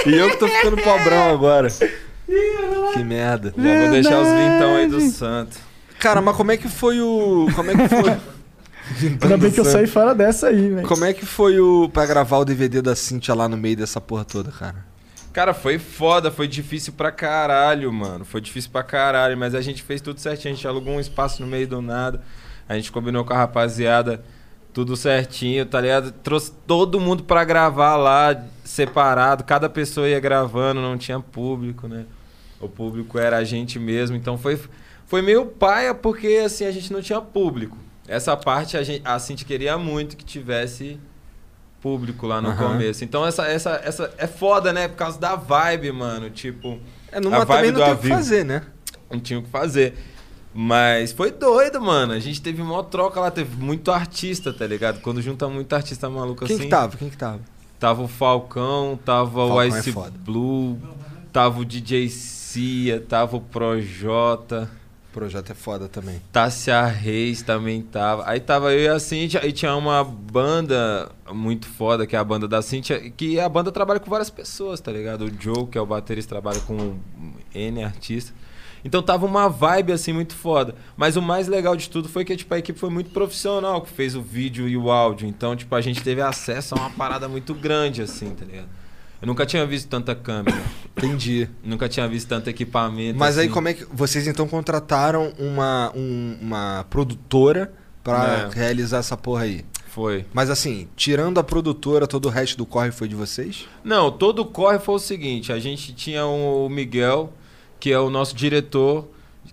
Speaker 2: e eu que tô ficando pobrão agora. que merda.
Speaker 4: Já vou deixar os vintão aí do santo.
Speaker 2: Cara, mas como é que foi o. Como é que foi.
Speaker 3: Ainda bem
Speaker 2: Tá.
Speaker 3: que eu saí fora dessa aí, velho.
Speaker 2: Como é que foi o. pra gravar o DVD da Cintia lá no meio dessa porra toda, cara?
Speaker 4: Cara, foi foda, foi difícil pra caralho, mano. Foi difícil pra caralho, mas a gente fez tudo certinho. A gente alugou um espaço no meio do nada. A gente combinou com a rapaziada tudo certinho, tá ligado? Trouxe todo mundo pra gravar lá, separado, cada pessoa ia gravando, não tinha público, né? O público era a gente mesmo, então foi, foi meio paia porque assim a gente não tinha público. Essa parte a gente a Cinti queria muito que tivesse público lá no
Speaker 2: Aham.
Speaker 4: começo. Então essa, essa essa é foda, né? Por causa da vibe, mano, tipo,
Speaker 2: É, numa também não tem o que fazer, né?
Speaker 4: não tinha o que fazer. Mas foi doido, mano. A gente teve maior troca lá, teve muito artista, tá ligado? Quando junta muito artista maluco
Speaker 2: Quem
Speaker 4: assim.
Speaker 2: que tava? Quem que tava?
Speaker 4: Tava o Falcão, tava
Speaker 2: Falcão
Speaker 4: o
Speaker 2: é
Speaker 4: Ice
Speaker 2: foda.
Speaker 4: Blue, tava o DJ Cia, tava o Projota.
Speaker 2: Projota é foda também.
Speaker 4: Tássia Reis também tava. Aí tava eu e a Cintia, e tinha uma banda muito foda, que é a banda da Cintia, que a banda trabalha com várias pessoas, tá ligado? O Joe, que é o baterista, trabalha com N artistas. Então tava uma vibe, assim, muito foda. Mas o mais legal de tudo foi que, tipo, a equipe foi muito profissional, que fez o vídeo e o áudio. Então, tipo, a gente teve acesso a uma parada muito grande, assim, tá ligado? Eu nunca tinha visto tanta câmera.
Speaker 2: Entendi.
Speaker 4: Nunca tinha visto tanto equipamento.
Speaker 2: Mas aí
Speaker 4: assim.
Speaker 2: como é que. Vocês então contrataram uma, um- uma produtora pra
Speaker 4: É.
Speaker 2: realizar essa porra aí?
Speaker 4: Foi.
Speaker 2: Mas assim, tirando a produtora, todo o resto do corre foi de vocês?
Speaker 4: Não, todo o corre foi o seguinte: a gente tinha um- o Miguel, que é o nosso diretor,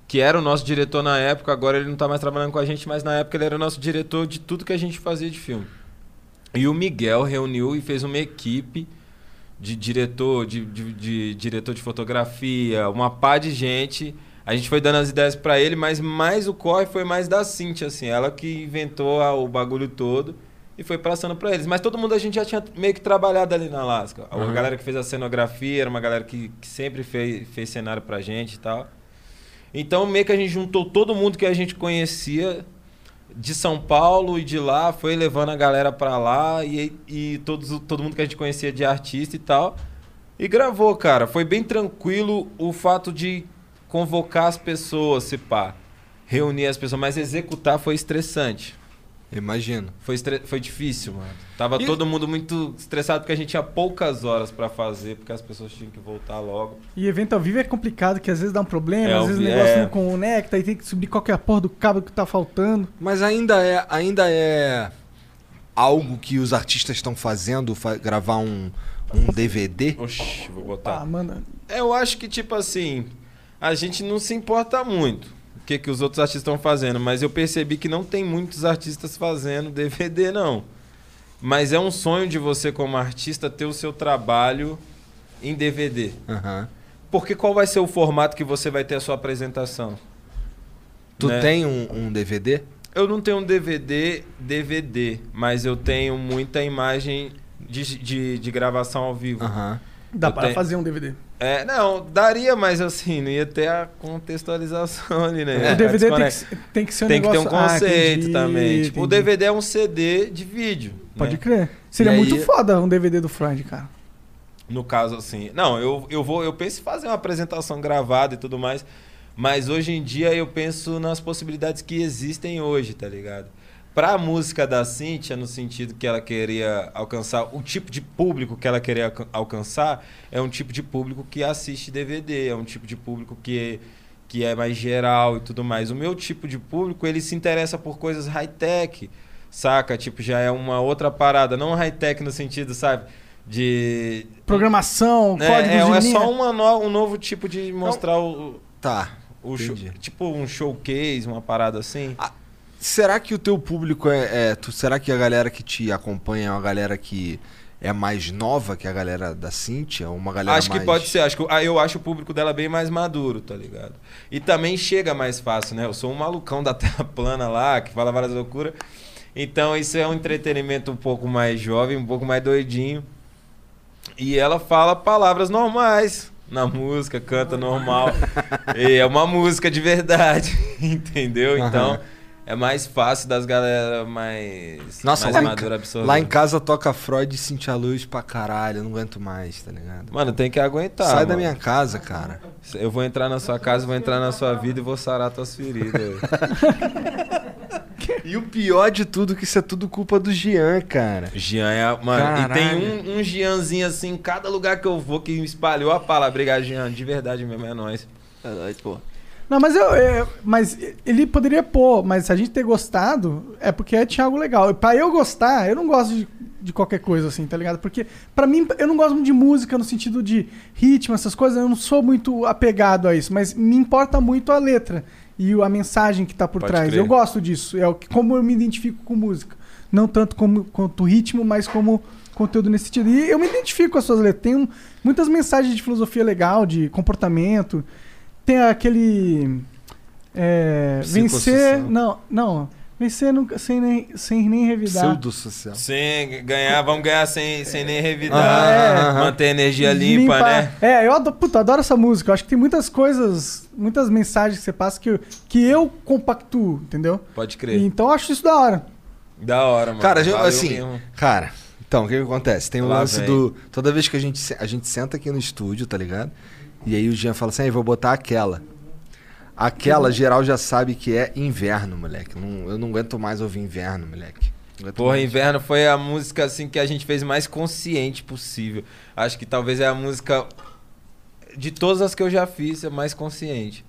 Speaker 4: que era o nosso diretor na época, agora ele não tá mais trabalhando com a gente, mas na época ele era o nosso diretor de tudo que a gente fazia de filme. E o Miguel reuniu e fez uma equipe de diretor, de, de- de diretor de fotografia, uma pá de gente. A gente foi dando as ideias pra ele, mas mais o corre foi mais da Cintia, assim. Ela que inventou a- o bagulho todo e foi passando pra eles. Mas todo mundo a gente já tinha meio que trabalhado ali na Alaska. A
Speaker 2: Uhum.
Speaker 4: galera que fez a cenografia era uma galera que, que sempre fez, fez cenário pra gente e tal. Então meio que a gente juntou todo mundo que a gente conhecia de São Paulo e de lá, foi levando a galera pra lá e, e todos, todo mundo que a gente conhecia de artista e tal. E gravou, cara. Foi bem tranquilo o fato de convocar as pessoas, se pá. Reunir as pessoas, mas executar foi estressante.
Speaker 2: Imagino.
Speaker 4: Foi, estre- foi difícil, mano. Tava
Speaker 2: E-
Speaker 4: todo mundo muito estressado porque a gente tinha poucas horas pra fazer, porque as pessoas tinham que voltar logo.
Speaker 3: E evento ao vivo é complicado, que às vezes dá um problema,
Speaker 4: É,
Speaker 3: às vezes o
Speaker 4: ao vi-
Speaker 3: negócio
Speaker 4: é.
Speaker 3: não conecta e tem que subir qualquer porra do cabo que tá faltando.
Speaker 2: Mas ainda é, ainda é algo que os artistas estão fazendo, fa- gravar um, um DVD?
Speaker 4: Oxi, vou botar.
Speaker 3: Ah, manda.
Speaker 4: Eu acho que, tipo assim, a gente não se importa muito o que, que os outros artistas estão fazendo, mas eu percebi que não tem muitos artistas fazendo DVD, não. Mas é um sonho de você, como artista, ter o seu trabalho em DVD.
Speaker 2: Aham.
Speaker 4: Porque qual vai ser o formato que você vai ter a sua apresentação?
Speaker 2: Tu
Speaker 4: Né?
Speaker 2: tem um, um DVD?
Speaker 4: Eu não tenho um DVD, DVD, mas eu tenho muita imagem de, de, de gravação ao vivo.
Speaker 2: Ah.
Speaker 3: Dá
Speaker 4: Eu
Speaker 3: pra
Speaker 4: tenho-
Speaker 3: fazer um DVD.
Speaker 4: É, não, daria, mas assim, não ia ter a contextualização ali, né?
Speaker 3: O DVD tem que,
Speaker 4: Desconecta.
Speaker 3: ser- tem que ser um
Speaker 4: Tem que ter
Speaker 3: negócio...
Speaker 4: um
Speaker 3: Ah,
Speaker 4: conceito
Speaker 3: entendi,
Speaker 4: também. Tipo, o
Speaker 3: entendi.
Speaker 4: DVD é um CD de vídeo.
Speaker 3: Pode
Speaker 4: né?
Speaker 3: crer. Seria
Speaker 4: E aí-
Speaker 3: muito foda um DVD do Freud, cara.
Speaker 4: No caso, assim. Não, eu, eu vou, eu penso em fazer uma apresentação gravada e tudo mais. Mas hoje em dia eu penso nas possibilidades que existem hoje, tá ligado? Pra música da Cíntia, no sentido que ela queria alcançar, o tipo de público que ela queria alca- alcançar é um tipo de público que assiste DVD, é um tipo de público que, que é mais geral e tudo mais. O meu tipo de público, ele se interessa por coisas high-tech, saca? Tipo, já é uma outra parada. Não high-tech no sentido, sabe? De,
Speaker 3: Programação,
Speaker 4: é,
Speaker 3: códigos
Speaker 4: é,
Speaker 3: um de
Speaker 4: é
Speaker 3: linha.
Speaker 4: só uma no- um novo tipo de mostrar o.
Speaker 2: Tá.
Speaker 4: o show-
Speaker 2: entendi.
Speaker 4: tipo um showcase, uma parada assim.
Speaker 2: Será que o teu público é. é- tu, será que a galera que te acompanha é uma galera que é mais nova que a galera da Cintia? Ou uma galera
Speaker 4: acho
Speaker 2: mais...
Speaker 4: que pode ser. Acho que, ah, eu acho o público dela bem mais maduro, tá ligado? E também chega mais fácil, né? Eu sou um malucão da Terra Plana lá, que fala várias loucuras. Então isso é um entretenimento um pouco mais jovem, um pouco mais doidinho. E ela fala palavras normais na música, canta normal. E é uma música de verdade, entendeu? Então
Speaker 2: Aham.
Speaker 4: é mais fácil das galera mais,
Speaker 2: Nossa,
Speaker 4: mais
Speaker 2: lá,
Speaker 4: madura
Speaker 2: em, ca-
Speaker 4: absorver.
Speaker 2: lá em casa toca Freud e Cintia Luz pra caralho. Eu não aguento mais, tá ligado?
Speaker 4: Mano, tem que aguentar.
Speaker 2: Sai da
Speaker 4: Tá, mano.
Speaker 2: minha casa, cara.
Speaker 4: Eu vou entrar na sua casa, vou entrar na sua vida e vou sarar tuas feridas.
Speaker 2: E o pior de tudo é que isso é tudo culpa do Jean, cara.
Speaker 4: Jean é. Mano,
Speaker 2: Caralho.
Speaker 4: e tem um, um Jeanzinho assim em cada lugar que eu vou que espalhou a palavra. Obrigado, Jean. De verdade mesmo, é nóis.
Speaker 10: É nóis, pô.
Speaker 3: Não, mas eu. é, mas ele poderia pôr, mas se a gente ter gostado, é porque tinha algo legal. E Pra eu gostar, eu não gosto de, de qualquer coisa, assim, tá ligado? Porque, pra mim, eu não gosto muito de música no sentido de ritmo, essas coisas, eu não sou muito apegado a isso, mas me importa muito a letra e o- a mensagem que tá por
Speaker 4: Pode
Speaker 3: trás.
Speaker 4: crer.
Speaker 3: Eu gosto disso. É o que, como eu me identifico com música. Não tanto como, quanto ritmo, mas como conteúdo nesse sentido. E eu me identifico com as suas letras. Tem um- muitas mensagens de filosofia legal, de comportamento. Tem aquele. é, vencer.
Speaker 4: Psicossocial.
Speaker 3: Não, não. Vencer nunca, sem, nem, sem nem revidar.
Speaker 2: social.
Speaker 4: Sem ganhar, vamos ganhar sem, sem nem revidar.
Speaker 3: Aham, aham.
Speaker 4: Manter a energia limpa, né?
Speaker 3: É, eu adoro, puta, adoro essa música. Eu acho que tem muitas coisas, muitas mensagens que você passa que eu, que eu compactuo, entendeu?
Speaker 4: Pode crer.
Speaker 3: Então eu acho isso da hora.
Speaker 4: Da hora, mano.
Speaker 2: Cara, a gente-
Speaker 4: Valeu
Speaker 2: assim,
Speaker 4: mesmo.
Speaker 2: cara, então, o que, que acontece? Tem o
Speaker 4: Lá
Speaker 2: lance
Speaker 4: vem.
Speaker 2: do. Toda vez que a gente, se- a gente senta aqui no estúdio, tá ligado? E aí o Jean fala assim: aí vou botar aquela. Aquela, geral já sabe que é inverno, moleque. Não- eu não aguento mais ouvir inverno, moleque. Não aguento
Speaker 4: Porra,
Speaker 2: mais.
Speaker 4: Inverno foi a música assim que a gente fez mais consciente possível. Acho que talvez é a música de todas as que eu já fiz, é mais consciente.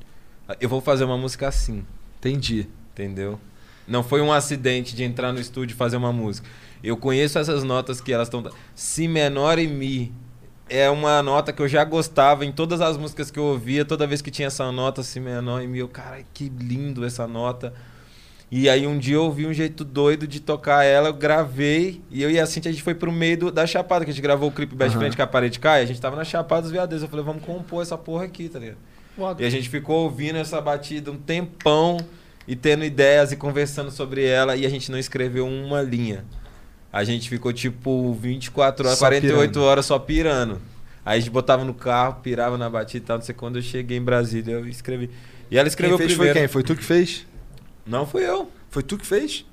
Speaker 4: Eu vou fazer uma música assim.
Speaker 2: Entendi.
Speaker 4: Entendeu? Não foi um acidente de entrar no estúdio e fazer uma música. Eu conheço essas notas que elas estão. Si menor e Mi. É uma nota que eu já gostava em todas as músicas que eu ouvia, toda vez que tinha essa nota, Si menor e Mi. Eu, cara, que lindo essa nota. E aí um dia eu ouvi um jeito doido de tocar ela, eu gravei, e eu e a Cintia a gente foi pro meio do- da chapada, que a gente gravou o clipe Best
Speaker 2: Aham.
Speaker 4: Friend que a parede cai, a gente tava na chapada dos veadeiros, eu falei, vamos compor essa porra aqui, tá ligado?
Speaker 3: Foda.
Speaker 4: E a gente ficou ouvindo essa batida um tempão, e tendo ideias e conversando sobre ela, e a gente não escreveu uma linha. A gente ficou tipo 24 horas,
Speaker 2: Só
Speaker 4: 48
Speaker 2: pirando.
Speaker 4: horas só pirando. Aí a gente botava no carro, pirava na batida e tal, não sei quando eu cheguei em Brasília, eu escrevi. E ela escreveu
Speaker 2: quem fez
Speaker 4: primeiro.
Speaker 2: foi quem? Foi tu que fez?
Speaker 4: Não fui eu.
Speaker 2: Foi tu que fez?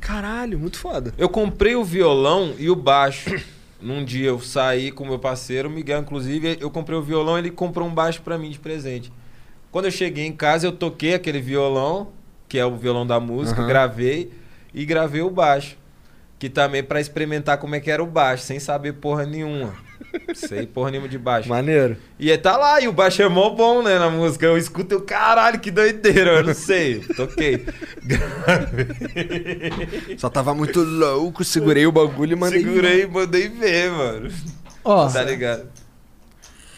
Speaker 2: Caralho, muito foda.
Speaker 4: Eu comprei o violão e o baixo. Num dia eu saí com meu parceiro, o Miguel, inclusive, eu comprei o violão ele comprou um baixo pra mim de presente. Quando eu cheguei em casa, eu toquei aquele violão, que é o violão da música,
Speaker 2: Aham.
Speaker 4: gravei e gravei o baixo. Que também pra experimentar como é que era o baixo, sem saber porra nenhuma. Sei porra nenhuma de baixo.
Speaker 2: Maneiro.
Speaker 4: E aí tá lá, e o baixo é mó bom, né, na música. Eu escuto e eu, caralho, que doideira, eu não sei. Toquei.
Speaker 2: Só tava muito louco, segurei o bagulho e mandei.
Speaker 4: Segurei e mandei ver, mano.
Speaker 3: Ó.
Speaker 4: Tá ligado?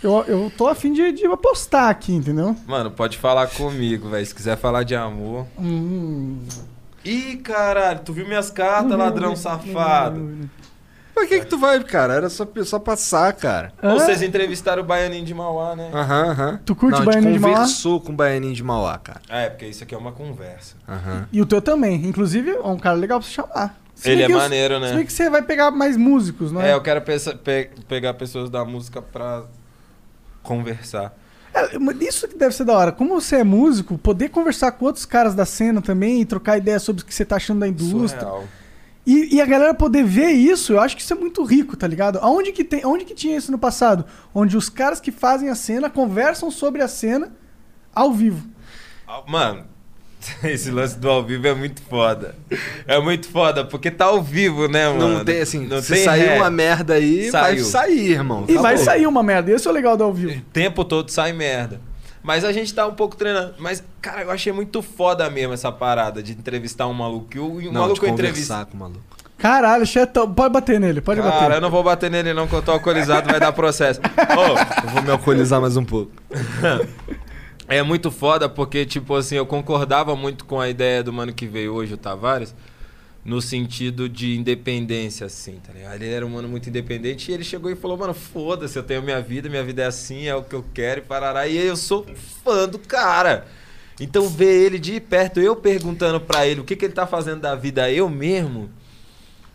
Speaker 3: Eu, eu tô afim de, de apostar aqui, entendeu?
Speaker 4: Mano, pode falar comigo, velho. Se quiser falar de amor.
Speaker 3: Hum.
Speaker 4: Ih, caralho, tu viu minhas cartas,
Speaker 3: Não vi,
Speaker 4: Tá ladrão
Speaker 3: não vi,
Speaker 4: safado?
Speaker 2: Pra que que tu vai, cara? Era só, só passar, cara.
Speaker 4: Ou vocês entrevistaram o Baianinho de Mauá, né?
Speaker 2: Aham, aham.
Speaker 3: Tu curte
Speaker 2: Não, a gente
Speaker 3: Baianinho de Mauá?
Speaker 2: conversou com o Baianinho de Mauá, cara.
Speaker 4: Ah, É, porque isso aqui é uma conversa.
Speaker 2: Aham.
Speaker 3: E o teu também. Inclusive, é um cara legal pra você chamar. bem
Speaker 4: Ele é
Speaker 3: que os-
Speaker 4: maneiro, né?
Speaker 3: Se bem que você vai pegar mais músicos, não
Speaker 4: É,
Speaker 3: é?
Speaker 4: eu quero pensa- pe- pegar pessoas da música pra conversar.
Speaker 3: É, mas Isso que deve ser da hora. Como você é músico, poder conversar com outros caras da cena também e trocar ideia sobre o que você tá achando da indústria.
Speaker 4: Surreal.
Speaker 3: E, e a galera poder ver isso, eu acho que isso é muito rico, tá ligado? Aonde que, tem, aonde que tinha isso no passado? Onde os caras que fazem a cena conversam sobre a cena ao vivo.
Speaker 4: Ah, Mano, esse lance do ao vivo é muito foda. É muito foda, porque tá ao vivo, né, mano?
Speaker 2: Não tem, assim,
Speaker 4: Não
Speaker 2: se
Speaker 4: tem
Speaker 2: sair
Speaker 4: ré.
Speaker 2: uma merda aí,
Speaker 4: Saiu.
Speaker 2: vai sair, irmão. Tá
Speaker 3: E vai
Speaker 2: Acabou.
Speaker 3: sair uma merda. Esse é o legal do ao vivo.
Speaker 4: O tempo todo sai merda. Mas a gente tá um pouco treinando. Mas, cara, eu achei muito foda mesmo essa parada de entrevistar um maluco. E o e o
Speaker 2: Não,
Speaker 4: maluco
Speaker 2: de
Speaker 4: eu entrevistei.
Speaker 2: conversar com o maluco.
Speaker 3: Caralho, chatão. Pode bater nele, pode
Speaker 4: Cara,
Speaker 3: bater.
Speaker 4: eu não vou bater nele não, que eu tô alcoolizado, vai dar processo. Ô,
Speaker 2: Eu vou me alcoolizar mais um pouco.
Speaker 4: é muito foda porque, tipo assim, eu concordava muito com a ideia do mano que veio hoje, o Tavares, no sentido de independência, assim, tá ligado? Ele era um mano muito independente e ele chegou e falou, mano, foda-se, eu tenho minha vida, minha vida é assim, é o que eu quero e parará. E eu sou um fã do cara. Então ver ele de perto, eu perguntando pra ele o que, que ele tá fazendo da vida, eu mesmo...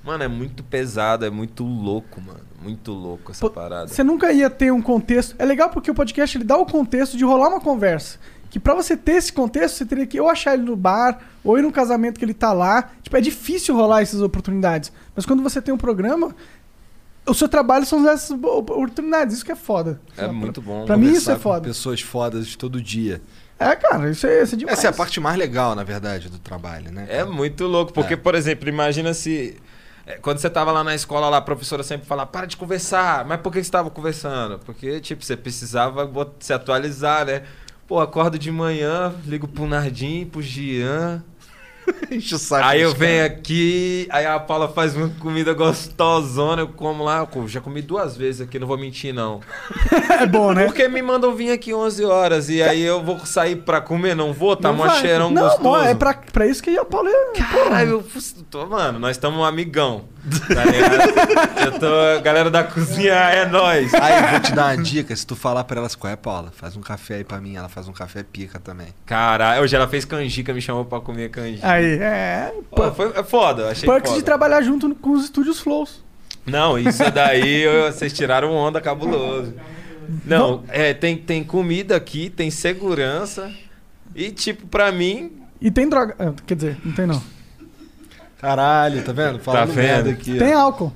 Speaker 4: Mano, é muito pesado, é muito louco, mano. Muito louco essa
Speaker 3: Pô,
Speaker 4: parada.
Speaker 3: Você nunca ia ter um contexto. É legal porque o podcast ele dá o contexto de rolar uma conversa. Que pra você ter esse contexto, você teria que ou achar ele no bar, ou ir num casamento que ele tá lá. Tipo, é difícil rolar essas oportunidades. Mas quando você tem um programa, o seu trabalho são essas bo- oportunidades. Isso que é foda.
Speaker 4: É muito bom.
Speaker 3: Pra mim isso
Speaker 2: Conversar
Speaker 3: é
Speaker 2: com
Speaker 3: foda.
Speaker 2: pessoas fodas todo dia.
Speaker 3: É, cara, isso é, isso é demais.
Speaker 2: Essa é a parte mais legal, na verdade, do trabalho, né?
Speaker 4: É
Speaker 2: cara?
Speaker 4: muito louco, porque,
Speaker 2: É.
Speaker 4: por exemplo, imagina se. é, Quando você tava lá na escola, lá, a professora sempre falava, para de conversar. Mas por que que você tava conversando? Porque, tipo, você precisava bot- se atualizar, né? Pô, acordo de manhã, ligo pro Nardim, pro Gian.
Speaker 2: Enche o
Speaker 3: Tá
Speaker 2: saco
Speaker 4: Aí eu
Speaker 2: dos
Speaker 4: venho
Speaker 2: caras.
Speaker 4: aqui, aí a Paula faz uma comida gostosona, eu como lá. Eu já comi duas vezes aqui, não vou mentir, não.
Speaker 3: É bom, né?
Speaker 4: Porque me mandam vir aqui 11 horas e aí eu vou sair pra comer, não vou? Tá
Speaker 3: Tá. Não
Speaker 4: mó
Speaker 3: vai.
Speaker 4: cheirão
Speaker 3: Não,
Speaker 4: gostoso.
Speaker 3: mó, é pra, pra isso que o Paulo é.
Speaker 4: Caralho, eu tô, mano, nós estamos um amigão. Tá ligado? eu tô, galera da cozinha, é nóis.
Speaker 2: Aí, eu vou te dar uma dica. Se tu falar pra elas qual é, Paula, faz um café aí pra mim. Ela faz um café pica também.
Speaker 4: Caralho, hoje ela fez canjica, me chamou pra comer canjica.
Speaker 3: Aí, é.
Speaker 4: Pô, foi, é foda, achei
Speaker 3: Perks
Speaker 4: foda.
Speaker 3: de trabalhar junto no- com os estúdios Flows.
Speaker 4: Não, isso daí eu- vocês tiraram onda cabuloso. Não, é, tem, tem comida aqui, tem segurança. E tipo, pra mim.
Speaker 3: E tem droga. ah, Quer dizer, não tem não.
Speaker 2: Caralho, tá vendo? Falando
Speaker 4: vendo?
Speaker 2: merda aqui.
Speaker 3: Tem
Speaker 2: ó.
Speaker 3: álcool.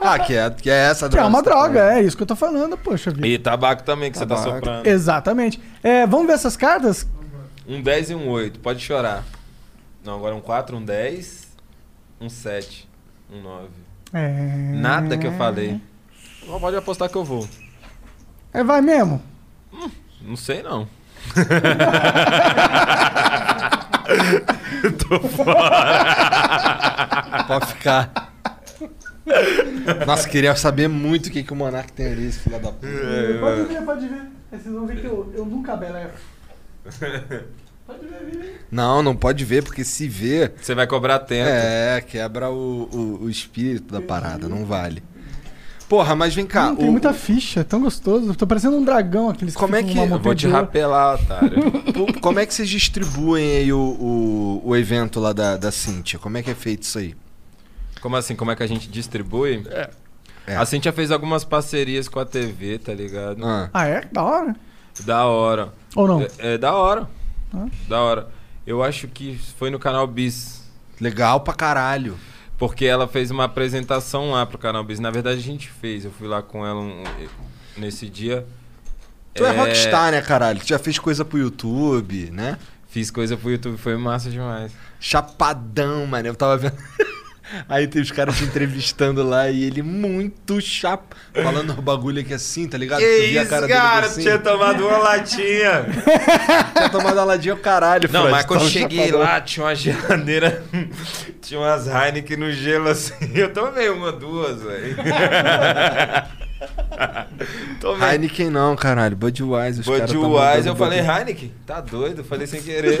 Speaker 2: Ah, que é, que é essa
Speaker 3: Que é
Speaker 2: droga
Speaker 3: uma
Speaker 2: que você tá
Speaker 3: droga, é isso que eu tô falando, poxa vida.
Speaker 4: E tabaco também, que você tá
Speaker 3: Tabaco.
Speaker 4: soprando.
Speaker 3: Exatamente. É, vamos ver essas cartas?
Speaker 4: Um 10 e um 8, pode chorar. Não, agora um 4, um 10, um 7, um 9.
Speaker 3: É.
Speaker 4: Nada que eu falei. Não pode apostar que eu vou.
Speaker 3: É, vai mesmo.
Speaker 4: Não sei não. Tô
Speaker 3: é.
Speaker 4: fora.
Speaker 2: Pode ficar. Nossa, queria saber muito o que, que o Monark tem ali, esse filho da puta.
Speaker 3: Pode ver, pode ver. Aí Vocês vão ver que eu, eu nunca é belego.
Speaker 2: Não, não pode ver, porque se vê.
Speaker 4: Você vai cobrar tempo.
Speaker 2: É, quebra o, o, o espírito da parada, não vale. Porra, mas vem cá.
Speaker 3: Hum, tem
Speaker 2: Ah, o-
Speaker 3: muita ficha, é tão gostoso. Tô parecendo um dragão aqueles
Speaker 2: Como é
Speaker 3: ficam
Speaker 2: que-
Speaker 3: numa
Speaker 2: Eu vou te
Speaker 3: montanha de ouro.
Speaker 4: Rapelar, otário.
Speaker 2: o- como é que vocês distribuem aí o, o, o evento lá da, da Cintia? Como é que é feito isso aí?
Speaker 4: Como assim? Como é que a gente distribui?
Speaker 2: É.
Speaker 4: A Cintia fez algumas parcerias com a TV, tá ligado?
Speaker 3: Ah, é? Da hora.
Speaker 4: Da hora.
Speaker 3: Ou não?
Speaker 4: É, é da hora.
Speaker 3: Ah.
Speaker 4: Da hora. Eu acho que foi no canal Bis.
Speaker 2: Legal pra caralho.
Speaker 4: Porque ela fez uma apresentação lá pro canal Bis. Na verdade, a gente fez. Eu fui lá com ela um- nesse dia.
Speaker 2: Tu é... rockstar, né, caralho? Tu já fez coisa pro YouTube, né?
Speaker 4: Fiz coisa pro YouTube, foi massa demais.
Speaker 2: Chapadão, mano. Eu tava vendo. Aí tem os caras te entrevistando lá e ele muito chapa. Falando o bagulho aqui assim, tá ligado?
Speaker 4: Que
Speaker 2: Tu via a
Speaker 4: isso,
Speaker 2: dele
Speaker 4: cara?
Speaker 2: assim.
Speaker 4: Tinha tomado uma latinha.
Speaker 2: Tinha tomado uma latinha, caralho.
Speaker 4: Não,
Speaker 2: Fred,
Speaker 4: mas quando eu
Speaker 2: tava
Speaker 4: cheguei
Speaker 2: chapadão.
Speaker 4: lá, tinha uma geladeira, tinha umas Heineken no gelo assim. Eu tomei uma, duas, velho. tomei.
Speaker 2: Heineken não, caralho. Budweiser. os caras tá
Speaker 4: Budweiser,
Speaker 2: mandando
Speaker 4: eu falei,
Speaker 2: Budweiser.
Speaker 4: Heineken? Tá doido? Eu falei sem querer.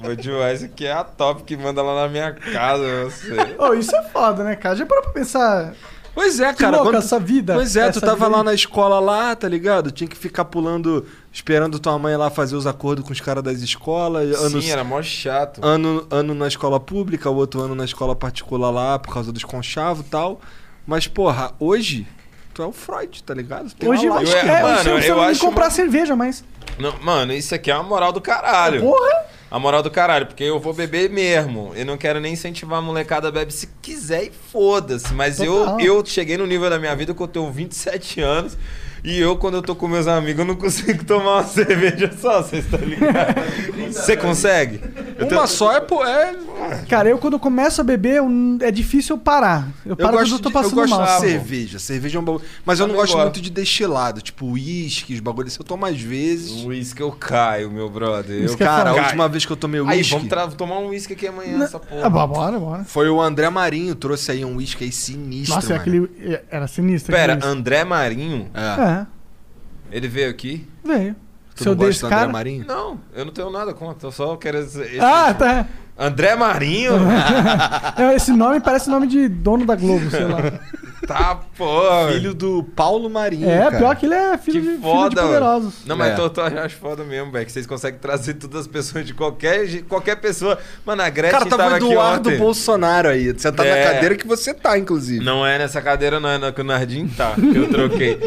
Speaker 4: Budweiser que é a top que manda lá na minha casa, você.
Speaker 3: Ô, isso é foda, né, cara? Já parou pra pensar.
Speaker 2: Pois é,
Speaker 3: Que
Speaker 2: cara.
Speaker 3: louca
Speaker 2: quando-
Speaker 3: essa vida.
Speaker 2: Pois é,
Speaker 3: essa
Speaker 2: tu tava
Speaker 3: vida
Speaker 2: lá
Speaker 3: aí.
Speaker 2: na escola lá, tá ligado? Tinha que ficar pulando, esperando tua mãe lá fazer os acordos com os caras das escolas. anos-
Speaker 4: Sim, era mó chato.
Speaker 2: ano, ano na escola pública, o outro ano na escola particular lá, por causa dos conchavos e tal. Mas, porra, hoje, tu é o Freud, tá ligado? Tem
Speaker 3: Hoje
Speaker 2: uma
Speaker 3: acho
Speaker 2: lógica.
Speaker 3: que é,
Speaker 4: mano,
Speaker 3: hoje você
Speaker 4: eu
Speaker 3: não vai nem
Speaker 4: acho
Speaker 3: comprar cerveja, mas.
Speaker 4: Não, mano, isso aqui é uma moral do caralho.
Speaker 3: Porra!
Speaker 4: A moral do caralho, porque eu vou beber mesmo. Eu não quero nem incentivar a molecada a beber se quiser e foda-se. Mas eu,
Speaker 3: Total.
Speaker 4: eu cheguei no nível da minha vida que eu tenho 27 anos. E eu, quando eu tô com meus amigos, eu não consigo tomar uma cerveja só, vocês estão ligados? Você consegue? Eu
Speaker 2: Uma só é, pô, é.
Speaker 3: Cara, eu quando eu começo a beber, eu n- é difícil eu parar. Eu
Speaker 2: Eu
Speaker 3: paro quando
Speaker 2: gosto,
Speaker 3: eu tô
Speaker 2: de, eu
Speaker 3: passando
Speaker 2: gosto
Speaker 3: mal.
Speaker 2: de cerveja. Cerveja é um bagulho. Mas eu não
Speaker 4: Também
Speaker 2: gosto
Speaker 4: gosto.
Speaker 2: muito de destilado, tipo uísque, os bagulhos. assim. Eu tomo às vezes.
Speaker 4: O um uísque eu caio, meu brother. Eu
Speaker 3: Isso que eu ia
Speaker 2: Cara,
Speaker 3: falar.
Speaker 2: a
Speaker 4: Cai.
Speaker 2: última vez que eu tomei
Speaker 4: Aí,
Speaker 2: uísque
Speaker 4: vamos tra- tomar um uísque aqui amanhã, essa
Speaker 3: Ah,
Speaker 4: porra.
Speaker 3: bora, bora, bora.
Speaker 2: foi o André Marinho, trouxe aí um uísque aí sinistro.
Speaker 3: Nossa, é
Speaker 2: mano.
Speaker 3: aquele. é- Era sinistro.
Speaker 4: Pera,
Speaker 3: aquele-
Speaker 4: André Marinho,
Speaker 2: É.
Speaker 3: É,
Speaker 4: ele veio aqui?
Speaker 3: veio.
Speaker 2: Tu
Speaker 3: Se eu
Speaker 2: não
Speaker 3: dei
Speaker 2: gosta
Speaker 3: esse
Speaker 2: do André
Speaker 3: cara.
Speaker 2: Marinho?
Speaker 4: Não, eu não tenho nada contra, eu só quero... esse- esse-
Speaker 3: Ah, tá.
Speaker 4: André Marinho?
Speaker 3: É, Esse nome parece nome de dono da Globo, sei lá.
Speaker 4: tá, pô.
Speaker 2: Filho do Paulo Marinho.
Speaker 3: É,
Speaker 2: cara.
Speaker 3: pior que ele é filho, de, filho de poderosos.
Speaker 4: Não, mas
Speaker 2: É.
Speaker 4: tô, tô, eu acho foda mesmo, velho. Que vocês conseguem trazer todas as pessoas de qualquer, je- qualquer pessoa. Mano, a Gretchen
Speaker 2: Cara, tava o
Speaker 4: aqui
Speaker 2: Eduardo
Speaker 4: ontem.
Speaker 2: Bolsonaro aí. Você tá
Speaker 4: É.
Speaker 2: na cadeira que você tá, inclusive.
Speaker 4: Não é nessa cadeira, não é na que o Nardim tá, que eu troquei.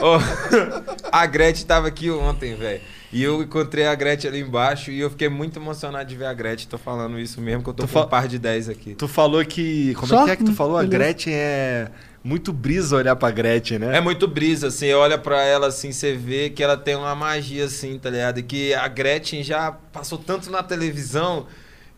Speaker 4: Ô, a Gretchen tava aqui ontem, velho. E eu encontrei a Gretchen ali embaixo e eu fiquei muito emocionado de ver a Gretchen. Tô falando isso mesmo, que eu tô com
Speaker 2: fa-
Speaker 4: um par de 10 aqui.
Speaker 2: Tu falou que. Como é
Speaker 3: Só?
Speaker 2: que é que tu falou? A
Speaker 3: Beleza.
Speaker 2: Gretchen é. Muito brisa olhar pra Gretchen, né?
Speaker 4: É muito brisa, assim, olha pra ela assim, você vê que ela tem uma magia, assim, tá ligado? E que a Gretchen já passou tanto na televisão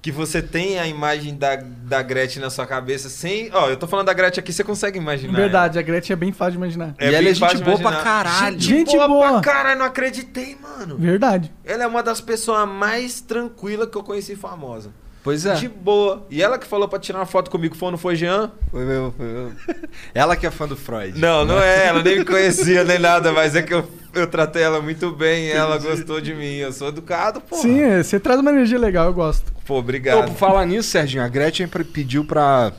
Speaker 4: que você tem a imagem da, da Gretchen na sua cabeça sem. Ó, eu tô falando da Gretchen aqui, você consegue imaginar.
Speaker 3: Verdade, a Gretchen é bem fácil de imaginar.
Speaker 4: É E ela bem é gente fácil de boa pra imaginar. caralho.
Speaker 3: Gente,
Speaker 4: Gente
Speaker 3: boa,
Speaker 4: boa. pra caralho, não acreditei, mano.
Speaker 3: Verdade.
Speaker 4: Ela é uma das pessoas mais tranquilas que eu conheci famosa.
Speaker 2: Pois é.
Speaker 4: De boa. E ela que falou pra tirar uma foto comigo, foi, não foi, Jean?
Speaker 2: Foi mesmo, foi mesmo. Ela que é fã do Freud.
Speaker 4: Não, não é ela, nem me conhecia, nem nada, mas é que eu, eu tratei ela muito bem, ela gostou de mim, eu sou educado, pô.
Speaker 3: Sim, é, você traz uma energia legal, eu gosto.
Speaker 4: Pô, obrigado.
Speaker 2: Ô, por falar nisso, Serginho, a Gretchen pre- pediu pra,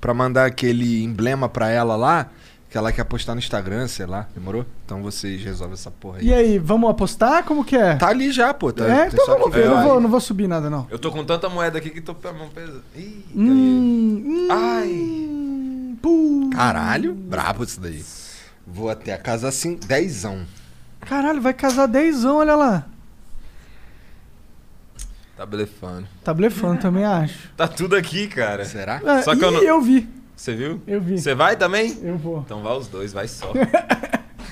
Speaker 2: pra mandar aquele emblema pra ela lá, que ela quer postar no Instagram, sei lá, demorou? Então vocês resolvem essa porra aí.
Speaker 3: E aí, vamos apostar? Como que é?
Speaker 2: Tá ali já, pô. Tá,
Speaker 3: é, então
Speaker 2: só
Speaker 3: vamos
Speaker 2: que-
Speaker 3: ver. eu Não vou, não vou subir nada, não.
Speaker 4: Eu tô com tanta moeda aqui que tô com a mão pesada. Ih,
Speaker 3: Hum,
Speaker 4: ai.
Speaker 3: Pum.
Speaker 2: Caralho, brabo isso daí. Vou até a casa assim, dezão.
Speaker 3: Caralho, vai casar dezão, olha lá.
Speaker 4: Tá blefando.
Speaker 3: Tá blefando, também acho.
Speaker 4: Tá tudo aqui, cara.
Speaker 2: Será?
Speaker 3: Ah,
Speaker 4: Só que
Speaker 3: e
Speaker 4: eu não...
Speaker 3: eu vi.
Speaker 4: Você viu?
Speaker 3: Eu vi.
Speaker 4: Você vai também?
Speaker 3: Eu vou.
Speaker 4: Então vai os dois, vai só.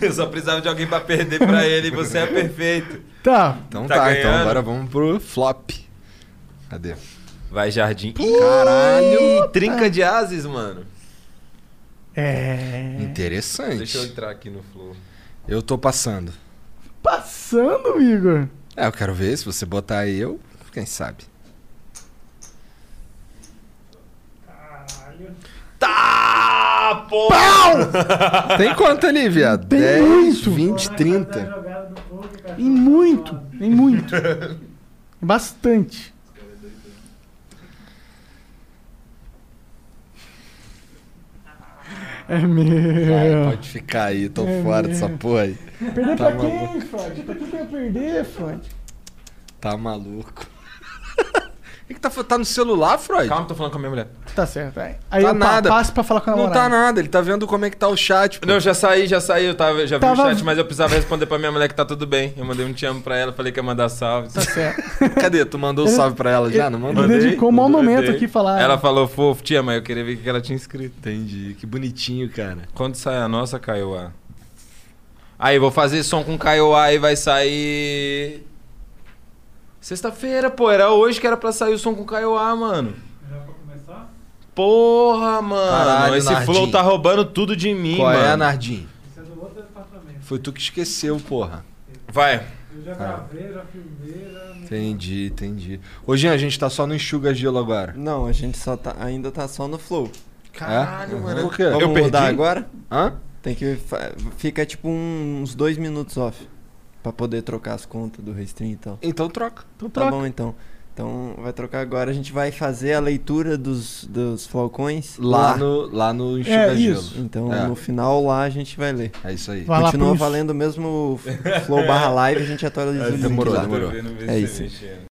Speaker 4: eu só precisava de alguém pra perder pra ele e você é perfeito.
Speaker 3: Tá.
Speaker 2: Então
Speaker 4: Tá
Speaker 2: tá, então
Speaker 4: ganhando.
Speaker 2: agora vamos pro flop. Cadê?
Speaker 4: Vai, Jardim.
Speaker 2: Caralho!
Speaker 4: Ih, trinca de ases, mano.
Speaker 3: É.
Speaker 4: Deixa eu
Speaker 2: Interessante.
Speaker 4: entrar aqui no flow.
Speaker 2: Eu tô passando.
Speaker 3: Passando, Igor.
Speaker 2: É, eu quero ver se você botar aí eu, quem sabe.
Speaker 4: Tá, pô!
Speaker 2: Tem quanto ali, viado?
Speaker 3: Tem
Speaker 2: 10,
Speaker 3: muito.
Speaker 2: 20, 30.
Speaker 3: Em muito, em muito. Bastante. É meu.
Speaker 2: Pode ficar aí, tô
Speaker 3: É
Speaker 2: fora
Speaker 3: mesmo.
Speaker 2: dessa porra aí.
Speaker 3: Perder
Speaker 2: Tá
Speaker 3: pra quem, Floyd? Pra quem que eu ia perder, Floyd?
Speaker 2: Tá maluco. O que, que tá, fa- tá no celular, Freud?
Speaker 4: Calma, tô falando com a minha mulher.
Speaker 3: Tá certo, vai. Aí
Speaker 2: Tá
Speaker 3: eu pa-
Speaker 2: nada.
Speaker 3: passo pra falar com a
Speaker 2: Não tá
Speaker 3: namorada.
Speaker 2: nada, ele tá vendo como é que tá o chat. pô.
Speaker 4: Não, já saí, já saí, eu tava, já vi
Speaker 3: Tava-
Speaker 4: o chat, mas eu precisava responder pra minha mulher que tá tudo bem. Eu mandei um te amo pra ela, falei que ia mandar salve.
Speaker 3: Tá certo.
Speaker 2: Cadê? Tu mandou um salve pra ela já? Não mandou?
Speaker 3: Ele dedicou um mau momento
Speaker 4: Mandei.
Speaker 3: aqui falar. né?
Speaker 4: Ela falou, fofo, tia, mas eu queria ver o que ela tinha escrito.
Speaker 2: Entendi, que bonitinho, cara.
Speaker 4: Quando sai a nossa, Kaiowá? Aí, vou fazer som com Kaiowá e vai sair... Sexta-feira, pô, era hoje que era pra sair o som com Kaiowá, mano.
Speaker 6: Já pra começar?
Speaker 4: Porra, mano.
Speaker 2: Caralho,
Speaker 4: esse
Speaker 2: Nardim.
Speaker 4: flow tá roubando tudo de mim,
Speaker 2: Qual é,
Speaker 4: mano.
Speaker 2: Nardim?
Speaker 6: Isso é do outro departamento.
Speaker 2: Foi tu que esqueceu, porra.
Speaker 4: Vai.
Speaker 6: Eu já gravei, já filmei, já.
Speaker 2: Entendi, entendi. Ô, Jean, a gente tá só no enxuga gelo agora.
Speaker 10: Não, a gente só tá, ainda tá só no flow.
Speaker 2: Caralho, mano. Por quê?
Speaker 10: Vamos
Speaker 4: Eu perdi?
Speaker 10: mudar agora?
Speaker 2: Hã?
Speaker 10: Tem que. fa- Fica tipo
Speaker 2: um,
Speaker 10: uns dois minutos off. Pra poder trocar as contas do Restream e tal.
Speaker 2: Então troca.
Speaker 3: Então
Speaker 10: Tá
Speaker 3: troca.
Speaker 10: bom então. Então vai trocar agora. A gente vai fazer a leitura dos, dos falcões
Speaker 2: Lá, No, lá no enxuga
Speaker 3: É,
Speaker 2: gelo.
Speaker 3: isso.
Speaker 10: Então
Speaker 2: É.
Speaker 10: no final lá a gente vai ler.
Speaker 2: É isso aí.
Speaker 3: Vai lá
Speaker 10: Continua
Speaker 3: pro-
Speaker 10: valendo mesmo o flow barra live, a gente atualiza o link
Speaker 2: demorou,
Speaker 10: lá.
Speaker 2: demorou.
Speaker 10: É isso.